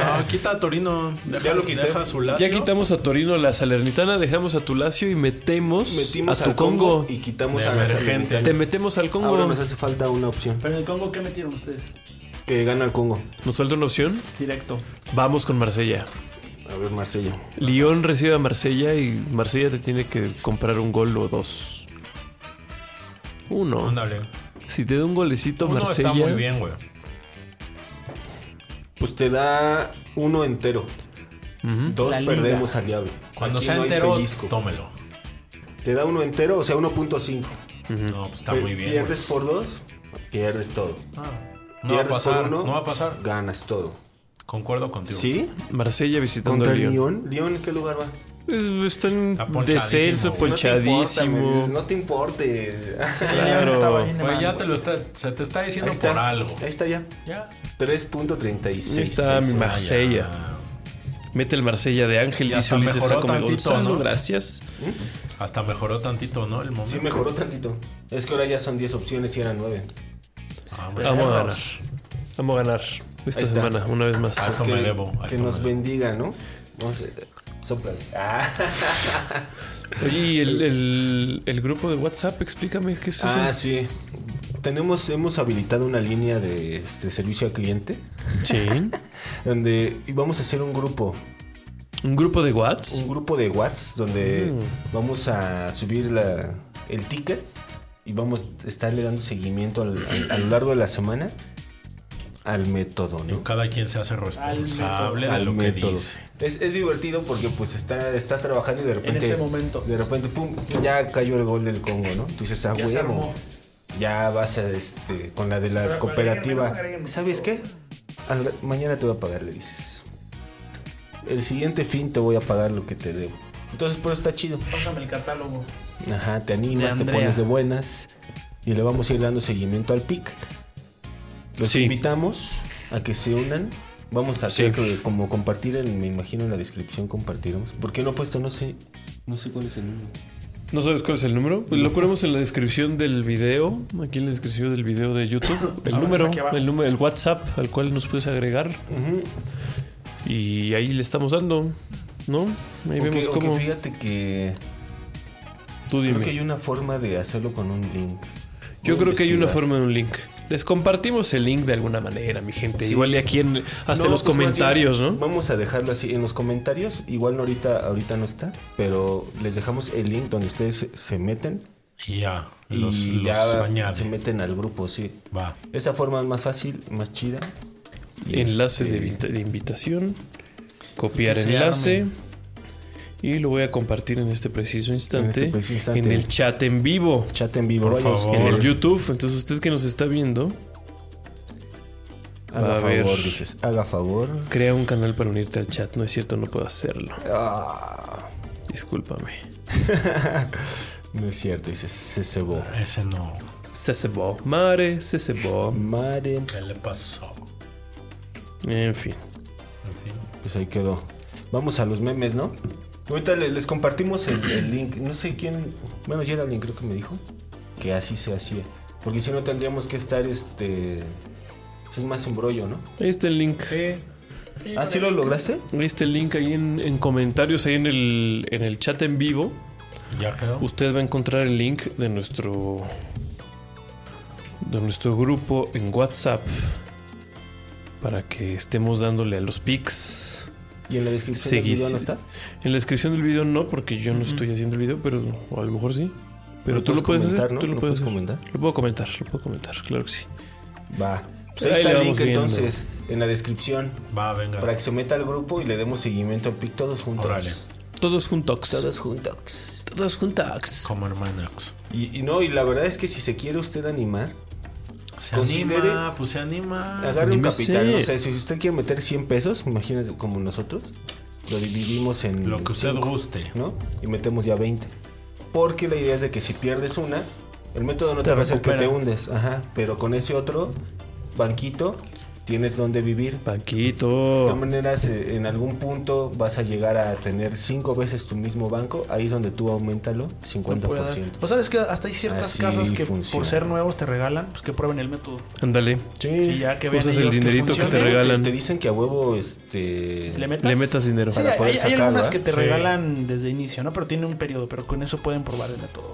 Speaker 4: Ah, quita a Torino. Deja,
Speaker 3: Ya lo quité.
Speaker 4: Deja su lazo.
Speaker 2: Ya quitamos a Torino la Salernitana, dejamos a tu Lacio y metemos
Speaker 3: Metimos
Speaker 2: a tu
Speaker 3: al
Speaker 2: Congo.
Speaker 3: y quitamos
Speaker 4: De
Speaker 3: a la
Speaker 4: emergente.
Speaker 3: Salernitana.
Speaker 2: Te metemos al Congo.
Speaker 3: Ahora nos hace falta una opción.
Speaker 6: Pero en el Congo, ¿qué metieron ustedes?
Speaker 3: Que gana el Congo.
Speaker 2: ¿Nos falta una opción?
Speaker 6: Directo.
Speaker 2: Vamos con Marsella.
Speaker 3: A ver, Marcelo.
Speaker 2: Lyon recibe a Marsella y Marsella te tiene que comprar un gol o dos. Uno.
Speaker 4: Ándale.
Speaker 2: Si te da un golecito
Speaker 4: Uno
Speaker 2: Marsella,
Speaker 4: está muy bien, güey.
Speaker 3: Pues te da uno entero. Dos
Speaker 6: La liga.
Speaker 3: perdemos al diablo.
Speaker 4: Cuando
Speaker 3: Aquí
Speaker 4: sea
Speaker 3: no hay
Speaker 4: entero,
Speaker 3: pellizco.
Speaker 4: tómelo.
Speaker 3: Te da uno entero, o sea, 1.5.
Speaker 4: No, pues está
Speaker 3: Pe-
Speaker 4: muy bien.
Speaker 3: Pierdes por dos, pierdes todo.
Speaker 4: güey. No va a
Speaker 3: Pierdes
Speaker 4: pasar.
Speaker 3: por uno,
Speaker 4: No va a pasar.
Speaker 3: ganas todo.
Speaker 4: Concuerdo contigo.
Speaker 3: ¿Sí?
Speaker 2: Marsella visitando
Speaker 3: Contra
Speaker 2: a
Speaker 3: el
Speaker 2: Lyon.
Speaker 3: Lyon. ¿Lyon en qué lugar va?
Speaker 2: Es- Está en
Speaker 4: Está ponchadísimo,
Speaker 2: descenso,
Speaker 4: güey.
Speaker 2: ponchadísimo.
Speaker 3: No te importe.
Speaker 2: Claro.
Speaker 4: Güey, ya te lo está, se te está diciendo
Speaker 3: Ahí está.
Speaker 4: por algo.
Speaker 3: Ahí está ya.
Speaker 4: Ya.
Speaker 3: 3.36.
Speaker 2: Ahí está mi
Speaker 4: Ah,
Speaker 2: Marsella.
Speaker 4: ya.
Speaker 2: Mete el Marsella de Ángel,
Speaker 4: Ya
Speaker 2: dice
Speaker 4: hasta
Speaker 2: Ulises
Speaker 4: mejoró
Speaker 2: Jacome
Speaker 4: tantito,
Speaker 2: Gonzalo.
Speaker 4: ¿no?
Speaker 2: Gracias.
Speaker 4: Hasta mejoró tantito, ¿no? El momento.
Speaker 3: Sí, mejoró tantito. Es que ahora ya son 10 opciones y eran 9.
Speaker 4: Ah, güey.
Speaker 2: Vamos a ganar. Vamos a ganar esta
Speaker 3: está.
Speaker 2: semana, una vez más.
Speaker 4: Ah, esto me
Speaker 3: que,
Speaker 4: debo. a
Speaker 3: que
Speaker 4: esto
Speaker 3: nos
Speaker 4: me debo.
Speaker 3: bendiga, ¿no? Vamos a... Sóplale. Ah,
Speaker 2: Oye, ¿y el, el- el grupo de WhatsApp, explícame qué es eso.
Speaker 3: Ah, sí. Tenemos, hemos habilitado una línea de este, servicio al cliente
Speaker 2: Sí.
Speaker 3: donde vamos a hacer un grupo,
Speaker 2: Un grupo de WhatsApp.
Speaker 3: un grupo de Whats donde vamos a subir la- el ticket y vamos a estarle dando seguimiento al- al- a lo largo de la semana al método, ¿no?
Speaker 4: Digo, Cada quien se hace responsable de
Speaker 3: al
Speaker 4: lo que
Speaker 3: método.
Speaker 4: dice.
Speaker 3: Es, es divertido porque pues está, estás trabajando y de repente...
Speaker 6: ese momento.
Speaker 3: De repente, pum, ya cayó el gol del Congo, ¿no? Tú dices, ah,
Speaker 6: Ya se
Speaker 3: huevo.
Speaker 6: armó.
Speaker 3: Ya vas a, este, con la de la
Speaker 6: Pero,
Speaker 3: cooperativa.
Speaker 6: agréguenme, agréguenme,
Speaker 3: ¿Sabes
Speaker 6: por
Speaker 3: qué? Al- mañana te voy a pagar, le dices. El siguiente fin te voy a pagar lo que te debo. Entonces, pero está chido.
Speaker 6: Pásame el catálogo.
Speaker 3: Ajá, te
Speaker 6: De
Speaker 3: animas, te
Speaker 6: Andrea.
Speaker 3: pones de buenas. Y le vamos a ir dando seguimiento al PIC. Los
Speaker 2: Sí.
Speaker 3: invitamos a que se unan. Vamos a
Speaker 2: Sí.
Speaker 3: hacer que- como compartir, en- me imagino en la descripción compartiremos. ¿Por qué no he puesto? No sé, no sé cuál es el número.
Speaker 2: ¿No sabes cuál es el número? Pues lo ponemos en la descripción del video. Aquí en la descripción del video de YouTube. El
Speaker 6: Ahora
Speaker 2: número,
Speaker 6: aquí abajo.
Speaker 2: el número, el WhatsApp al cual nos puedes agregar.
Speaker 3: Ujú.
Speaker 2: Y ahí le estamos dando, ¿no? Ahí
Speaker 3: Aunque-
Speaker 2: vemos
Speaker 3: aunque
Speaker 2: cómo.
Speaker 3: fíjate que
Speaker 2: Tú
Speaker 3: creo que hay
Speaker 2: dime.
Speaker 3: una forma de hacerlo con un link.
Speaker 2: Yo
Speaker 3: Voy a
Speaker 2: creo que hay una
Speaker 3: investigar.
Speaker 2: forma de un link. Les compartimos el link de alguna manera, mi gente.
Speaker 3: Sí.
Speaker 2: Igual de aquí en hasta
Speaker 3: No,
Speaker 2: en los
Speaker 3: pues,
Speaker 2: comentarios,
Speaker 3: más
Speaker 2: ¿no?
Speaker 3: bien, Vamos a dejarlo así en los comentarios. Igual no ahorita, ahorita no está, pero les dejamos el link donde ustedes se meten
Speaker 4: Y ya,
Speaker 3: y
Speaker 4: los, los
Speaker 3: ya
Speaker 4: añade.
Speaker 3: se meten al grupo, sí.
Speaker 4: Va.
Speaker 3: Esa forma es más fácil, más chida. Y
Speaker 2: Enlace de,
Speaker 3: este,
Speaker 2: invita- de invitación. Copiar
Speaker 6: Que se
Speaker 2: enlace.
Speaker 6: arme.
Speaker 2: Y lo voy a compartir en este preciso instante. En,
Speaker 3: este preciso instante.
Speaker 2: el chat en vivo.
Speaker 3: Chat en vivo,
Speaker 4: Por
Speaker 3: vayan
Speaker 4: favor.
Speaker 2: En
Speaker 4: Por-
Speaker 2: el YouTube. Entonces usted que nos está viendo,
Speaker 3: Haga
Speaker 2: Va a
Speaker 3: favor,
Speaker 2: ver.
Speaker 3: dices. Haga favor.
Speaker 2: crea un canal para unirte al chat. No es cierto, no puedo hacerlo.
Speaker 3: Ah,
Speaker 2: Discúlpame.
Speaker 3: no es cierto, dices. Se cebó.
Speaker 4: Ese no.
Speaker 2: Se cebó. Mare, se cebó.
Speaker 3: Mare.
Speaker 4: ¿Qué le pasó?
Speaker 2: En fin.
Speaker 4: En fin.
Speaker 3: Pues ahí quedó. Vamos a los memes, ¿no? Ahorita le- les compartimos el, el link. No sé quién. Bueno, Geraldine creo que me dijo que así se hacía. Porque si no tendríamos que estar este. Es más embrollo, ¿no?
Speaker 2: Ahí está el link.
Speaker 3: ¿Ah, sí lo lograste?
Speaker 2: Ahí está el link ahí en, en comentarios, ahí en el, en el chat en vivo.
Speaker 4: Ya quedó.
Speaker 2: Usted va a encontrar el link de nuestro de nuestro grupo en WhatsApp para que estemos dándole a los pics.
Speaker 3: Y en la descripción
Speaker 2: Seguí-
Speaker 3: del video no está.
Speaker 2: En la descripción del video no, porque yo no estoy haciendo el video, pero o a lo mejor sí. Pero
Speaker 3: Lo
Speaker 2: tú lo
Speaker 3: puedes
Speaker 2: puedes
Speaker 3: comentar,
Speaker 2: hacer,
Speaker 3: ¿no?
Speaker 2: tú lo
Speaker 3: Lo
Speaker 2: puedes
Speaker 3: puedes
Speaker 2: hacer.
Speaker 3: comentar.
Speaker 2: Lo puedo comentar, lo puedo comentar, claro que sí.
Speaker 3: Va. Pues ahí,
Speaker 2: Ahí
Speaker 3: está
Speaker 2: le
Speaker 3: el link
Speaker 2: vamos viendo.
Speaker 3: entonces, en la descripción.
Speaker 4: Va, venga.
Speaker 3: Para que se meta al grupo y le demos seguimiento al pic todos juntos.
Speaker 4: Órale.
Speaker 2: Todos juntos.
Speaker 3: Todos juntos.
Speaker 2: Todos juntos.
Speaker 4: Como hermanos.
Speaker 3: Y, y no, y la verdad es que si se quiere usted animar,
Speaker 4: Se
Speaker 3: Considere-
Speaker 4: anima, pues se anima.
Speaker 3: Agarre un
Speaker 2: Anímese.
Speaker 3: capital, no sé, si usted quiere meter 100 pesos, imagínate como nosotros, lo dividimos en...
Speaker 4: Lo que usted
Speaker 3: cinco,
Speaker 4: guste.
Speaker 3: ¿No? Y metemos ya 20. Porque la idea es de que si pierdes una, el método no te,
Speaker 6: Te
Speaker 3: va a hacer que te
Speaker 6: recupera.
Speaker 3: hundes, ajá, pero con ese otro banquito tienes donde vivir. De todas
Speaker 2: Paquito.
Speaker 3: maneras, eh, en algún punto vas a llegar a tener cinco veces tu mismo banco, ahí es donde tú aumentalo 50%.
Speaker 6: Pues sabes que hasta hay ciertas
Speaker 3: Así
Speaker 6: casas que
Speaker 3: funciona.
Speaker 6: por ser nuevos te regalan, pues que prueben el método.
Speaker 2: Ándale.
Speaker 6: Y ya que vean
Speaker 2: Usas el
Speaker 6: ellos
Speaker 2: dinerito que te
Speaker 6: funcione,
Speaker 2: regala. regalan.
Speaker 3: Te, te dicen que a huevo, este...
Speaker 6: ¿Le metas?
Speaker 2: Le metas dinero.
Speaker 6: Sí,
Speaker 3: para
Speaker 6: hay,
Speaker 3: poder
Speaker 6: hay
Speaker 3: sacar,
Speaker 6: algunas
Speaker 3: ¿verdad?
Speaker 6: que te
Speaker 4: Sí.
Speaker 6: regalan desde inicio, ¿no? Pero tiene un periodo, pero con eso pueden probar el método.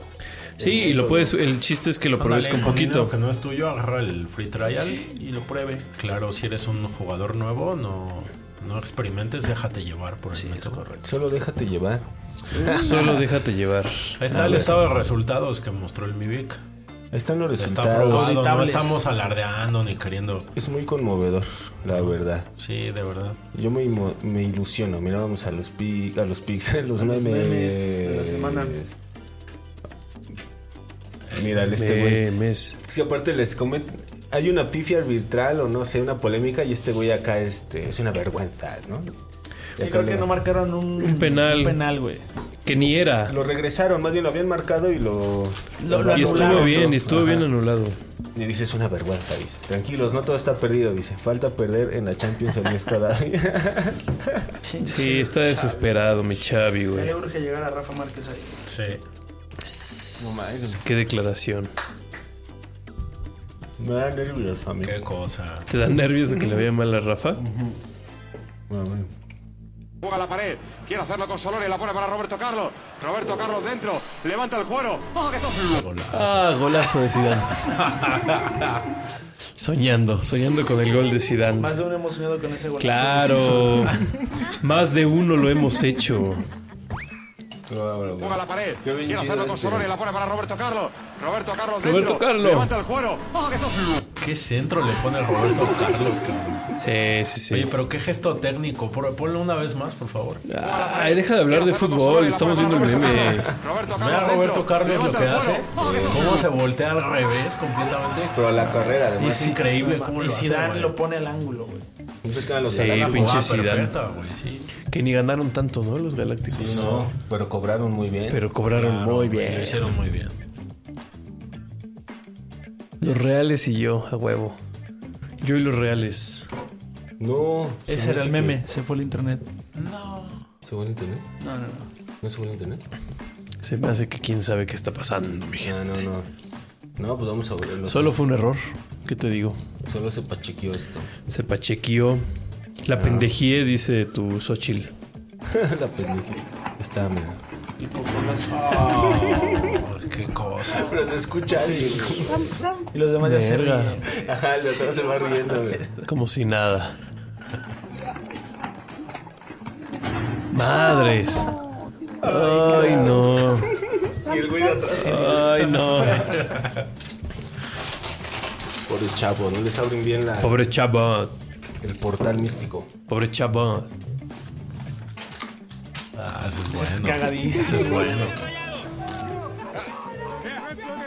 Speaker 2: Sí, y lo puedes, el chiste es que lo pruebes
Speaker 4: Ándale,
Speaker 2: con poquito.
Speaker 4: dinero Que no es tuyo, agarra el free trial.
Speaker 6: Y lo pruebe.
Speaker 4: Claro, si eres un jugador nuevo, no, no experimentes, déjate llevar por el método.
Speaker 3: Solo déjate llevar.
Speaker 2: Solo déjate llevar.
Speaker 4: Ahí está el estado de resultados que mostró el Mivic.
Speaker 3: Ahí están los
Speaker 4: Está
Speaker 3: resultados.
Speaker 4: probado, no
Speaker 6: Auditables.
Speaker 4: estamos alardeando ni queriendo.
Speaker 3: Es muy conmovedor, la verdad.
Speaker 4: Sí, de verdad.
Speaker 3: Yo me, imo- me ilusiono. Mira, vamos a los pics, a los pics, a los
Speaker 6: A los
Speaker 3: memes.
Speaker 6: memes de la semana.
Speaker 3: Mira, el este güey.
Speaker 2: Memes.
Speaker 3: Es que aparte les comento, hay una pifia arbitral o no sé, una polémica y este güey acá este, es una vergüenza, ¿no? Y
Speaker 6: Sí,
Speaker 3: acá
Speaker 6: creo
Speaker 3: le-
Speaker 6: que no marcaron un,
Speaker 2: Un penal.
Speaker 6: Un penal, güey.
Speaker 2: Que ni era.
Speaker 3: Lo regresaron, más bien lo habían marcado y lo...
Speaker 6: Lo- lo
Speaker 2: Y estuvo
Speaker 6: anularon.
Speaker 2: bien, y
Speaker 3: Eso.
Speaker 2: estuvo
Speaker 3: Ajá.
Speaker 2: bien anulado.
Speaker 3: Y dice, es una vergüenza, dice. Tranquilos, no todo está perdido, dice. Falta perder en la Champions en esta edad.
Speaker 2: Sí, está desesperado, mi Chavi,
Speaker 6: Ya
Speaker 2: güey.
Speaker 6: le urge llegar a Rafa Márquez ahí.
Speaker 4: Sí.
Speaker 3: mames.
Speaker 2: Qué declaración.
Speaker 3: Me da nervios, amigo.
Speaker 4: Qué cosa.
Speaker 2: ¿Te da nervios de que le vaya mal a Rafa?
Speaker 3: No, güey.
Speaker 7: Juega a la pared, quiere hacerlo con Solari, la pone para Roberto Carlos. Roberto Carlos dentro, levanta el cuero. ¡Oh, qué tos-
Speaker 2: Ah, golazo de Zidane. soñando, soñando con el gol de Zidane.
Speaker 6: Más de uno hemos soñado con ese golazo.
Speaker 2: Claro. Más de uno lo hemos hecho.
Speaker 3: No, no, no,
Speaker 7: Juega a la pared,
Speaker 3: Qué bien
Speaker 7: quiere
Speaker 3: chido
Speaker 7: hacerlo con
Speaker 3: este.
Speaker 7: Solari, la pone para Roberto Carlos. Roberto Carlos dentro,
Speaker 2: Roberto Carlos.
Speaker 7: levanta el cuero. ¡Oh, qué tos-
Speaker 4: ¿Qué centro le pone Roberto Carlos, cabrón?
Speaker 2: Sí, sí, sí.
Speaker 4: Oye, pero qué gesto técnico. Por- Ponlo una vez más, por favor.
Speaker 2: Ah, Ay, deja de hablar de fútbol, estamos viendo el meme.
Speaker 7: Roberto
Speaker 4: Ve a
Speaker 7: Carlos,
Speaker 4: Roberto
Speaker 7: dentro,
Speaker 4: Carlos lo
Speaker 7: levanta
Speaker 4: que
Speaker 7: el
Speaker 4: hace.
Speaker 7: cuero. ¡Oh, qué tos-
Speaker 4: Cómo se voltea al revés completamente.
Speaker 3: Pero la carrera, además.
Speaker 4: Es increíble
Speaker 6: Ma-
Speaker 4: cómo
Speaker 6: y
Speaker 4: lo hace,
Speaker 6: Zidane
Speaker 4: güey.
Speaker 6: lo pone al ángulo, güey.
Speaker 3: Entonces quedan Pues los
Speaker 2: Sí,
Speaker 3: galácticos.
Speaker 2: pinche
Speaker 4: Jugada
Speaker 2: Zidane.
Speaker 4: perfecta, güey, sí.
Speaker 2: Que ni ganaron tanto, ¿no? Los Galácticos.
Speaker 3: No, pero cobraron muy bien.
Speaker 2: Pero cobraron
Speaker 4: Claro,
Speaker 2: muy
Speaker 4: güey, Lo
Speaker 2: bien.
Speaker 4: hicieron muy bien.
Speaker 2: Los reales y yo, a huevo. Yo y los reales.
Speaker 3: no. se
Speaker 6: Ese
Speaker 3: me
Speaker 6: era
Speaker 3: hace
Speaker 6: el
Speaker 3: que-
Speaker 6: meme, se fue el internet.
Speaker 3: ¿Se vuelve a internet?
Speaker 6: No, no, no.
Speaker 3: ¿No se vuelve a internet?
Speaker 2: Se me hace que quién sabe Ah, qué está pasando, mi gente.
Speaker 3: Ah, no, no. No, pues vamos a volverlo.
Speaker 2: Solo fue un error. ¿Qué te digo?
Speaker 3: Solo se pachequeó esto.
Speaker 2: Se pachequeó. La pendejía, dice tu Xochitl.
Speaker 6: pues,
Speaker 3: la pendeja. Está, mira.
Speaker 2: Ah,
Speaker 4: Oh, qué cosa.
Speaker 6: chistoso.
Speaker 3: Pero se escucha alguien.
Speaker 6: Y los demás ya se
Speaker 2: Verga.
Speaker 6: ríen.
Speaker 3: Ajá, el de atrás se va riendo, güey.
Speaker 2: Como si nada. Madres. Ay, no.
Speaker 3: Y el güey de atrás.
Speaker 2: Ay, no.
Speaker 3: Pobre chavo, no les abren bien la,
Speaker 2: Pobre chavo.
Speaker 3: el portal místico.
Speaker 2: Pobre chavo.
Speaker 4: Ah, eso es bueno.
Speaker 6: Es
Speaker 4: Eso
Speaker 6: cagadísimo.
Speaker 4: es bueno.
Speaker 7: De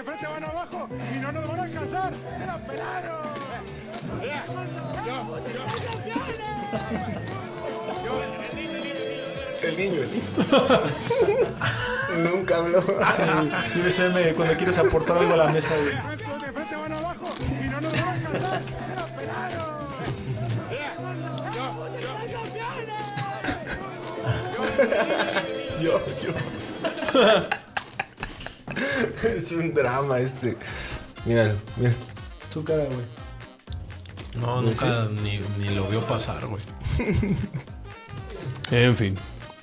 Speaker 7: frente van abajo y no nos van a alcanzar. ¡Era pelado!
Speaker 3: El niño, el niño. Nunca habló.
Speaker 6: Y BCM, cuando quieres aportar algo a la mesa, güey.
Speaker 7: De frente van abajo y no nos van a alcanzar. ¡Era pelado!
Speaker 3: Yo, yo. es un drama este. Míralo, mira.
Speaker 6: Su cara, güey.
Speaker 4: No, nunca ni, ni lo vio pasar, güey.
Speaker 2: En fin.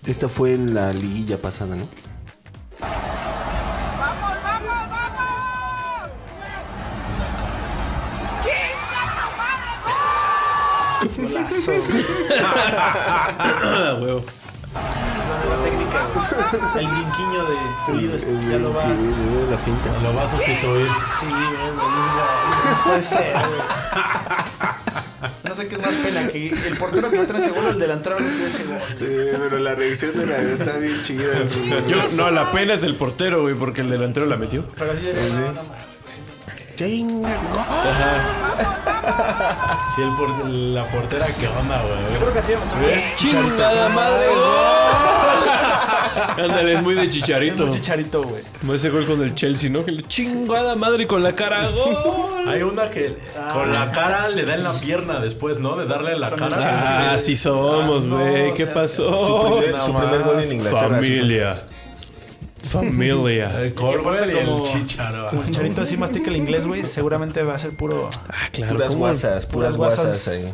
Speaker 3: Esta fue la liguilla pasada, ¿no?
Speaker 6: Golazo.
Speaker 2: Ah, huevo.
Speaker 6: La técnica, güey. El brinquiño de Pulido
Speaker 3: este,
Speaker 6: es- ya lo va.
Speaker 3: La finta.
Speaker 4: Lo va a sustituir.
Speaker 6: Sí, güey, güey, es gol. No puede ser, güey. No sé qué es más pena que el portero que no tiene seguro, el delantero que no tiene seguro.
Speaker 3: Sí, pero la reacción de la está bien chida. sí.
Speaker 2: Yo- no, la pena es el portero, güey, porque el delantero la metió.
Speaker 6: Pero así de no, no, no.
Speaker 4: Sí, el por- la portera que onda, güey.
Speaker 6: Creo que así era mucho.
Speaker 2: ¡Chingada madre! gol! Ándale, es muy de
Speaker 6: Es
Speaker 2: chicharito.
Speaker 6: un chicharito, güey.
Speaker 2: Como ese gol con el Chelsea, ¿no? Que le chingada madre con la cara. ¡Gol!
Speaker 4: Hay una que con la cara le da en la pierna después, ¿no? De darle la cara.
Speaker 2: Ah, sí somos,
Speaker 4: Ah, no,
Speaker 2: güey. ¿Qué
Speaker 4: seas-
Speaker 3: Su
Speaker 2: pasó?
Speaker 3: primer, su primer gol en Inglaterra. sí fue-
Speaker 2: Familia. Familia.
Speaker 4: El Corwell Eh, y el
Speaker 6: como-
Speaker 4: Chicharo.
Speaker 6: Como el chicharito así mastica el inglés, güey, seguramente va a ser puro
Speaker 2: Ah, claro.
Speaker 3: Puras
Speaker 2: ¿cómo?
Speaker 3: guasas, puras
Speaker 6: Puras guasas.
Speaker 3: guasas ahí.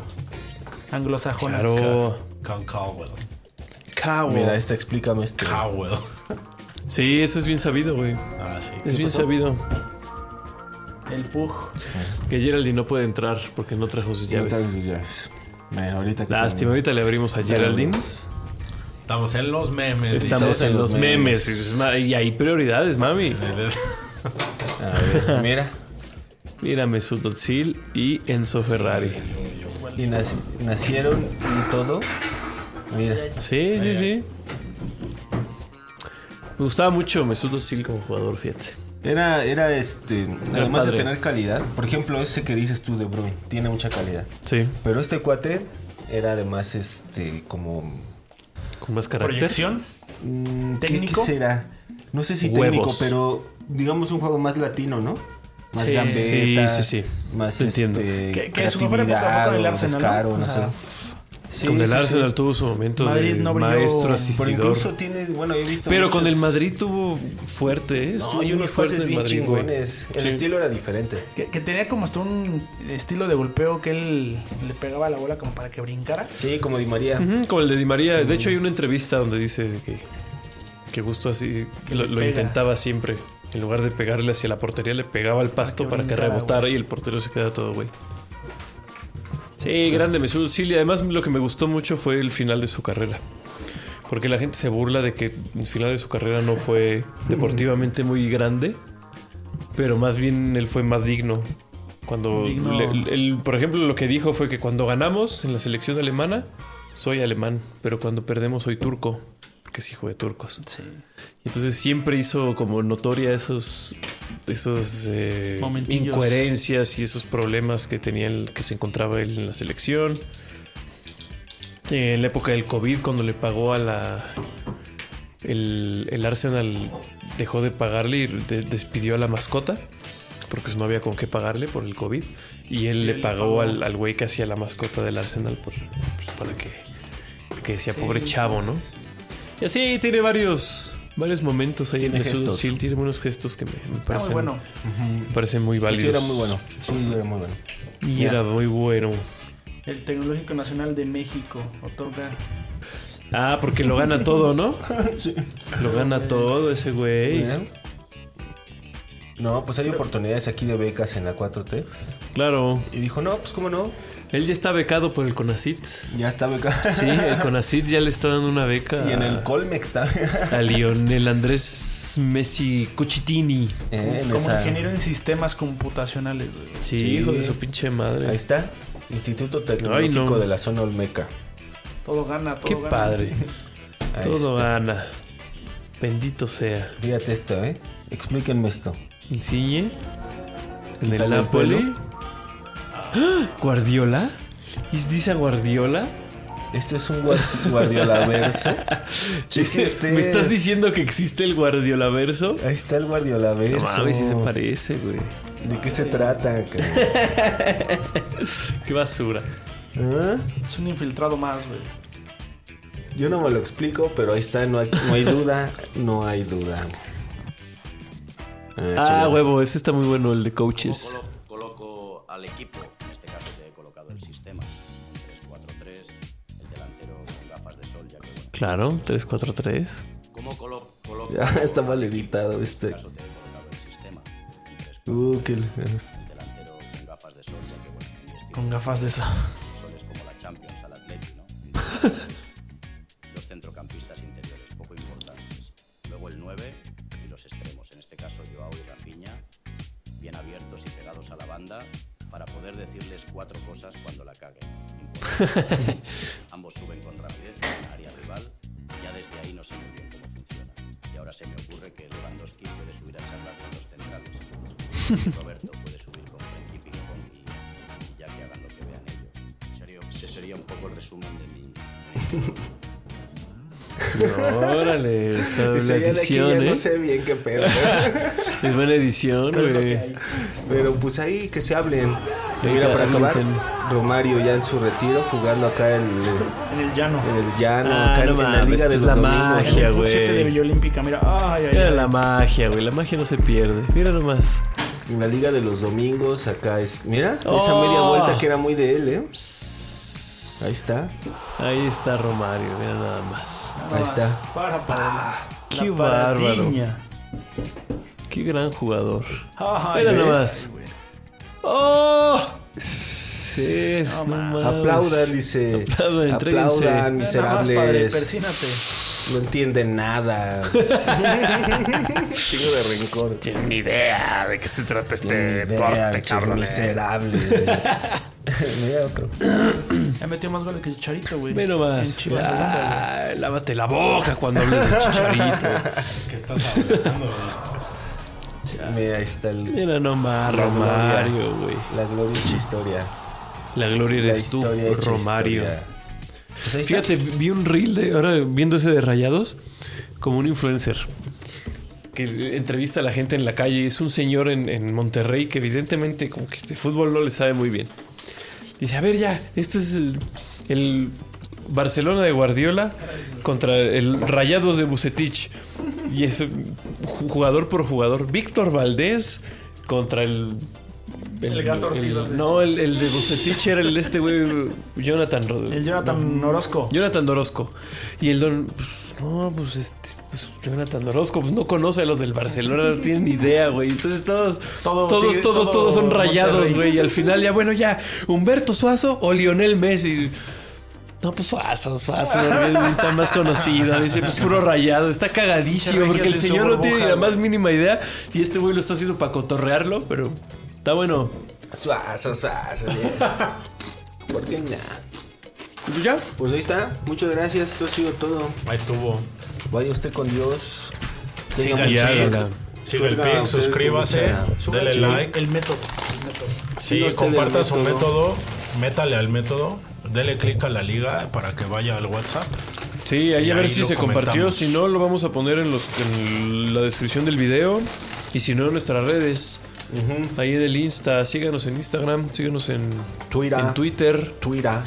Speaker 6: anglosajón.
Speaker 2: Claro.
Speaker 4: Con Cowell.
Speaker 2: Cabo.
Speaker 3: Mira, esta explícame este. esto.
Speaker 4: Cowell.
Speaker 2: Sí, eso es bien sabido, güey.
Speaker 4: Ah, sí.
Speaker 2: Es bien sabido.
Speaker 6: El pug.
Speaker 2: Que Geraldine no puede entrar porque no trajo sus
Speaker 3: Ya ves.
Speaker 2: llaves.
Speaker 3: Bueno, ahorita que
Speaker 2: Lástima, ahorita le abrimos a Geraldine.
Speaker 4: Estamos en los memes.
Speaker 2: Estamos en los
Speaker 3: los
Speaker 2: memes.
Speaker 3: memes.
Speaker 2: Es ma- Y hay prioridades, mami.
Speaker 4: dice.
Speaker 3: termine. A ver, mira.
Speaker 2: Mírame, Sudotzil y Enzo Ferrari.
Speaker 3: Y naci- nacieron y todo. Mira.
Speaker 2: Sí, sí, sí. Me gustaba mucho Mesut Özil como jugador, fíjate.
Speaker 3: Era, era este. además
Speaker 2: padre.
Speaker 3: de tener calidad. Por ejemplo, ese que dices tú de Bruin. Tiene mucha calidad.
Speaker 2: Sí,
Speaker 3: Pero este cuate era además este. como.
Speaker 2: con más carácter.
Speaker 6: Proyección.
Speaker 3: mm, ¿qué-
Speaker 6: ¿Técnico?
Speaker 3: ¿Qué será? No sé si técnico,
Speaker 2: Huevos.
Speaker 3: pero digamos un juego más latino, ¿no? Más
Speaker 2: Sí,
Speaker 3: gambeta,
Speaker 2: sí, sí, sí.
Speaker 3: Más
Speaker 2: Te entiendo.
Speaker 3: este,
Speaker 6: Que- que su mejor época fue con el
Speaker 3: creatividad,
Speaker 6: Arsenal, ¿no?
Speaker 3: descaro,
Speaker 6: O
Speaker 3: no sé.
Speaker 6: sea,
Speaker 3: Sí,
Speaker 2: con el
Speaker 3: sí, sí.
Speaker 2: Arsenal tuvo su momento
Speaker 6: Madrid
Speaker 2: de
Speaker 6: no brilló,
Speaker 2: maestro
Speaker 6: pero
Speaker 3: Pero
Speaker 2: asistidor.
Speaker 3: incluso tiene, bueno, he visto
Speaker 2: Pero con
Speaker 3: muchos-
Speaker 2: el Madrid tuvo fuerte, ¿eh? Estuvo
Speaker 3: No, y
Speaker 2: muy
Speaker 3: unos
Speaker 2: fuerte
Speaker 3: pases
Speaker 2: el
Speaker 3: bien
Speaker 2: Madrid, güey.
Speaker 3: chingones. El
Speaker 2: Sí.
Speaker 3: estilo era diferente.
Speaker 6: Que, que tenía como hasta un estilo de golpeo que él le pegaba a la bola como para que brincara.
Speaker 3: Sí, como Di María.
Speaker 2: Ujú, como el de Di María. De hecho, hay una entrevista donde dice que, que justo así que lo, lo
Speaker 6: pega.
Speaker 2: intentaba siempre. En lugar de pegarle hacia la portería, le pegaba al pasto para que
Speaker 6: brincara,
Speaker 2: rebotara y el portero se queda todo, güey. Sí, grande Mesut Özil. Y además lo que me gustó mucho fue el final de su carrera. Porque la gente se burla de que el final de su carrera no fue deportivamente muy grande, pero más bien él fue más digno. Cuando
Speaker 6: Digno.
Speaker 2: le- él, por ejemplo, lo que dijo fue que cuando ganamos en la selección alemana, soy alemán, pero cuando perdemos soy turco, porque es hijo de turcos.
Speaker 6: Sí.
Speaker 2: Entonces siempre hizo como notoria esos, esos eh,
Speaker 6: Momentillos.
Speaker 2: incoherencias y esos problemas que tenía el- que se encontraba él en la selección. Eh, En la época del COVID, cuando le pagó a la. El, el Arsenal dejó de pagarle y de- despidió a la mascota. Porque no había con qué pagarle por el COVID. Y él le
Speaker 6: él le
Speaker 2: pagó
Speaker 6: pagó.
Speaker 2: al al güey que hacía la mascota del Arsenal por- pues, para que, que decía pobre chavo, ¿no? Y así tiene varios varios momentos ahí en
Speaker 3: Tiene
Speaker 2: Mesut
Speaker 3: gestos.
Speaker 2: Özil, tiene buenos gestos que me, me
Speaker 6: Era
Speaker 4: pues
Speaker 2: parecen,
Speaker 6: Ah, muy bueno.
Speaker 2: me parecen muy válidos.
Speaker 3: Sí, era muy bueno. Sí, era muy bueno.
Speaker 2: Y era muy bueno.
Speaker 6: El Tecnológico Nacional de México otorga
Speaker 2: Ah, porque lo gana todo, ¿no?
Speaker 3: Sí.
Speaker 2: Lo gana todo ese güey.
Speaker 3: Mira. No, pues hay oportunidades aquí de becas en la 4T.
Speaker 2: Claro.
Speaker 3: Y dijo, no, pues cómo no,
Speaker 2: Él ya está becado por el CONACIT.
Speaker 3: ya está becada.
Speaker 2: Sí, el CONACIT ya le está dando una beca
Speaker 3: Y en el Colmex Eh, también.
Speaker 2: a Lionel Andrés Messi Cuchitini.
Speaker 3: Eh, en
Speaker 6: Como
Speaker 3: esa-
Speaker 6: ingeniero en sistemas computacionales, güey.
Speaker 2: Sí,
Speaker 3: Sí.
Speaker 2: hijo de su pinche madre.
Speaker 3: Ahí está, Instituto Tecnológico
Speaker 2: Ay, no.
Speaker 3: de la Zona Olmeca.
Speaker 6: Todo gana, todo
Speaker 2: Qué
Speaker 6: gana.
Speaker 2: padre.
Speaker 3: Ahí
Speaker 2: Todo
Speaker 3: está.
Speaker 2: gana. Bendito sea.
Speaker 3: Fíjate esto, ¿eh? Explíquenme esto.
Speaker 2: Insigne. En el
Speaker 3: Quítale el
Speaker 2: Napoli.
Speaker 3: pelo.
Speaker 2: ¡Ah! ¿Guardiola? ¿Y dice a Guardiola?
Speaker 3: Esto es un guar- guardiolaverso. Cheque usted.
Speaker 2: ¿Me estás diciendo que existe el Guardiola verso?
Speaker 3: Ahí está el
Speaker 2: No
Speaker 3: guardiolaverso.
Speaker 2: mames, si se parece, güey.
Speaker 3: ¿De qué se trata? cabrón?
Speaker 2: Qué basura.
Speaker 3: ¿Ah?
Speaker 6: Es un infiltrado más, güey.
Speaker 3: Yo no me lo explico, pero ahí está, no hay, no hay duda, no hay duda. Ah,
Speaker 2: Ah,
Speaker 3: chingada.
Speaker 2: huevo, ese está muy bueno, el de coaches.
Speaker 8: Colo- coloco al equipo, en este caso te he colocado el sistema. 3-4-3, el delantero con gafas de sol, ya que bueno.
Speaker 2: Claro, 3-4-3.
Speaker 8: ¿Cómo colo- coloco?
Speaker 3: Ya está mal editado
Speaker 8: En
Speaker 3: este.
Speaker 8: este caso te he colocado el sistema.
Speaker 3: Uh,
Speaker 8: un 3-4-3,
Speaker 3: qué-
Speaker 8: El delantero con gafas de sol, ya que bueno, mi estilo
Speaker 6: Con gafas de eso.
Speaker 8: de sol es como la Champions al Atleti, ¿no? Entonces, los centrocampistas interiores, poco importantes. Luego el 9 y los extremos, en este caso Joao y Rafinha, bien abiertos y pegados a la banda para poder decirles cuatro cosas cuando la caguen. Importante. Ambos suben con rapidez en área rival. Ya desde ahí no sé muy bien cómo funciona. Y ahora se me ocurre que Lewandowski puede subir a charlar con los centrales. Roberto puede subir con Frenkie Picón y, y ya que hagan lo que vean ellos. Serio, ese sería un poco el resumen de mi...
Speaker 2: Órale, está
Speaker 3: Ese
Speaker 2: la
Speaker 3: ya de aquí ya
Speaker 2: edición, ¿eh?
Speaker 3: no sé bien qué pedo. ¿eh?
Speaker 2: Es buena edición, güey.
Speaker 3: Pero pues ahí que se hablen.
Speaker 2: Que
Speaker 3: Mira, para acabar,
Speaker 2: hablense.
Speaker 3: Romario ya en su retiro jugando acá en,
Speaker 6: En el llano.
Speaker 3: en el llano,
Speaker 2: Ah,
Speaker 3: acá en-
Speaker 2: no
Speaker 3: en la
Speaker 2: mames,
Speaker 3: Liga de
Speaker 2: pues
Speaker 3: los
Speaker 2: la
Speaker 3: Domingos.
Speaker 2: magia.
Speaker 6: el fut
Speaker 2: güey.
Speaker 6: 7 de Villa Olímpica, mira. Ay, ay,
Speaker 2: Era
Speaker 6: ay.
Speaker 2: la magia, güey. La magia no se pierde. Mira nomás.
Speaker 3: En la Liga de los Domingos, acá es. Mira, esa
Speaker 2: Oh.
Speaker 3: media vuelta que era muy de él, ¿eh? Ahí
Speaker 2: Ahí,
Speaker 3: está,
Speaker 2: está Romario, mira nada más.
Speaker 3: ahí está.
Speaker 6: Para, para.
Speaker 2: Ah, Qué bárbaro.
Speaker 6: paradiña.
Speaker 2: Qué gran jugador.
Speaker 6: Ay,
Speaker 2: Mira
Speaker 6: güey.
Speaker 2: nomás. ¡Oh! Sí, no mames.
Speaker 3: Aplaudan, dice.
Speaker 2: Aplaudan, entréguense.
Speaker 3: Aplaudan,
Speaker 6: Mira nada más, padre,
Speaker 3: miserables.
Speaker 6: persínate.
Speaker 3: No entienden nada. Chingo de rencor.
Speaker 2: Tienen ni idea de qué se trata
Speaker 3: Tienen
Speaker 2: este
Speaker 3: idea,
Speaker 2: deporte,
Speaker 3: pinches
Speaker 2: cabrón.
Speaker 3: miserables. Mira otro.
Speaker 6: Ya metió más goles que Chicharito, güey.
Speaker 2: Mira
Speaker 6: En
Speaker 2: nomás. Ah.
Speaker 6: Chivas Holanda, güey.
Speaker 2: Ay, lávate la boca cuando hables de chicharito.
Speaker 4: Que estás hablando. güey?
Speaker 3: Mira, ahí está el-
Speaker 2: Mira nomás,
Speaker 3: La gloria.
Speaker 2: Romario, güey.
Speaker 3: la gloriosa historia.
Speaker 2: La gloria
Speaker 3: La
Speaker 2: eres tú,
Speaker 3: historia hecha
Speaker 2: Romario.
Speaker 3: historia. Pues ahí está.
Speaker 2: Fíjate, vi un reel de ahora viendo ese de rayados como un influencer que entrevista a la gente en la calle. Es un señor en, en Monterrey que evidentemente como que de fútbol no le sabe muy bien. Dice, a ver ya, este es el, el Barcelona de Guardiola contra el Rayados de Bucetich. Y es eh, ju- jugador por jugador. Víctor Valdés contra el...
Speaker 6: El Gato Ortiz Valdés.
Speaker 2: no, el, el de Bucetich era el este güey Jonathan Rod-
Speaker 6: El Jonathan Orozco.
Speaker 2: Jonathan Orozco. Y el don, pues, no, pues este, pues Jonathan Orozco, pues no conoce a los del Barcelona, no tienen ni idea, güey. Entonces todos,
Speaker 6: Todo
Speaker 2: todos,
Speaker 6: Tigre-
Speaker 2: todos,
Speaker 6: todo
Speaker 2: todos son rayados,
Speaker 6: Monterrey.
Speaker 2: güey. Y al final ya, bueno, ya, Humberto Suazo o Lionel Messi. No, pues Suazo, Suazo, güey, está más conocido, dice, pues puro rayado, está
Speaker 6: Pinche
Speaker 2: cagadísimo, porque
Speaker 6: regios
Speaker 2: el
Speaker 6: en su
Speaker 2: señor no tiene ni
Speaker 6: burbuja,
Speaker 2: la
Speaker 6: güey.
Speaker 2: más mínima idea y este güey lo está haciendo para cotorrearlo, pero está bueno.
Speaker 3: Suazo, suazo. bien. ¿Por qué nada?
Speaker 2: Pues ya,
Speaker 3: Pues ahí está. Muchas gracias. Esto ha sido todo.
Speaker 4: Ahí estuvo.
Speaker 3: Vaya usted con Dios.
Speaker 4: Siga
Speaker 3: mucha-
Speaker 4: el
Speaker 2: ya.
Speaker 4: pic. Siga el
Speaker 3: Suelga
Speaker 4: pic,
Speaker 3: usted
Speaker 4: suscríbase,
Speaker 3: con mucha- Súbale,
Speaker 4: dele like.
Speaker 6: El método.
Speaker 4: Sí,
Speaker 3: Siga usted
Speaker 4: comparta
Speaker 3: el
Speaker 4: su método, métale al método, dele clic a la liga para que vaya al WhatsApp.
Speaker 2: Sí, ahí
Speaker 4: Y
Speaker 2: a ver
Speaker 4: ahí
Speaker 2: si
Speaker 4: lo
Speaker 2: se compartió.
Speaker 4: comentamos.
Speaker 2: Si no, lo vamos a poner en, los, en la descripción del video. Y si no, en nuestras redes. Ahí en el Insta. Síganos en Instagram. Síganos en
Speaker 3: Twitter.
Speaker 2: En Twitter.
Speaker 3: Twitter.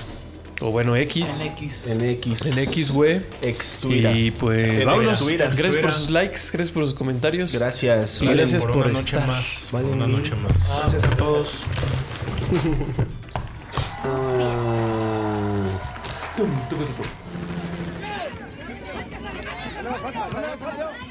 Speaker 2: O bueno, X.
Speaker 6: En X.
Speaker 3: En X.
Speaker 2: En X, güey.
Speaker 3: Ex Twitter.
Speaker 2: Y pues,
Speaker 3: En
Speaker 2: vámonos.
Speaker 3: Twitter,
Speaker 2: Gracias
Speaker 4: Twitter.
Speaker 2: por sus likes. Gracias por sus comentarios.
Speaker 3: Gracias.
Speaker 2: Y
Speaker 3: Valen-
Speaker 2: gracias por
Speaker 4: una
Speaker 2: estar.
Speaker 4: noche más. por
Speaker 3: Vayan
Speaker 4: una
Speaker 3: bien.
Speaker 4: noche más.
Speaker 6: Gracias a todos.
Speaker 3: Ah.
Speaker 7: Rayados,